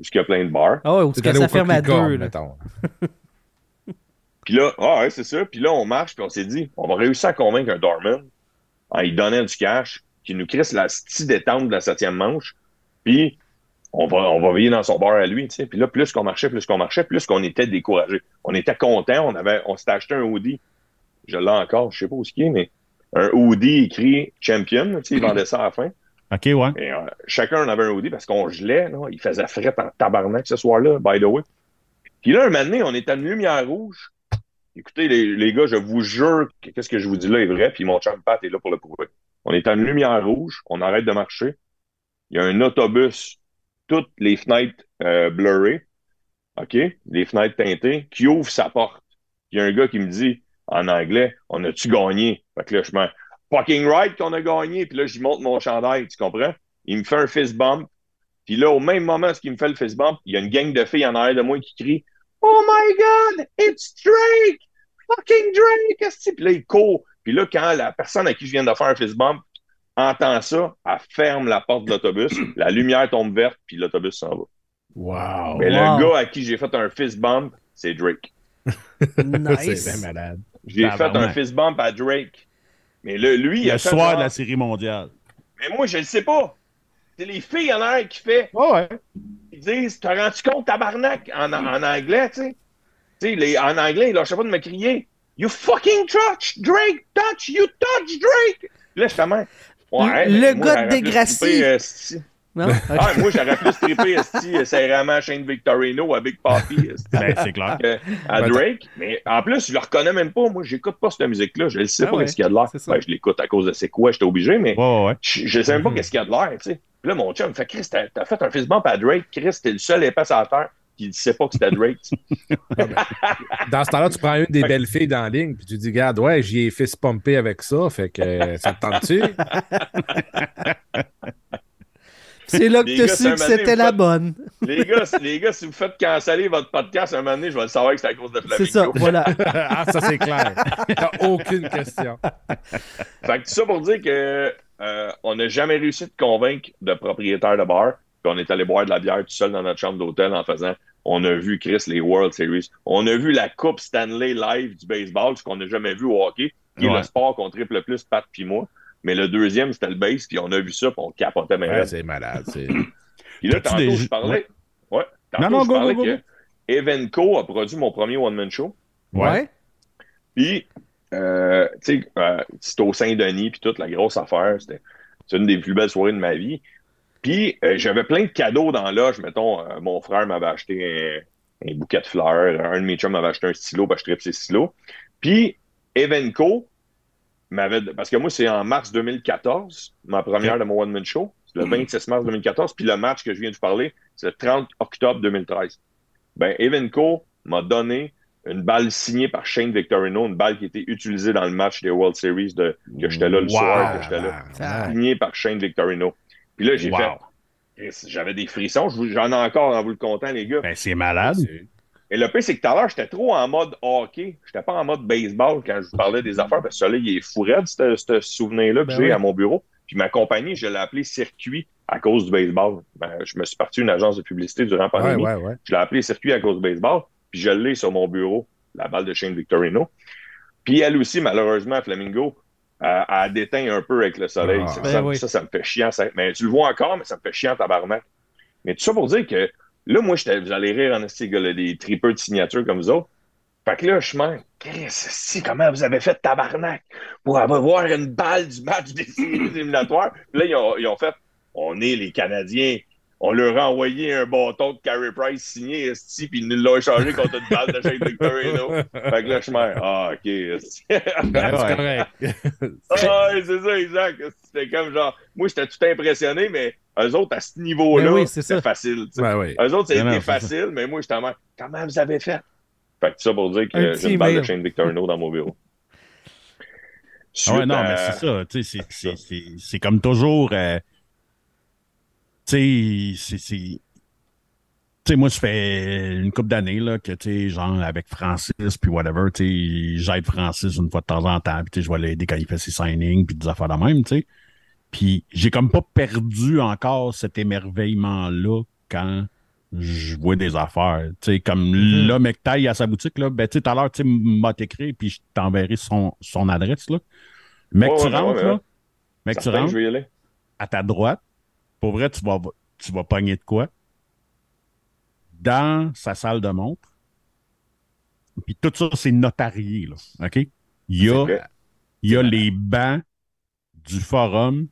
où il y a plein de bars. Ah ouais, ou ce C'est que allé ça au ferme à Coquelicorde, deux. là. mettons. Puis là, ah ouais, c'est ça. Puis là, on marche, puis on s'est dit, on va réussir à convaincre un dorman en lui donnant du cash, qui nous crisse la petite détente de la septième manche, puis on va, on va veiller dans son bar à lui, tu sais. Puis là, plus qu'on marchait, plus qu'on marchait, plus qu'on était découragé. On était content, on avait, on s'était acheté un hoodie. Je l'ai encore, je sais pas où ce qu'il est, mais un hoodie écrit champion, tu sais, il vendait ça à la fin. OK, ouais. Et, euh, chacun en avait un hoodie parce qu'on gelait. Là. Il faisait fret en tabarnak ce soir-là, by the way. Puis là, un moment donné, on est à une lumière rouge. Écoutez, les, les gars, je vous jure que qu'est-ce que je vous dis là est vrai, puis mon chum Pat est là pour le prouver. On est à une lumière rouge, on arrête de marcher. Il y a un autobus, toutes les fenêtres euh, blurrées, OK, les fenêtres teintées, qui ouvre sa porte. Il y a un gars qui me dit en anglais, on a-tu gagné? Fait que là, je me fucking right qu'on a gagné, puis là, j'y monte mon chandail, tu comprends? Il me fait un fist bump. Puis là, au même moment, ce qu'il me fait le fist bump, il y a une gang de filles en arrière de moi qui crie Oh my God, it's Drake! Fucking Drake! esti! Puis là, il court. Puis là, quand la personne à qui je viens de faire un fist bump entend ça, elle ferme la porte de l'autobus, la lumière tombe verte, puis l'autobus s'en va. Wow. Mais Wow. le gars à qui j'ai fait un fist bump, c'est Drake. Nice. C'est bien malade. J'ai fait Tabarnak. un fist bump à Drake. Mais là, lui, il a Le fait soir genre, de la série mondiale. Mais moi, je le sais pas. C'est les filles en arrière qui fait ouais. ils disent T'as rendu compte, tabarnak, en, en anglais, tu sais. Tu sais, les- en anglais, ils lâchaient pas de me crier You fucking touch Drake, touch, you touch Drake. Là, justement. Le- le gars de Degrassi. dégracie. Non? Ok. euh, Ah, moi, j'aurais plus trippé, euh, esti, serrament à Shane Victorino à Big Papi, esti, Ben, c'est clair. que à Ben, Drake. Mais en plus, je le reconnais même pas. Moi, j'écoute pas cette musique-là. Je le sais Ah pas ouais, qu'est-ce qu'il y a de l'air. c'est ça. Ben, je l'écoute à cause de c'est quoi, j'étais obligé, mais Ouais, ouais, ouais. je je sais même pas Mhm. qu'est-ce qu'il y a de l'air, tu sais. Puis là, mon chum me fait Chris, t'as t'as fait un fist bump à Drake. Chris, t'es le seul épaisse à la terre qui ne sait pas que c'était Drake. Dans ce temps-là, tu prends une des belles filles dans la ligne, puis tu dis, garde, ouais, j'y ai fait se pomper avec ça, fait que euh, ça te tente-tu? C'est là que Les tu as gars, su c'est un que matin, c'était vous la faites- bonne. les, gars, si- les gars, si vous faites canceller votre podcast un moment donné, je vais le savoir que c'est à cause de Flamingo. C'est ça, voilà. ah, ça, c'est clair. T'as aucune question. Fait que tout ça pour dire que euh, on n'a jamais réussi de convaincre de propriétaire de bar. Puis on est allé boire de la bière tout seul dans notre chambre d'hôtel en faisant on a vu Chris les World Series. On a vu la Coupe Stanley live du baseball, ce qu'on n'a jamais vu au hockey, qui est Ouais. le sport qu'on triple le plus, Pat puis moi. Mais le deuxième, c'était le base, puis on a vu ça, puis on capotait même. Ouais, c'est malade. c'est- Puis là, T'as-tu tantôt, des- je parlais. Ouais. Tantôt, Non, non, je go, parlais go, go, que Evenco a produit mon premier one-man show. Ouais. Puis, euh, tu sais, euh, c'était au Saint-Denis, puis toute la grosse affaire. C'était c'est une des plus belles soirées de ma vie. Puis, euh, j'avais plein de cadeaux dans l'âge. Mettons, euh, mon frère m'avait acheté un, un bouquet de fleurs. Un de mes chums m'avait acheté un stylo, puis je tripe ses stylos. Puis, Evenco m'avait... Parce que moi, c'est en mars 2014, ma première de mon one-man show. C'est le 26 mars 2014. Puis le match que je viens de vous parler, c'est le 30 octobre 2013. Ben, Evenco m'a donné une balle signée par Shane Victorino, une balle qui était utilisée dans le match des World Series de, que j'étais là le soir, que j'étais là. Ça- Signée par Shane Victorino. Puis là, j'ai Wow. fait, Chris, j'avais des frissons, Je vous- j'en ai encore en vous le comptant, les gars. Ben, c'est malade. Et le pire, c'est que tout à l'heure, j'étais trop en mode hockey. J'étais pas en mode baseball quand je vous parlais des affaires, parce que celui-là, il est fou raide, ce ce souvenir-là que Ben j'ai oui. à mon bureau. Puis ma compagnie, je l'ai appelée Circuit à cause du baseball. Ben, je me suis parti une agence de publicité durant la Ouais, pandémie. ouais, ouais. Je l'ai appelé circuit à cause du baseball, puis je l'ai sur mon bureau, la balle de Shane Victorino. Puis elle aussi, malheureusement, à Flamingo, elle, elle déteint un peu avec le soleil. Ah. ça, Ben ça- oui. ça, ça me fait chiant. ça- mais tu le vois encore, mais ça me fait chiant, tabarnak. Mais tout ça pour dire que là, moi, j'étais- vous allez rire en esti, les gars, là, des tripeux de signatures comme vous autres. Fait que là, je m'en Chris, si, comment vous avez fait tabarnak pour avoir voir une balle du match des séries éliminatoires? Puis là, ils ont, ils ont fait on est les Canadiens. On leur a envoyé un bâton de Carey Price signé, esti, puis ils nous l'ont échangé contre une balle de Shane Victorino. Fait que là, je m'en ah, ok, esti. Ben, Ouais. C'est correct. Ah, ouais, c'est ça, exact. C'était comme genre, moi, j'étais tout impressionné, mais eux autres, à ce niveau-là, Ben oui, c'est c'était ça. facile. tu sais. Ben oui. Eux autres, c'était Ben non, c'est facile, mais moi, j'étais en mode, comment vous avez fait? Fait que ça pour dire Un que petit j'ai une balle de email. Shane Victorino dans mon bureau. Ah ouais, Suite non, à- mais c'est ça. tu sais, c'est- c'est- c'est- C'est comme toujours. euh, tu sais, c'est- c'est. Tu sais, moi, ça fait une couple d'années là, que, tu sais, genre, avec Francis, puis whatever, tu sais, j'aide Francis une fois de temps en temps, puis tu sais, je vais l'aider quand il fait ses signings, puis des affaires de même, tu sais. Puis j'ai comme pas perdu encore cet émerveillement-là quand je vois des affaires. Tu sais, comme Mm-hmm. là, McTaille à sa boutique, là, ben, tu sais, tout à l'heure, tu sais, m'a écrit, puis je t'enverrai son, son adresse, là. Mec, Ouais, tu ouais, rentres, ouais, ouais. là. Mec, tu Certain, rentres je vais y aller. à ta droite, pour vrai, tu vas, tu vas pogner de quoi? Dans sa salle de montre. Puis tout ça, c'est notarié, là. OK? Il y C'est a, vrai. il y a les bancs du forum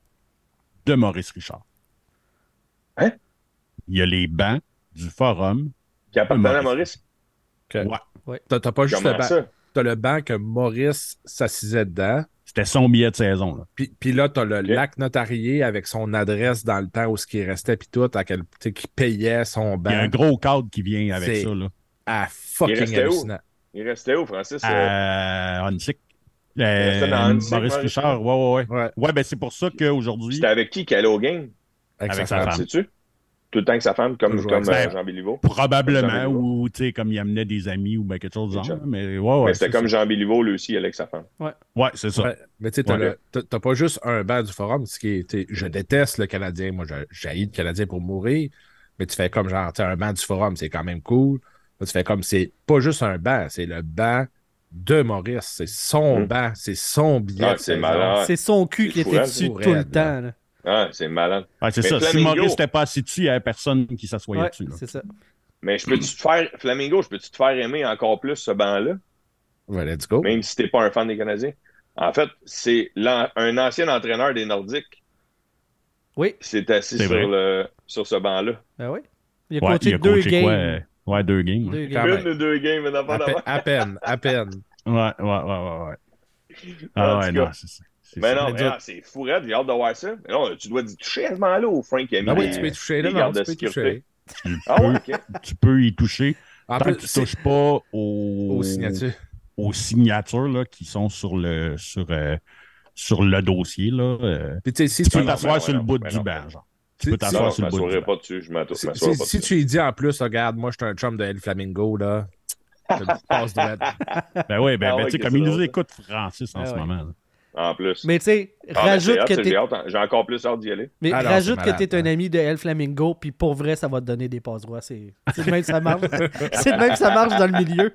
de Maurice Richard. Hein? Il y a les bancs du forum. Qui appartenait à Maurice. Maurice. T'as t'as pas juste le Comment banc. ça? T'as le banc que Maurice s'assisait dedans. C'était son billet de saison, là. Puis, puis là, t'as le lac notarié avec son adresse dans le temps où ce qui restait, puis tout, à quel, tu sais, qui payait son Il y Ben. a un banc gros cadre qui vient avec C'est- ça, là. à Il fucking restait où? hallucinant. Il restait où, Francis? Euh, À Hansik. Euh, restait dans Maurice Hansik, Maurice Richard, ouais, ouais, ouais. Ouais, Ouais, ben c'est pour ça qu'aujourd'hui, C'était avec qui qui allait au game? Avec avec, sa sa femme. femme. Sais-tu? Tout le temps que sa femme, comme, Toujours comme sa- euh, avec Jean Béliveau. probablement, Jamais là. ou tu sais, comme il amenait des amis ou ben, quelque chose du Quelque genre. chose. Mais ouais, ouais. mais c'était c'est comme Jean Béliveau, lui aussi, il allait avec sa femme. ça. Ouais, c'est ça. Ouais, Mais tu sais, t'as Ouais. le- t'as- t'as pas juste un banc du forum, ce qui est, tu sais, je déteste le Canadien, moi je- j'haïs le Canadien pour mourir, mais tu fais comme genre, tu sais, un banc du forum, c'est quand même cool. Là, tu fais comme, c'est pas juste un banc, c'est le banc de Maurice, c'est son Mm. banc, c'est son billet. Ah, de c'est saison. malade. C'est son cul C'est qui était fourré, c'est dessus tout fourré, là. le temps. là. Ah, c'est malade. Ouais, c'est Mais ça. Si Flamingo- Maurice n'était pas assis dessus, il n'y avait personne qui s'assoyait Ouais, dessus. là. c'est ça. Mais je peux-tu te faire, Flamingo, je peux-tu te faire aimer encore plus ce banc-là? Ouais, let's go. même si t'es pas un fan des Canadiens. En fait, c'est l'an- un ancien entraîneur des Nordiques Oui, qui s'est assis C'est sur, vrai. le, sur ce banc-là. ben oui. Il a Ouais, coaché il a deux coaché games. quoi, euh, Ouais, deux games. ouais. Deux Quand games. même. Une ou deux games, une À, affaire pe- d'avant. à peine, à peine. Ouais, ouais, ouais, ouais, ouais. En Ah ouais, tout non, cas. c'est ça. c'est ça. Mais non, mais non, c'est fourette, j'ai hâte de voir ça. Mais non, tu dois dire toucher à ce banc-là au Frank qui a mis Ben oui, les- tu peux y toucher, les là, non, gardes tu de peux y sécurité. toucher. Tu Ah ouais, peux- ok. Tu peux y toucher. En Tant plus, que tu c'est touches pas aux, aux signatures. aux signatures là, qui sont sur le, sur, euh, sur le dossier, là, euh, Puis tu sais, si tu tu, peux non, t'asseoir ben sur le non, bout ben du non. banc. Genre. si- peux si- t'asseoir Non, je sur le bout m'assoirais du pas dessus, je m'assou- si- m'assoirais si- pas si dessus. tu lui dis en plus, regarde, moi je suis un chum de El Flamingo, là, t'as une petite passe droite. Ben oui, ben, Ah ben, ouais, tu sais, que comme c'est il nous drôle, écoute, Francis, en Ah ce ouais. moment. là. En plus. Mais tu sais, Ah, mais rajoute c'est hâte, que ça, t'es j'ai hâte, hein. J'ai encore plus hâte d'y aller. mais Ah non, rajoute c'est que malade, t'es un hein. ami de El Flamingo, puis pour vrai, ça va te donner des passes droits. C'est c'est de même que ça marche. c'est de même que ça marche dans le milieu.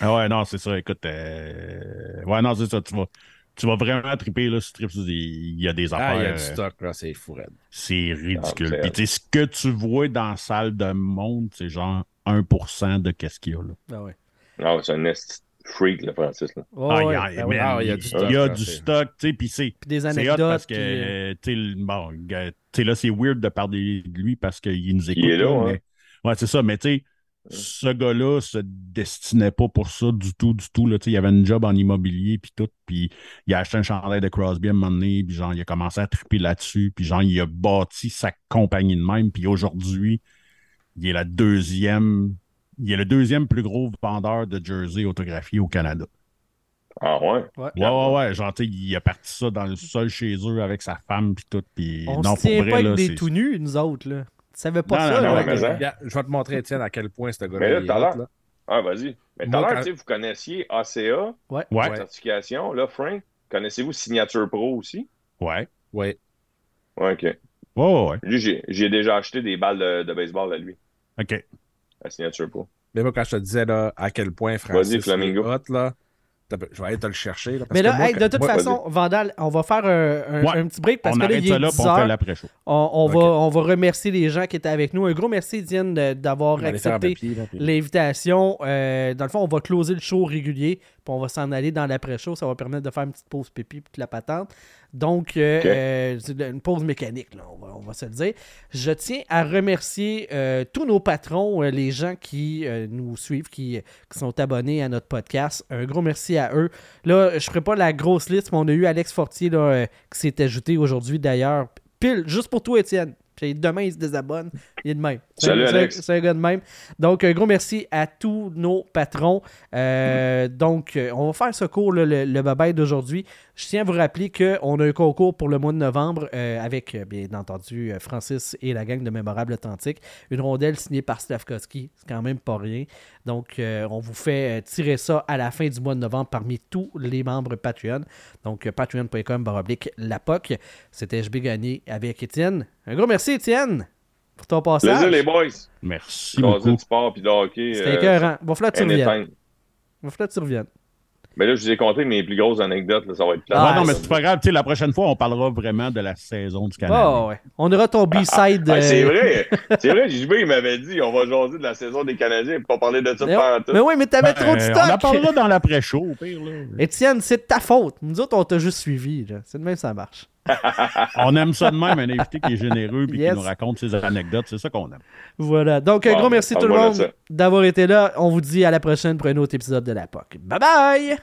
Ah ouais, non, c'est ça. Écoute, euh, ouais, non, c'est ça. Tu vas, tu vas vraiment triper, là, si tu tripes sur des- Il y a des Ah, il y a affaires. du euh, stock, là, c'est fou, raide. c'est ridicule. Ah, Puis, tu sais, ce que tu vois dans la salle de monde, c'est genre 1% de qu'est-ce qu'il y a, là. Ben ouais. Non, Ah, c'est un esti de freak, le Francis. là. Oh, Ah, il y ouais, a- ben man, ouais. Ah, il y a du stock, Il y a hein, du c'est- stock, tu sais, puis c'est. Puis des C'est hot anecdotes. parce que, puis, euh, euh, tu sais, le- bon, gars, tu sais, là, c'est weird de parler de lui parce qu'il nous écoute. est là, mais- Ouais, c'est ça, mais tu sais, ce gars-là se destinait pas pour ça du tout, du tout. Là, Tu sais, il avait un job en immobilier, puis tout, puis il a acheté un chandail de Crosby à un moment donné, puis genre, il a commencé à triper là-dessus, puis genre, il a bâti sa compagnie de même, puis aujourd'hui, il est la deuxième, il est le deuxième plus gros vendeur de jersey autographié au Canada. Ah ouais? Ouais, ouais, ouais. Genre, tu sais, il a parti ça dans le sol chez eux avec sa femme puis tout. Puis on non, se tient pour vrai, pas là, avec des c'est- tout nus, nous autres. Là. Tu savais pas Non, ça. non, là, non, mais que- ça- Regarde, Je vais te montrer, Étienne, à quel point ce gars-là Mais là, il est tout à l'heure- hot, là. Ah, vas-y. Mais tout à Moi, l'heure, quand- tu sais, vous connaissiez ACA, Ouais, Ouais. ouais. certification, là, Frank. Connaissez-vous Signature Pro aussi? Ouais, Ouais. Ouais, OK. ouais, ouais. Lui, j'ai j'ai déjà acheté des balles de, de baseball à lui, OK. à Signature Pro. Mais moi, quand je te disais là, à quel point Francis Flamingo. est hot, là, T'as peu, Je vais aller te le chercher. là, parce Mais que là, moi, hey, de quand- toute moi- façon, Vandal, on va faire un, un- Ouais. un petit break parce on que là, arrête il est ça là, 10 puis on fait heures. l'après-show. On, on Ok. va, on va remercier les gens qui étaient avec nous. Un gros merci, Diane, de- d'avoir on va aller faire un accepté papier, là, puis- l'invitation. Euh, dans le fond, on va closer le show régulier, puis on va s'en aller dans l'après-show. Ça va permettre de faire une petite pause pipi, puis de la patente. Donc, euh, Ok. euh, c'est une pause mécanique, là, on, va, on va se le dire. Je tiens à remercier euh, tous nos patrons, euh, les gens qui euh, nous suivent, qui, qui sont abonnés à notre podcast. Un gros merci à eux. Là, je ferai pas la grosse liste, mais on a eu Alex Fortier là, euh, qui s'est ajouté aujourd'hui d'ailleurs. Pile, juste pour toi, Étienne. Puis demain, il se désabonne. Il est de même. C'est un- Salut, c'est un- Alex. C'est un gars de même. Donc, un gros merci à tous nos patrons. Euh, Donc, euh, on va faire ce cours, là, le, le babaille d'aujourd'hui. Je tiens à vous rappeler qu'on a un concours pour le mois de novembre euh, avec, euh, bien entendu, euh, Francis et la gang de Mémorable Authentique. Une rondelle signée par Slavkovski. C'est quand même pas rien. Donc, euh, on vous fait euh, tirer ça à la fin du mois de novembre parmi tous les membres Patreon. Donc, euh, patreon.com baroblique la POC. C'était HB Gagné avec Étienne. Un gros merci, Étienne, pour ton passage. Plaisir, les boys. Merci Jaser beaucoup. du sport puis de hockey. C'était euh, écœurant. Va falloir que tu reviennes. anytime. Va falloir que tu reviennes. Mais là, je vous ai conté mes plus grosses anecdotes. là, ça va être plat. Ah, ouais, non, mais c'est pas grave. Tu sais, la prochaine fois, on parlera vraiment de la saison du Canada. Oh, ouais. On aura ton B-side. Ah, c'est euh, vrai. c'est vrai, JB, il m'avait dit on va jaser de la saison des Canadiens pour pas parler de ça de Mais, faire mais oui, mais t'avais trop de Euh, on en stock. parlera dans l'après-show, au pire. Là. Étienne, c'est de ta faute. Nous autres, on t'a juste suivi. là. C'est de même, ça marche. On aime ça de même, un invité qui est généreux puis Yes. qui nous raconte ses anecdotes. C'est ça qu'on aime. Voilà. Donc, un Bon, gros merci ben, tout le voilà monde ça. d'avoir été là. On vous dit à la prochaine pour un autre épisode de la POC. Bye bye!